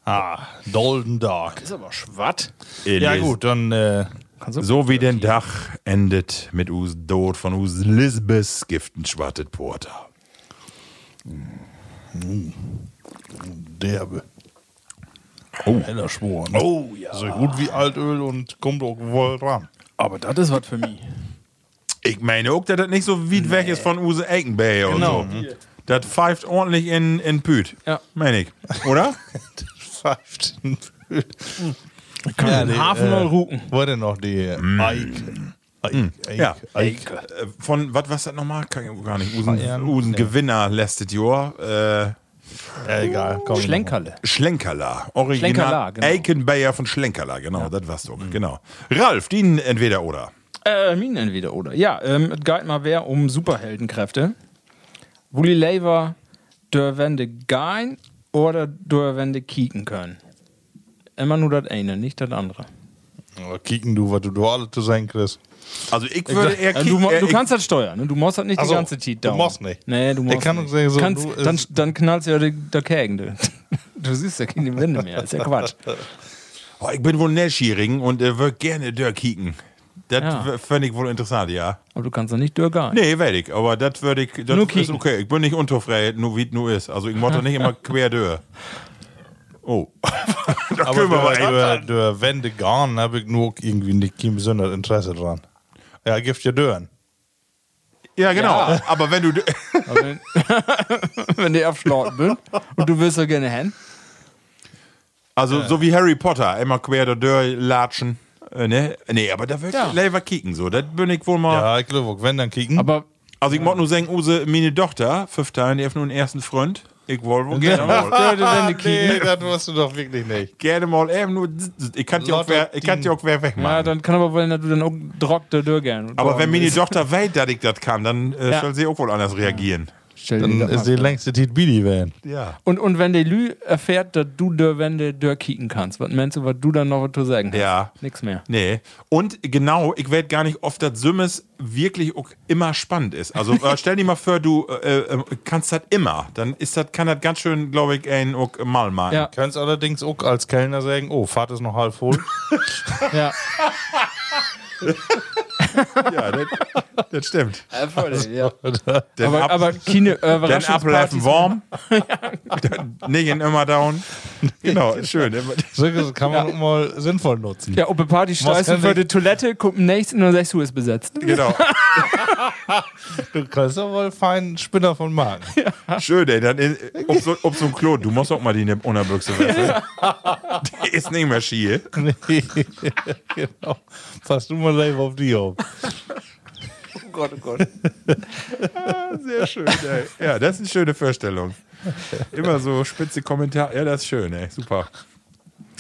Speaker 3: ah, Golden Dark.
Speaker 4: Ist aber schwatt.
Speaker 3: Ja
Speaker 2: Eliz-
Speaker 3: gut, dann äh,
Speaker 2: So wie
Speaker 4: Äh,
Speaker 2: den Dach endet mit us Tod von us Lisbeth Giften schwartet Porter.
Speaker 3: derbe.
Speaker 2: Oh.
Speaker 3: Heller Schwur. Ne? Oh ja. So gut wie Altöl und kommt auch wohl ran.
Speaker 4: Aber das ist was für mich.
Speaker 2: Ich meine auch, dass das nicht so weit weg ist von Use Eckenbay
Speaker 4: Genau.
Speaker 2: und so. Das pfeift ordentlich in, in Püt.
Speaker 4: Ja.
Speaker 2: Meine ich. Oder?
Speaker 3: pfeift.
Speaker 4: Kann
Speaker 3: Ja,
Speaker 4: den
Speaker 3: die,
Speaker 4: Hafen
Speaker 3: äh,
Speaker 4: mal ruken.
Speaker 3: Wo denn noch die Eik? Eik,
Speaker 2: Ja.
Speaker 3: Eik.
Speaker 2: Äh, Von, was was das nochmal? Kann ich gar nicht. Usen,
Speaker 3: Bayern?
Speaker 2: Usen
Speaker 3: Nee.
Speaker 2: Gewinner letztes Jahr. Äh,
Speaker 3: Ja, egal. Komm,
Speaker 4: Schlenkerle.
Speaker 2: Schlenkerla. Original.
Speaker 4: Schlenkerla, genau. Mhm.
Speaker 2: Eikenbayer von Schlenkerla, genau, das war's doch. Genau. Ralf, die entweder oder.
Speaker 4: Äh, Minen entweder oder. Ja, ähm, es geht mal wer um Superheldenkräfte. Wooly Lever dürfende gehen oder dürfende kicken können. Immer nur das eine, nicht das andere.
Speaker 3: Oh, Kicken du, was du, du alle zu sein kriegst.
Speaker 2: Also ich würde eher
Speaker 4: Äh,
Speaker 2: kick-
Speaker 4: du, mo-
Speaker 2: eher
Speaker 4: du
Speaker 2: ich-
Speaker 4: kannst das steuern, ne? du musst das nicht
Speaker 3: Ach
Speaker 4: die
Speaker 3: so,
Speaker 4: ganze
Speaker 3: du
Speaker 4: Zeit dauern.
Speaker 3: musst nicht.
Speaker 4: Nee, du
Speaker 3: Ich
Speaker 4: musst
Speaker 3: kann
Speaker 4: nicht.
Speaker 3: doch sagen, so,
Speaker 4: kannst,
Speaker 3: du ist-
Speaker 4: dann, dann knallst du ja die- der Kägen. Du siehst ja keine Wände mehr, ist ja Quatsch.
Speaker 2: oh, ich bin wohl Näschjährigen und äh, würde gerne Dörr kicken. Das
Speaker 4: Ja.
Speaker 2: ja. fände ich wohl interessant, ja.
Speaker 4: Aber du kannst doch nicht durchgehen.
Speaker 2: Nee, werde ich, aber das würde ich, das
Speaker 4: Nur
Speaker 2: ist
Speaker 4: kicken.
Speaker 2: okay. Ich bin nicht unterfrei, nur wie es nur ist. Also ich mache nicht immer quer Dörr. Oh. da
Speaker 3: Aber
Speaker 2: können wir mal
Speaker 3: über, über Wände gehen habe ich nur irgendwie nicht kein besonderes Interesse dran. Ja, gibt ja Dörren.
Speaker 2: Ja, genau. Aber wenn du.
Speaker 4: Aber Also wenn- Wenn die abschlauten bin und du willst ja gerne hin.
Speaker 2: Also so wie Harry Potter, immer quer der Dörr latschen. Äh, ne? Nee, aber da wird ja.
Speaker 4: Ja.
Speaker 2: Lever kicken so. Das bin ich wohl mal.
Speaker 3: Ja, ich glaube, wenn dann kicken.
Speaker 4: Aber
Speaker 2: Also ich ja. nur sagen, Use, meine Tochter, fünf Teilen, die hat nur einen ersten Freund. Ich wollte wohl gerne mal.
Speaker 4: dürfte Wände kicken.
Speaker 3: nee, das musst du doch wirklich nicht.
Speaker 2: gerne mal eben nur. zzz, zzz. Ich kann die auch quer, ich kann die auch quer
Speaker 4: Ja,
Speaker 2: wegmachen.
Speaker 4: dann kann aber wollen, dass du dann auch Drock da durchgehen.
Speaker 2: aber wenn meine Tochter weiß, dass ich das kann, dann äh,
Speaker 4: Ja.
Speaker 2: soll sie auch wohl anders reagieren.
Speaker 4: Stell dir
Speaker 3: Dann
Speaker 4: das
Speaker 3: ist
Speaker 4: mal
Speaker 3: die längste Tit Bidi Van.
Speaker 2: Ja.
Speaker 4: vor. und, und wenn der Lü erfährt, dass du da Wände durchkicken kannst, was meinst du, was du dann noch was zu sagen hast?
Speaker 2: Ja.
Speaker 4: Nix mehr.
Speaker 2: Nee. Und genau, ich weiß gar nicht, ob das Sümmes wirklich auch immer spannend ist. Also äh, stell dir mal vor, du äh, äh, kannst das immer. Dann ist das, kann das ganz schön, glaube ich, ein auch mal machen.
Speaker 4: Ja.
Speaker 3: Kannst allerdings auch als Kellner sagen, oh, Fahrt ist noch halb voll.
Speaker 4: Ja.
Speaker 2: Ja, das, das stimmt.
Speaker 4: ja.
Speaker 2: Also, Den
Speaker 4: Aber,
Speaker 2: Ab-
Speaker 4: aber keine
Speaker 2: Dann ableifen
Speaker 4: Überraschungspartys. genau.
Speaker 2: warm. Dann nicht in immer down. Genau, schön.
Speaker 3: So das kann man auch mal sinnvoll nutzen.
Speaker 4: Ja, ob eine Party
Speaker 3: Was kann
Speaker 4: scheiße für
Speaker 3: ich-
Speaker 4: die Toilette, guck nächstes und dann sagst du, ist besetzt.
Speaker 2: Genau.
Speaker 3: Du kannst ja wohl feinen Spinner von Marken.
Speaker 2: Schön, ey. Dann in, ob, so, ob so ein Klo. Du musst auch mal die in der Unterbüchse werfen. Die ist nicht mehr schiel.
Speaker 3: Nee. genau. Pass du mal live auf die auf.
Speaker 2: Sehr schön, ey. Ja, das ist eine schöne Vorstellung. Immer so spitze Kommentar. Ja, das ist schön, ey. Super.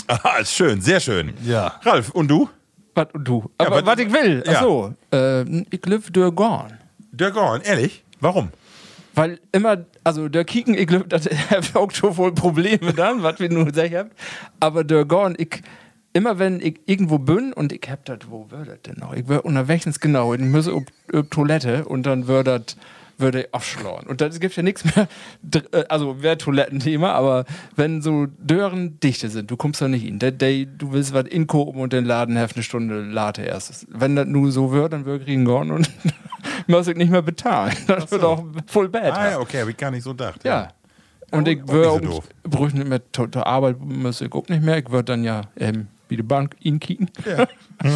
Speaker 2: Aha, ist schön, sehr schön.
Speaker 3: Ja.
Speaker 2: Ralf, und du?
Speaker 4: Was du? Aber
Speaker 2: wat-
Speaker 4: was ich will.
Speaker 2: Ja.
Speaker 4: Achso. Ähm, ich live durchgehen.
Speaker 2: Dirk Gorn, ehrlich? Warum?
Speaker 4: Weil immer, also der Kicken, ich glaube, das hat auch schon wohl Probleme dann, was wir nur gesagt haben. Aber der Gorn, ich, immer wenn ich irgendwo bin und ich hab das, wo wird das denn noch? Ich wär unterwegs genau, ich muss auf, auf Toilette und dann wird das würde ich aufschlauen. Und das gibt ja nichts mehr, dr- äh, also wäre Toilettenthema, aber wenn so Dören dichte sind, du kommst da nicht hin. Der, der, du willst was inkopen und den Laden heft eine Stunde Late erst. Wenn das nur so wird, dann würde ich ihn gorn und muss ich nicht mehr bezahlen. Das wird auch voll bad.
Speaker 2: Ah, ja, okay, hab ich gar nicht so gedacht.
Speaker 4: Ja. Und ich
Speaker 2: auch
Speaker 4: würde
Speaker 2: nicht so
Speaker 4: auch
Speaker 2: doof.
Speaker 4: brüch nicht mehr zur zur Arbeit müssen, ich auch nicht mehr. Ich würde dann ja ähm, wie die Bank ihn kicken.
Speaker 2: Ja,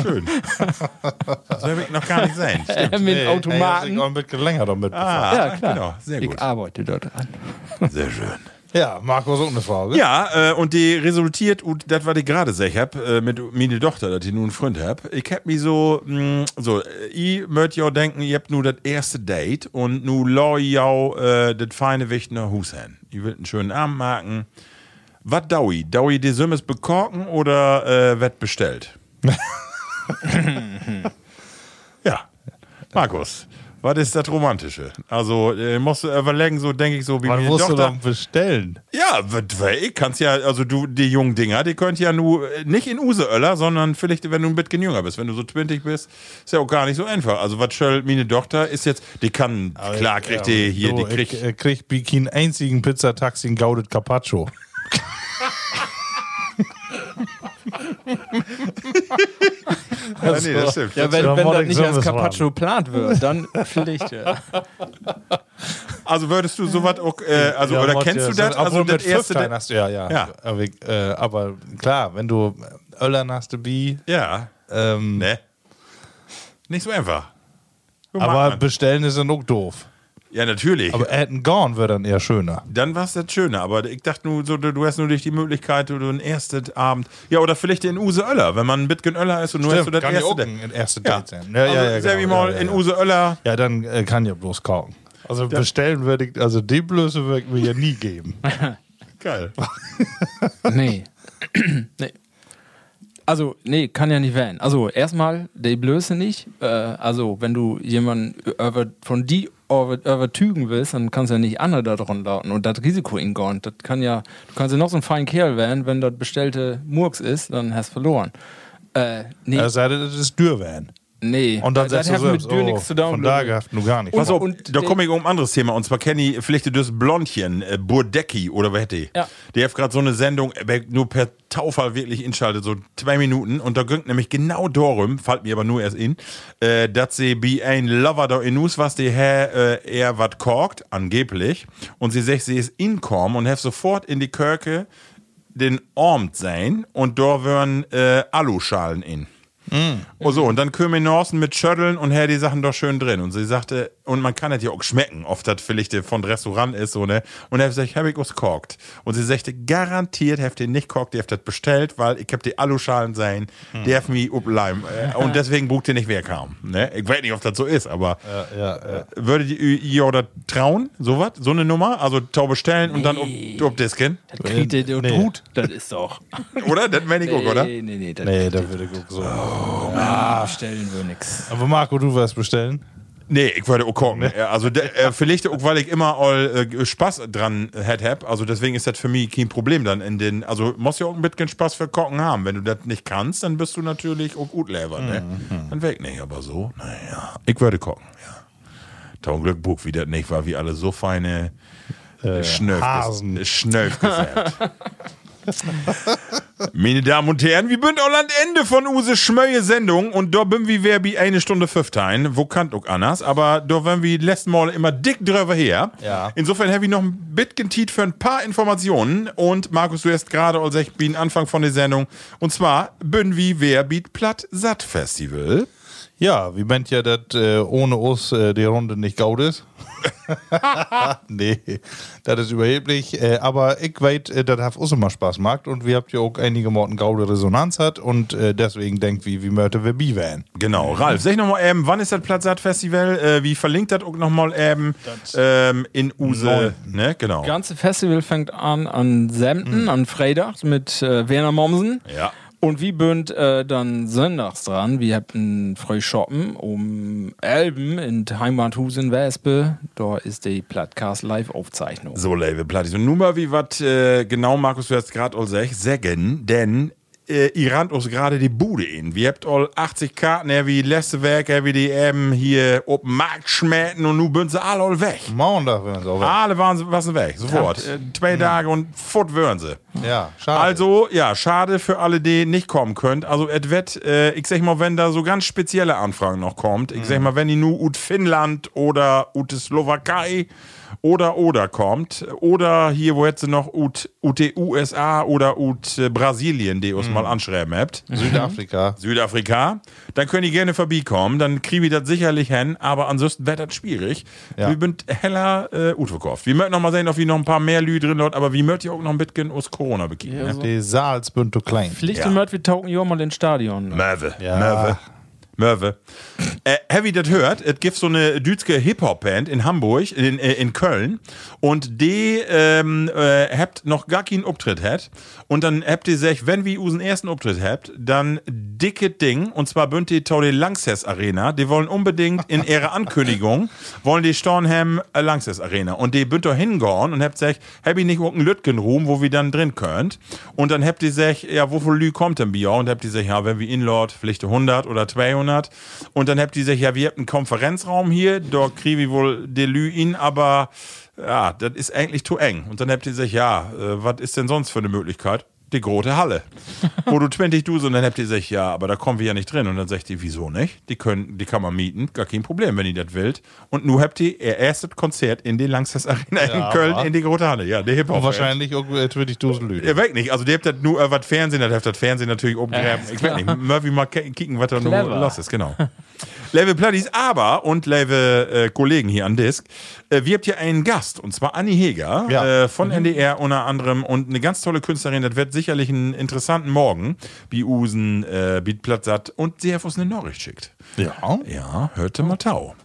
Speaker 2: schön. So habe ich noch gar nicht sein. Stimmt.
Speaker 4: mit
Speaker 3: Ey,
Speaker 4: Automaten.
Speaker 3: ey, das ist auch ein bisschen länger damit.
Speaker 2: Ah,
Speaker 4: ja, klar.
Speaker 2: Genau, sehr gut.
Speaker 4: Ich arbeite dort dran.
Speaker 2: Sehr schön.
Speaker 3: Ja, Marco, so eine Frage.
Speaker 2: Ja, äh, und die resultiert, und das, was ich gerade sag hab, äh, mit meine Tochter, dass ich nun einen Freund hab. Ich hab mich so, mh, so, äh, ich möcht ja denken, ihr habt nur das erste Date und nu lau ja äh, das feine Wicht nach Hus hin. Ihr wollt einen schönen Abend machen. Was daui? Daui die Sümmes bekorken oder äh, wett bestellt? ja. Markus, was ist das Romantische? Also, äh, musst du überlegen, so denke ich so, wie
Speaker 3: Man
Speaker 2: meine
Speaker 3: muss
Speaker 2: Tochter.
Speaker 3: doch bestellen.
Speaker 2: Ja, wat wei, ich kannst ja, also du, die jungen Dinger, die könnt ja nur äh, nicht in Useöller, sondern vielleicht, wenn du ein bisschen jünger bist. Wenn du so 20 bist, ist ja auch gar nicht so einfach. Also, was schöll meine Tochter ist jetzt, die kann,
Speaker 3: Ah,
Speaker 2: klar kriegt die hier, die kriegt.
Speaker 3: Ich, ich krieg Bikin einzigen Pizzataxi in Gaudet Carpaccio.
Speaker 2: Ja, nee, das stimmt.
Speaker 4: Ja,
Speaker 3: wenn- Also,
Speaker 4: wenn,
Speaker 3: Ja, wenn Modern
Speaker 4: wenn das nicht als
Speaker 3: Service
Speaker 4: Carpaccio
Speaker 3: Laden.
Speaker 4: geplant wird, dann vielleicht. Ja.
Speaker 2: Also, würdest du sowas auch, äh, also,
Speaker 3: Ja,
Speaker 2: oder
Speaker 3: Mott,
Speaker 2: kennst
Speaker 3: ja,
Speaker 2: du
Speaker 3: so-
Speaker 2: das? Also,
Speaker 3: obwohl mit
Speaker 2: das erste.
Speaker 3: Fünftein hast du, ja, ja.
Speaker 2: Ja.
Speaker 3: Aber, ich- äh, aber klar, wenn du äh, Öllern hast, du Bi.
Speaker 2: ja,
Speaker 3: Ähm,
Speaker 2: ne? Nicht so einfach. So mag
Speaker 3: aber
Speaker 2: man.
Speaker 3: bestellen ist dann auch doof.
Speaker 2: Ja, natürlich.
Speaker 3: Aber Ed and Gone wäre dann eher schöner.
Speaker 2: dann war es das Schöne. Aber ich dachte nur, so, du, du hast nur nicht die Möglichkeit, du, du einen ersten Abend. Ja, oder vielleicht in Use Oeller, wenn man ein Bitgen Oeller ist und nur hast du das
Speaker 3: kann ja
Speaker 2: erste.
Speaker 3: auch
Speaker 2: Date.
Speaker 3: ein erste
Speaker 2: Ja,
Speaker 3: Date sein.
Speaker 2: ja, ja,
Speaker 3: ja,
Speaker 2: also, sag ich
Speaker 3: genau,
Speaker 2: mal,
Speaker 3: ja, ja,
Speaker 2: in
Speaker 3: ja.
Speaker 2: Use Oeller.
Speaker 3: Ja, dann äh, kann ja bloß kaum. Also bestellen würde ich, also die Blöße würde ich mir ja nie geben.
Speaker 2: Geil.
Speaker 4: Nee. nee. Also, nee, kann ja nicht werden. Also, erstmal, die Blöße nicht. Äh, also, wenn du jemanden über, von die über- übertügen willst, dann kannst du ja nicht andere daran lauten und das Risiko ingehen. Das kann ja, du kannst ja noch so ein feiner Kerl werden, wenn das bestellte Murks ist, dann hast du verloren. Äh, nee,
Speaker 3: Es sei denn, das ist Dürrwan.
Speaker 4: nee.
Speaker 3: Also, Und dann
Speaker 4: das
Speaker 3: sagst du
Speaker 4: hat
Speaker 3: so,
Speaker 4: mit Dürr nichts zu tun,
Speaker 3: von da
Speaker 4: Blöde.
Speaker 3: gehabt, nur gar nicht.
Speaker 2: Pass auf,
Speaker 4: und
Speaker 2: da
Speaker 4: der-
Speaker 2: komme ich um ein anderes Thema. Und zwar Kenny, vielleicht das Blondchen, äh, Burdecki oder wer hätte ich?
Speaker 4: Ja.
Speaker 2: Der hat gerade so eine Sendung, äh, wer nur per Taufall wirklich inschaltet, so zwei Minuten. Und da gönnt nämlich genau darum, fällt mir aber nur erst in, äh, dass sie be ein Lover da in News, was die Herr äh, er wat korkt, angeblich. Und sie sagt, sie ist inkommen und hat sofort in die Kirche den Ormt sein und da wären äh, Aluschalen in. Oh so, und dann Kömi Norsen mit Schötteln und her die Sachen doch schön drin. Und sie sagte, und man kann das ja auch schmecken, oft das vielleicht von Restaurant ist, so, ne? Und er sagt, hab ich was korkt. Und sie sagte, garantiert habt ihr nicht korkt, ihr habt das bestellt, weil ich hab die Aluschalen sein, die haben mich upleim. Äh, und deswegen bucht ihr nicht wer kam, ne? Ich weiß nicht, ob das so ist, aber äh, würdet ihr ihr das trauen, sowas, so eine Nummer? Also taube bestellen und dann ob, ob Disken,
Speaker 4: Das kriegt ihr doch
Speaker 3: Nee.
Speaker 4: gut. Das ist doch.
Speaker 2: oder? Das meine ich auch, oder?
Speaker 4: Nee, nee, nee. Das
Speaker 3: Nee, da würde ich auch so.
Speaker 4: bestellen wir nichts.
Speaker 3: Aber Marco, du wirst bestellen.
Speaker 2: Nee, ich würde auch gucken. Also de, äh, vielleicht auch, weil ich immer all äh, Spaß dran hätte hab. Also deswegen ist das für mich kein Problem dann in den. Also musst ja auch ein bisschen Spaß für Kochen haben. Wenn du das nicht kannst, dann bist du natürlich auch gut Lever, ne? Dann weg nicht, aber so, naja. Ich würde gucken, ja. Taun Glück Buch, wie das nicht war, wie alle so feine äh, Schnöf,
Speaker 3: Hasen.
Speaker 2: Schnöf gesagt. Meine Damen und Herren, wir bünd auch Land Ende von Use Schmöje Sendung und da bin wir wer bi eine Stunde fünftein, wo kannt auch anders, aber da wenn wir letzten Mal immer dick drüber her.
Speaker 3: Ja.
Speaker 2: Insofern habe ich noch ein bisschen Tiet für ein paar Informationen und Markus, du hast gerade also ich bin Anfang von der Sendung und zwar bünd wir wer biet platt satt Festival.
Speaker 3: Ja, wie meint ja, dass äh, ohne uns äh, die Runde nicht gaut ist? nee, das ist überheblich. Äh, aber ich weiß, äh, das hat uns immer Spaß gemacht und wir habt ja auch einige Morten gaude Resonanz hat und äh, deswegen denkt wie, wie möchte wir bi wären.
Speaker 2: Genau, Ralf, sag nochmal eben, wann ist das Platzart-Festival? Äh, wie verlinkt das auch nochmal eben ähm, in Use? Ne, genau.
Speaker 4: Das ganze Festival fängt an an Semten,
Speaker 3: Mhm.
Speaker 4: an Freitag mit äh, Werner Mommsen.
Speaker 2: Ja.
Speaker 4: Und wie bünd äh, dann sonntags dran? Wir hatten frei shoppen um Elben in Heimathusen Wespe. Da ist die Plattcast Live-Aufzeichnung.
Speaker 2: So, Label Plattis. Und nun mal, wie was äh, genau, Markus, du hast gerade all sech, sagen, denn äh, ihr rannt uns gerade die Bude in. Wir habt all 80 Karten, er wie letzte Werk, er wie die eben hier auf den Markt schmähten und nun bünden sie alle all weg.
Speaker 3: Montag, wenn es auch
Speaker 2: Alle waren sie, waren sie weg, sofort. Äh, zwei Tage und fort wären sie.
Speaker 3: Ja, schade.
Speaker 2: Also, ja, schade für alle, die nicht kommen könnt. Also, et wett, äh, ich sag mal, wenn da so ganz spezielle Anfragen noch kommt, ich
Speaker 3: Mhm.
Speaker 2: sag mal, wenn die nur ut Finnland oder ut Slowakei oder oder kommt, oder hier, wo hätte sie noch ut, ut die USA oder ut äh, Brasilien, die uns
Speaker 3: Mhm.
Speaker 2: mal anschreiben habt.
Speaker 3: Südafrika.
Speaker 2: Südafrika, dann könnt ihr gerne vorbeikommen, dann kriegen wir das sicherlich hin, aber ansonsten wäre das schwierig.
Speaker 3: Ja.
Speaker 2: Wir sind heller äh, ut verkauft. Wir möchten noch mal sehen, ob wir noch ein paar mehr Lü drin laut, aber wir möchten ja auch noch ein bisschen aus Corona bekriegen. ne?
Speaker 3: Die Salzbünd zu klein.
Speaker 4: Pflicht
Speaker 2: Ja.
Speaker 4: und Mörd, wir tauchen ja mal ins Stadion.
Speaker 2: Merve.
Speaker 3: Ja.
Speaker 2: Merve. Merve. Äh, Heavy das hört, es gibt so eine dütske Hip-Hop-Band in Hamburg, in, äh, in Köln. Und die ähm, äh, habt noch gar keinen Auftritt hat. Und dann habt ihr sich, wenn wir unseren ersten Auftritt habt, dann dicke Ding. Und zwar bünd die Tau die Lanxess Arena. Die wollen unbedingt in ihrer Ankündigung, wollen die Stornham äh, Lanxess Arena. Und die bünd da hingorn und habt sich, hab ich nicht irgendeinen Lütgen-Ruhm, wo wir dann drin könnt. Und dann habt ihr sich, ja, wovon Lü kommt denn Bier? Und habt ihr sich, ja, wenn wir Inlord, vielleicht 100 oder 200. Und dann habt ihr sich, ja, wir habt einen Konferenzraum hier, da kriegen wir wohl die Lü in, aber ja, das ist eigentlich zu eng. Und dann habt ihr sich, ja, äh, was ist denn sonst für eine Möglichkeit? die große Halle. wo du 20 Duse und dann habt ihr gesagt, ja, aber da kommen wir ja nicht drin. Und dann sagt ihr, wieso nicht? Die, können, die kann man mieten, gar kein Problem, wenn ihr das wollt. Und nun habt ihr ihr erstes Konzert in die Langsess Arena in
Speaker 3: Ja,
Speaker 2: Köln,
Speaker 3: aber-
Speaker 2: in die große Halle. Ja, der hip
Speaker 3: Und
Speaker 2: hop
Speaker 3: wahrscheinlich auch äh, 20.000 Leute.
Speaker 2: Ihr weg nicht. Also, die habt das nur, äh, was Fernsehen, das habt das Fernsehen natürlich umgraben.
Speaker 4: ist
Speaker 2: ich weiß nicht. Murphy mal ke- kicken, was da nur
Speaker 4: Clever.
Speaker 2: los ist, genau. Level Platties, aber und Level äh, Kollegen hier an Disk, äh, wir habt hier einen Gast und zwar Anni Heger
Speaker 3: Ja.
Speaker 2: äh, von NDR unter anderem und eine ganz tolle Künstlerin. Das wird sicherlich einen interessanten Morgen. Biusen, äh, Beatplatzat und sehr eine Nachricht schickt.
Speaker 3: Ja.
Speaker 2: Ja, hörte mal Tau.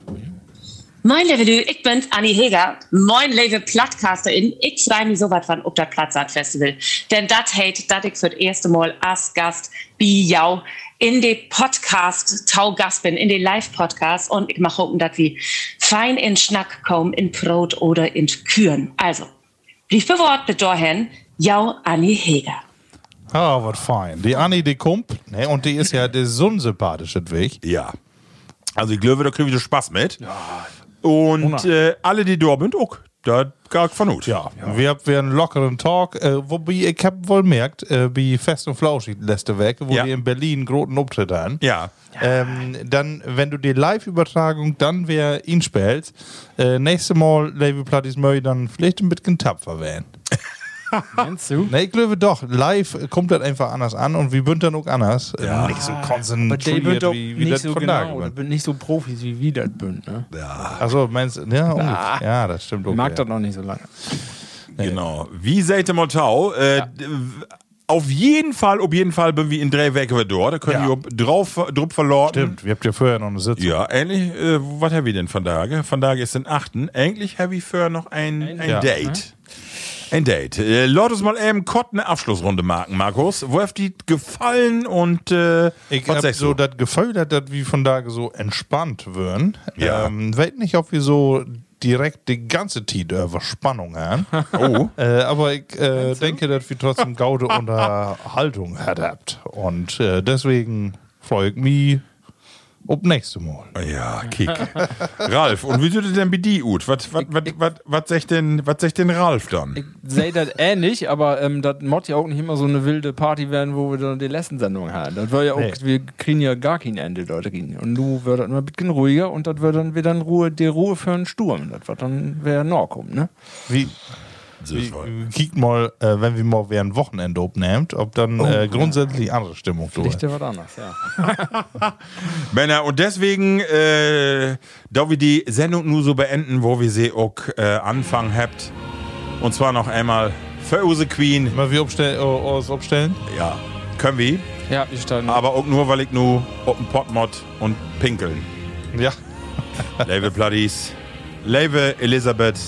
Speaker 7: Moin, Levelü, ich bin's, Anni Heger. Moin, Level Plattcasterin. Ich freue mich so wat von ob das Platzart Festival. Denn dat hate, dat ich für das erste Mal als Gast, wie jau, in de Podcast Tau Gast bin, in de Live-Podcast. Und ich mach hoffen, dat wie fein in Schnack kommen, in Brot oder in Küren. Also, blieb bewort mit dorthin, jau, Anni Heger.
Speaker 3: Ah, was fein. Die Anni, die kommt, ne, und die ist ja der so ein sympathischer Weg.
Speaker 2: Ja. Also ich glaube, da kriege ich Spaß mit. Und äh, alle, die da sind, auch. Da gar von Not.
Speaker 3: Ja, wir haben wir einen lockeren Talk, äh, wobei ich hab wohl merkt, äh, wie Fest und Flauschig letzte Woche, wo
Speaker 2: Ja.
Speaker 3: die in Berlin großen Auftritt hatten.
Speaker 2: Ja.
Speaker 3: Ähm, dann, wenn du die Live-Übertragung dann wer ihn spielst, äh, nächste Mal, Levi Plattis Murray, dann vielleicht ein bisschen tapfer werden.
Speaker 4: Meinst du?
Speaker 3: Ne, ich glaube doch, live kommt das einfach anders an und wir bünden dann auch anders. Äh, Nicht so
Speaker 4: Aber der wird
Speaker 3: konzentriert
Speaker 4: doch
Speaker 3: wie, wie
Speaker 4: nicht
Speaker 3: das
Speaker 4: so
Speaker 3: von
Speaker 4: genau,
Speaker 3: da
Speaker 4: oder nicht so Profis wie wir das bünd, ne?
Speaker 3: Achso, meinst du, ja, oh, ja, das stimmt. Okay.
Speaker 4: Ah. Mag das noch nicht so lange.
Speaker 2: Genau. Wie seht ihr Montau? Äh, d- w- Auf jeden Fall, auf jeden Fall bin wir in drei Wege wieder da. Da können
Speaker 3: Ja.
Speaker 2: wir drauf, drauf verloren.
Speaker 3: Stimmt, wir habt ja vorher noch eine Sitzung.
Speaker 2: Ja, ähnlich, äh, was haben wir denn von Tage? Von Tage ist den 8. Eigentlich habe ich für noch ein, ein,
Speaker 3: Ja. Mhm.
Speaker 2: Date. Ein Date. Äh, lass uns mal eben kurz eine Abschlussrunde marken, Markus. Wo habt ihr gefallen und äh,
Speaker 3: Ich
Speaker 2: was
Speaker 3: hab
Speaker 2: sagst
Speaker 3: so
Speaker 2: du?
Speaker 3: das Gefühl, dass das wie von da so entspannt würden.
Speaker 2: Ja.
Speaker 3: Ähm, weiß nicht, ob wir so direkt die ganze Zeit über Spannung haben.
Speaker 2: Oh.
Speaker 3: äh, aber ich äh, denke, dass wir trotzdem gaude Unterhaltung habt. Und äh, deswegen freue ich mich ob nächste Mal.
Speaker 2: Ja, kick. Ralf, und wie tut ihr denn bei dir gut? Was, was, was, was, was sagt denn, was sagt denn Ralf dann?
Speaker 4: Seht das ähnlich, aber ähm, das Mod ja auch nicht immer so eine wilde Party werden, wo wir dann die letzten Sendung haben. Das war ja auch,
Speaker 3: Nee.
Speaker 4: wir kriegen ja gar kein Ende, Leute. kriegen. Und du wird das immer ein bisschen ruhiger und das wird dann wieder in Ruhe, die Ruhe für einen Sturm. Das wird dann, wer noch kommt, ne?
Speaker 3: Wie, wie, kiek mal, äh, wenn wir mal während Wochenende abnehmt, ob dann
Speaker 2: Oh.
Speaker 3: äh, grundsätzlich andere Stimmung durch.
Speaker 4: Nicht der was anders, ja.
Speaker 2: Männer, und deswegen, äh, da wir die Sendung nur so beenden, wo wir sie auch äh, anfangen habt. Und zwar noch einmal für unsere Queen.
Speaker 3: Mal wir obstell, oh, oh, obstellen?
Speaker 2: Ja, können wir.
Speaker 4: Ja, ich stand.
Speaker 2: Aber auch nur, weil ich nur auf dem Potmod und pinkeln.
Speaker 3: Ja.
Speaker 2: Label Platties. Label Elisabeth.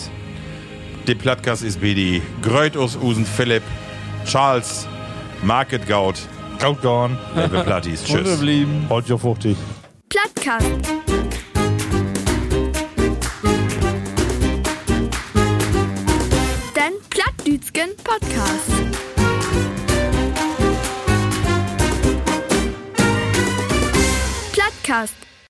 Speaker 2: Die Plattkas ist BD. Grötus Usen Philipp. Charles. Market Gaut.
Speaker 3: Kaut gone. Halt
Speaker 2: Label Platties. Tschüss.
Speaker 3: Unterblieben. Holt ja fruchtig.
Speaker 1: Plattkast. Den Plattdütschen Podcast. Plattkast.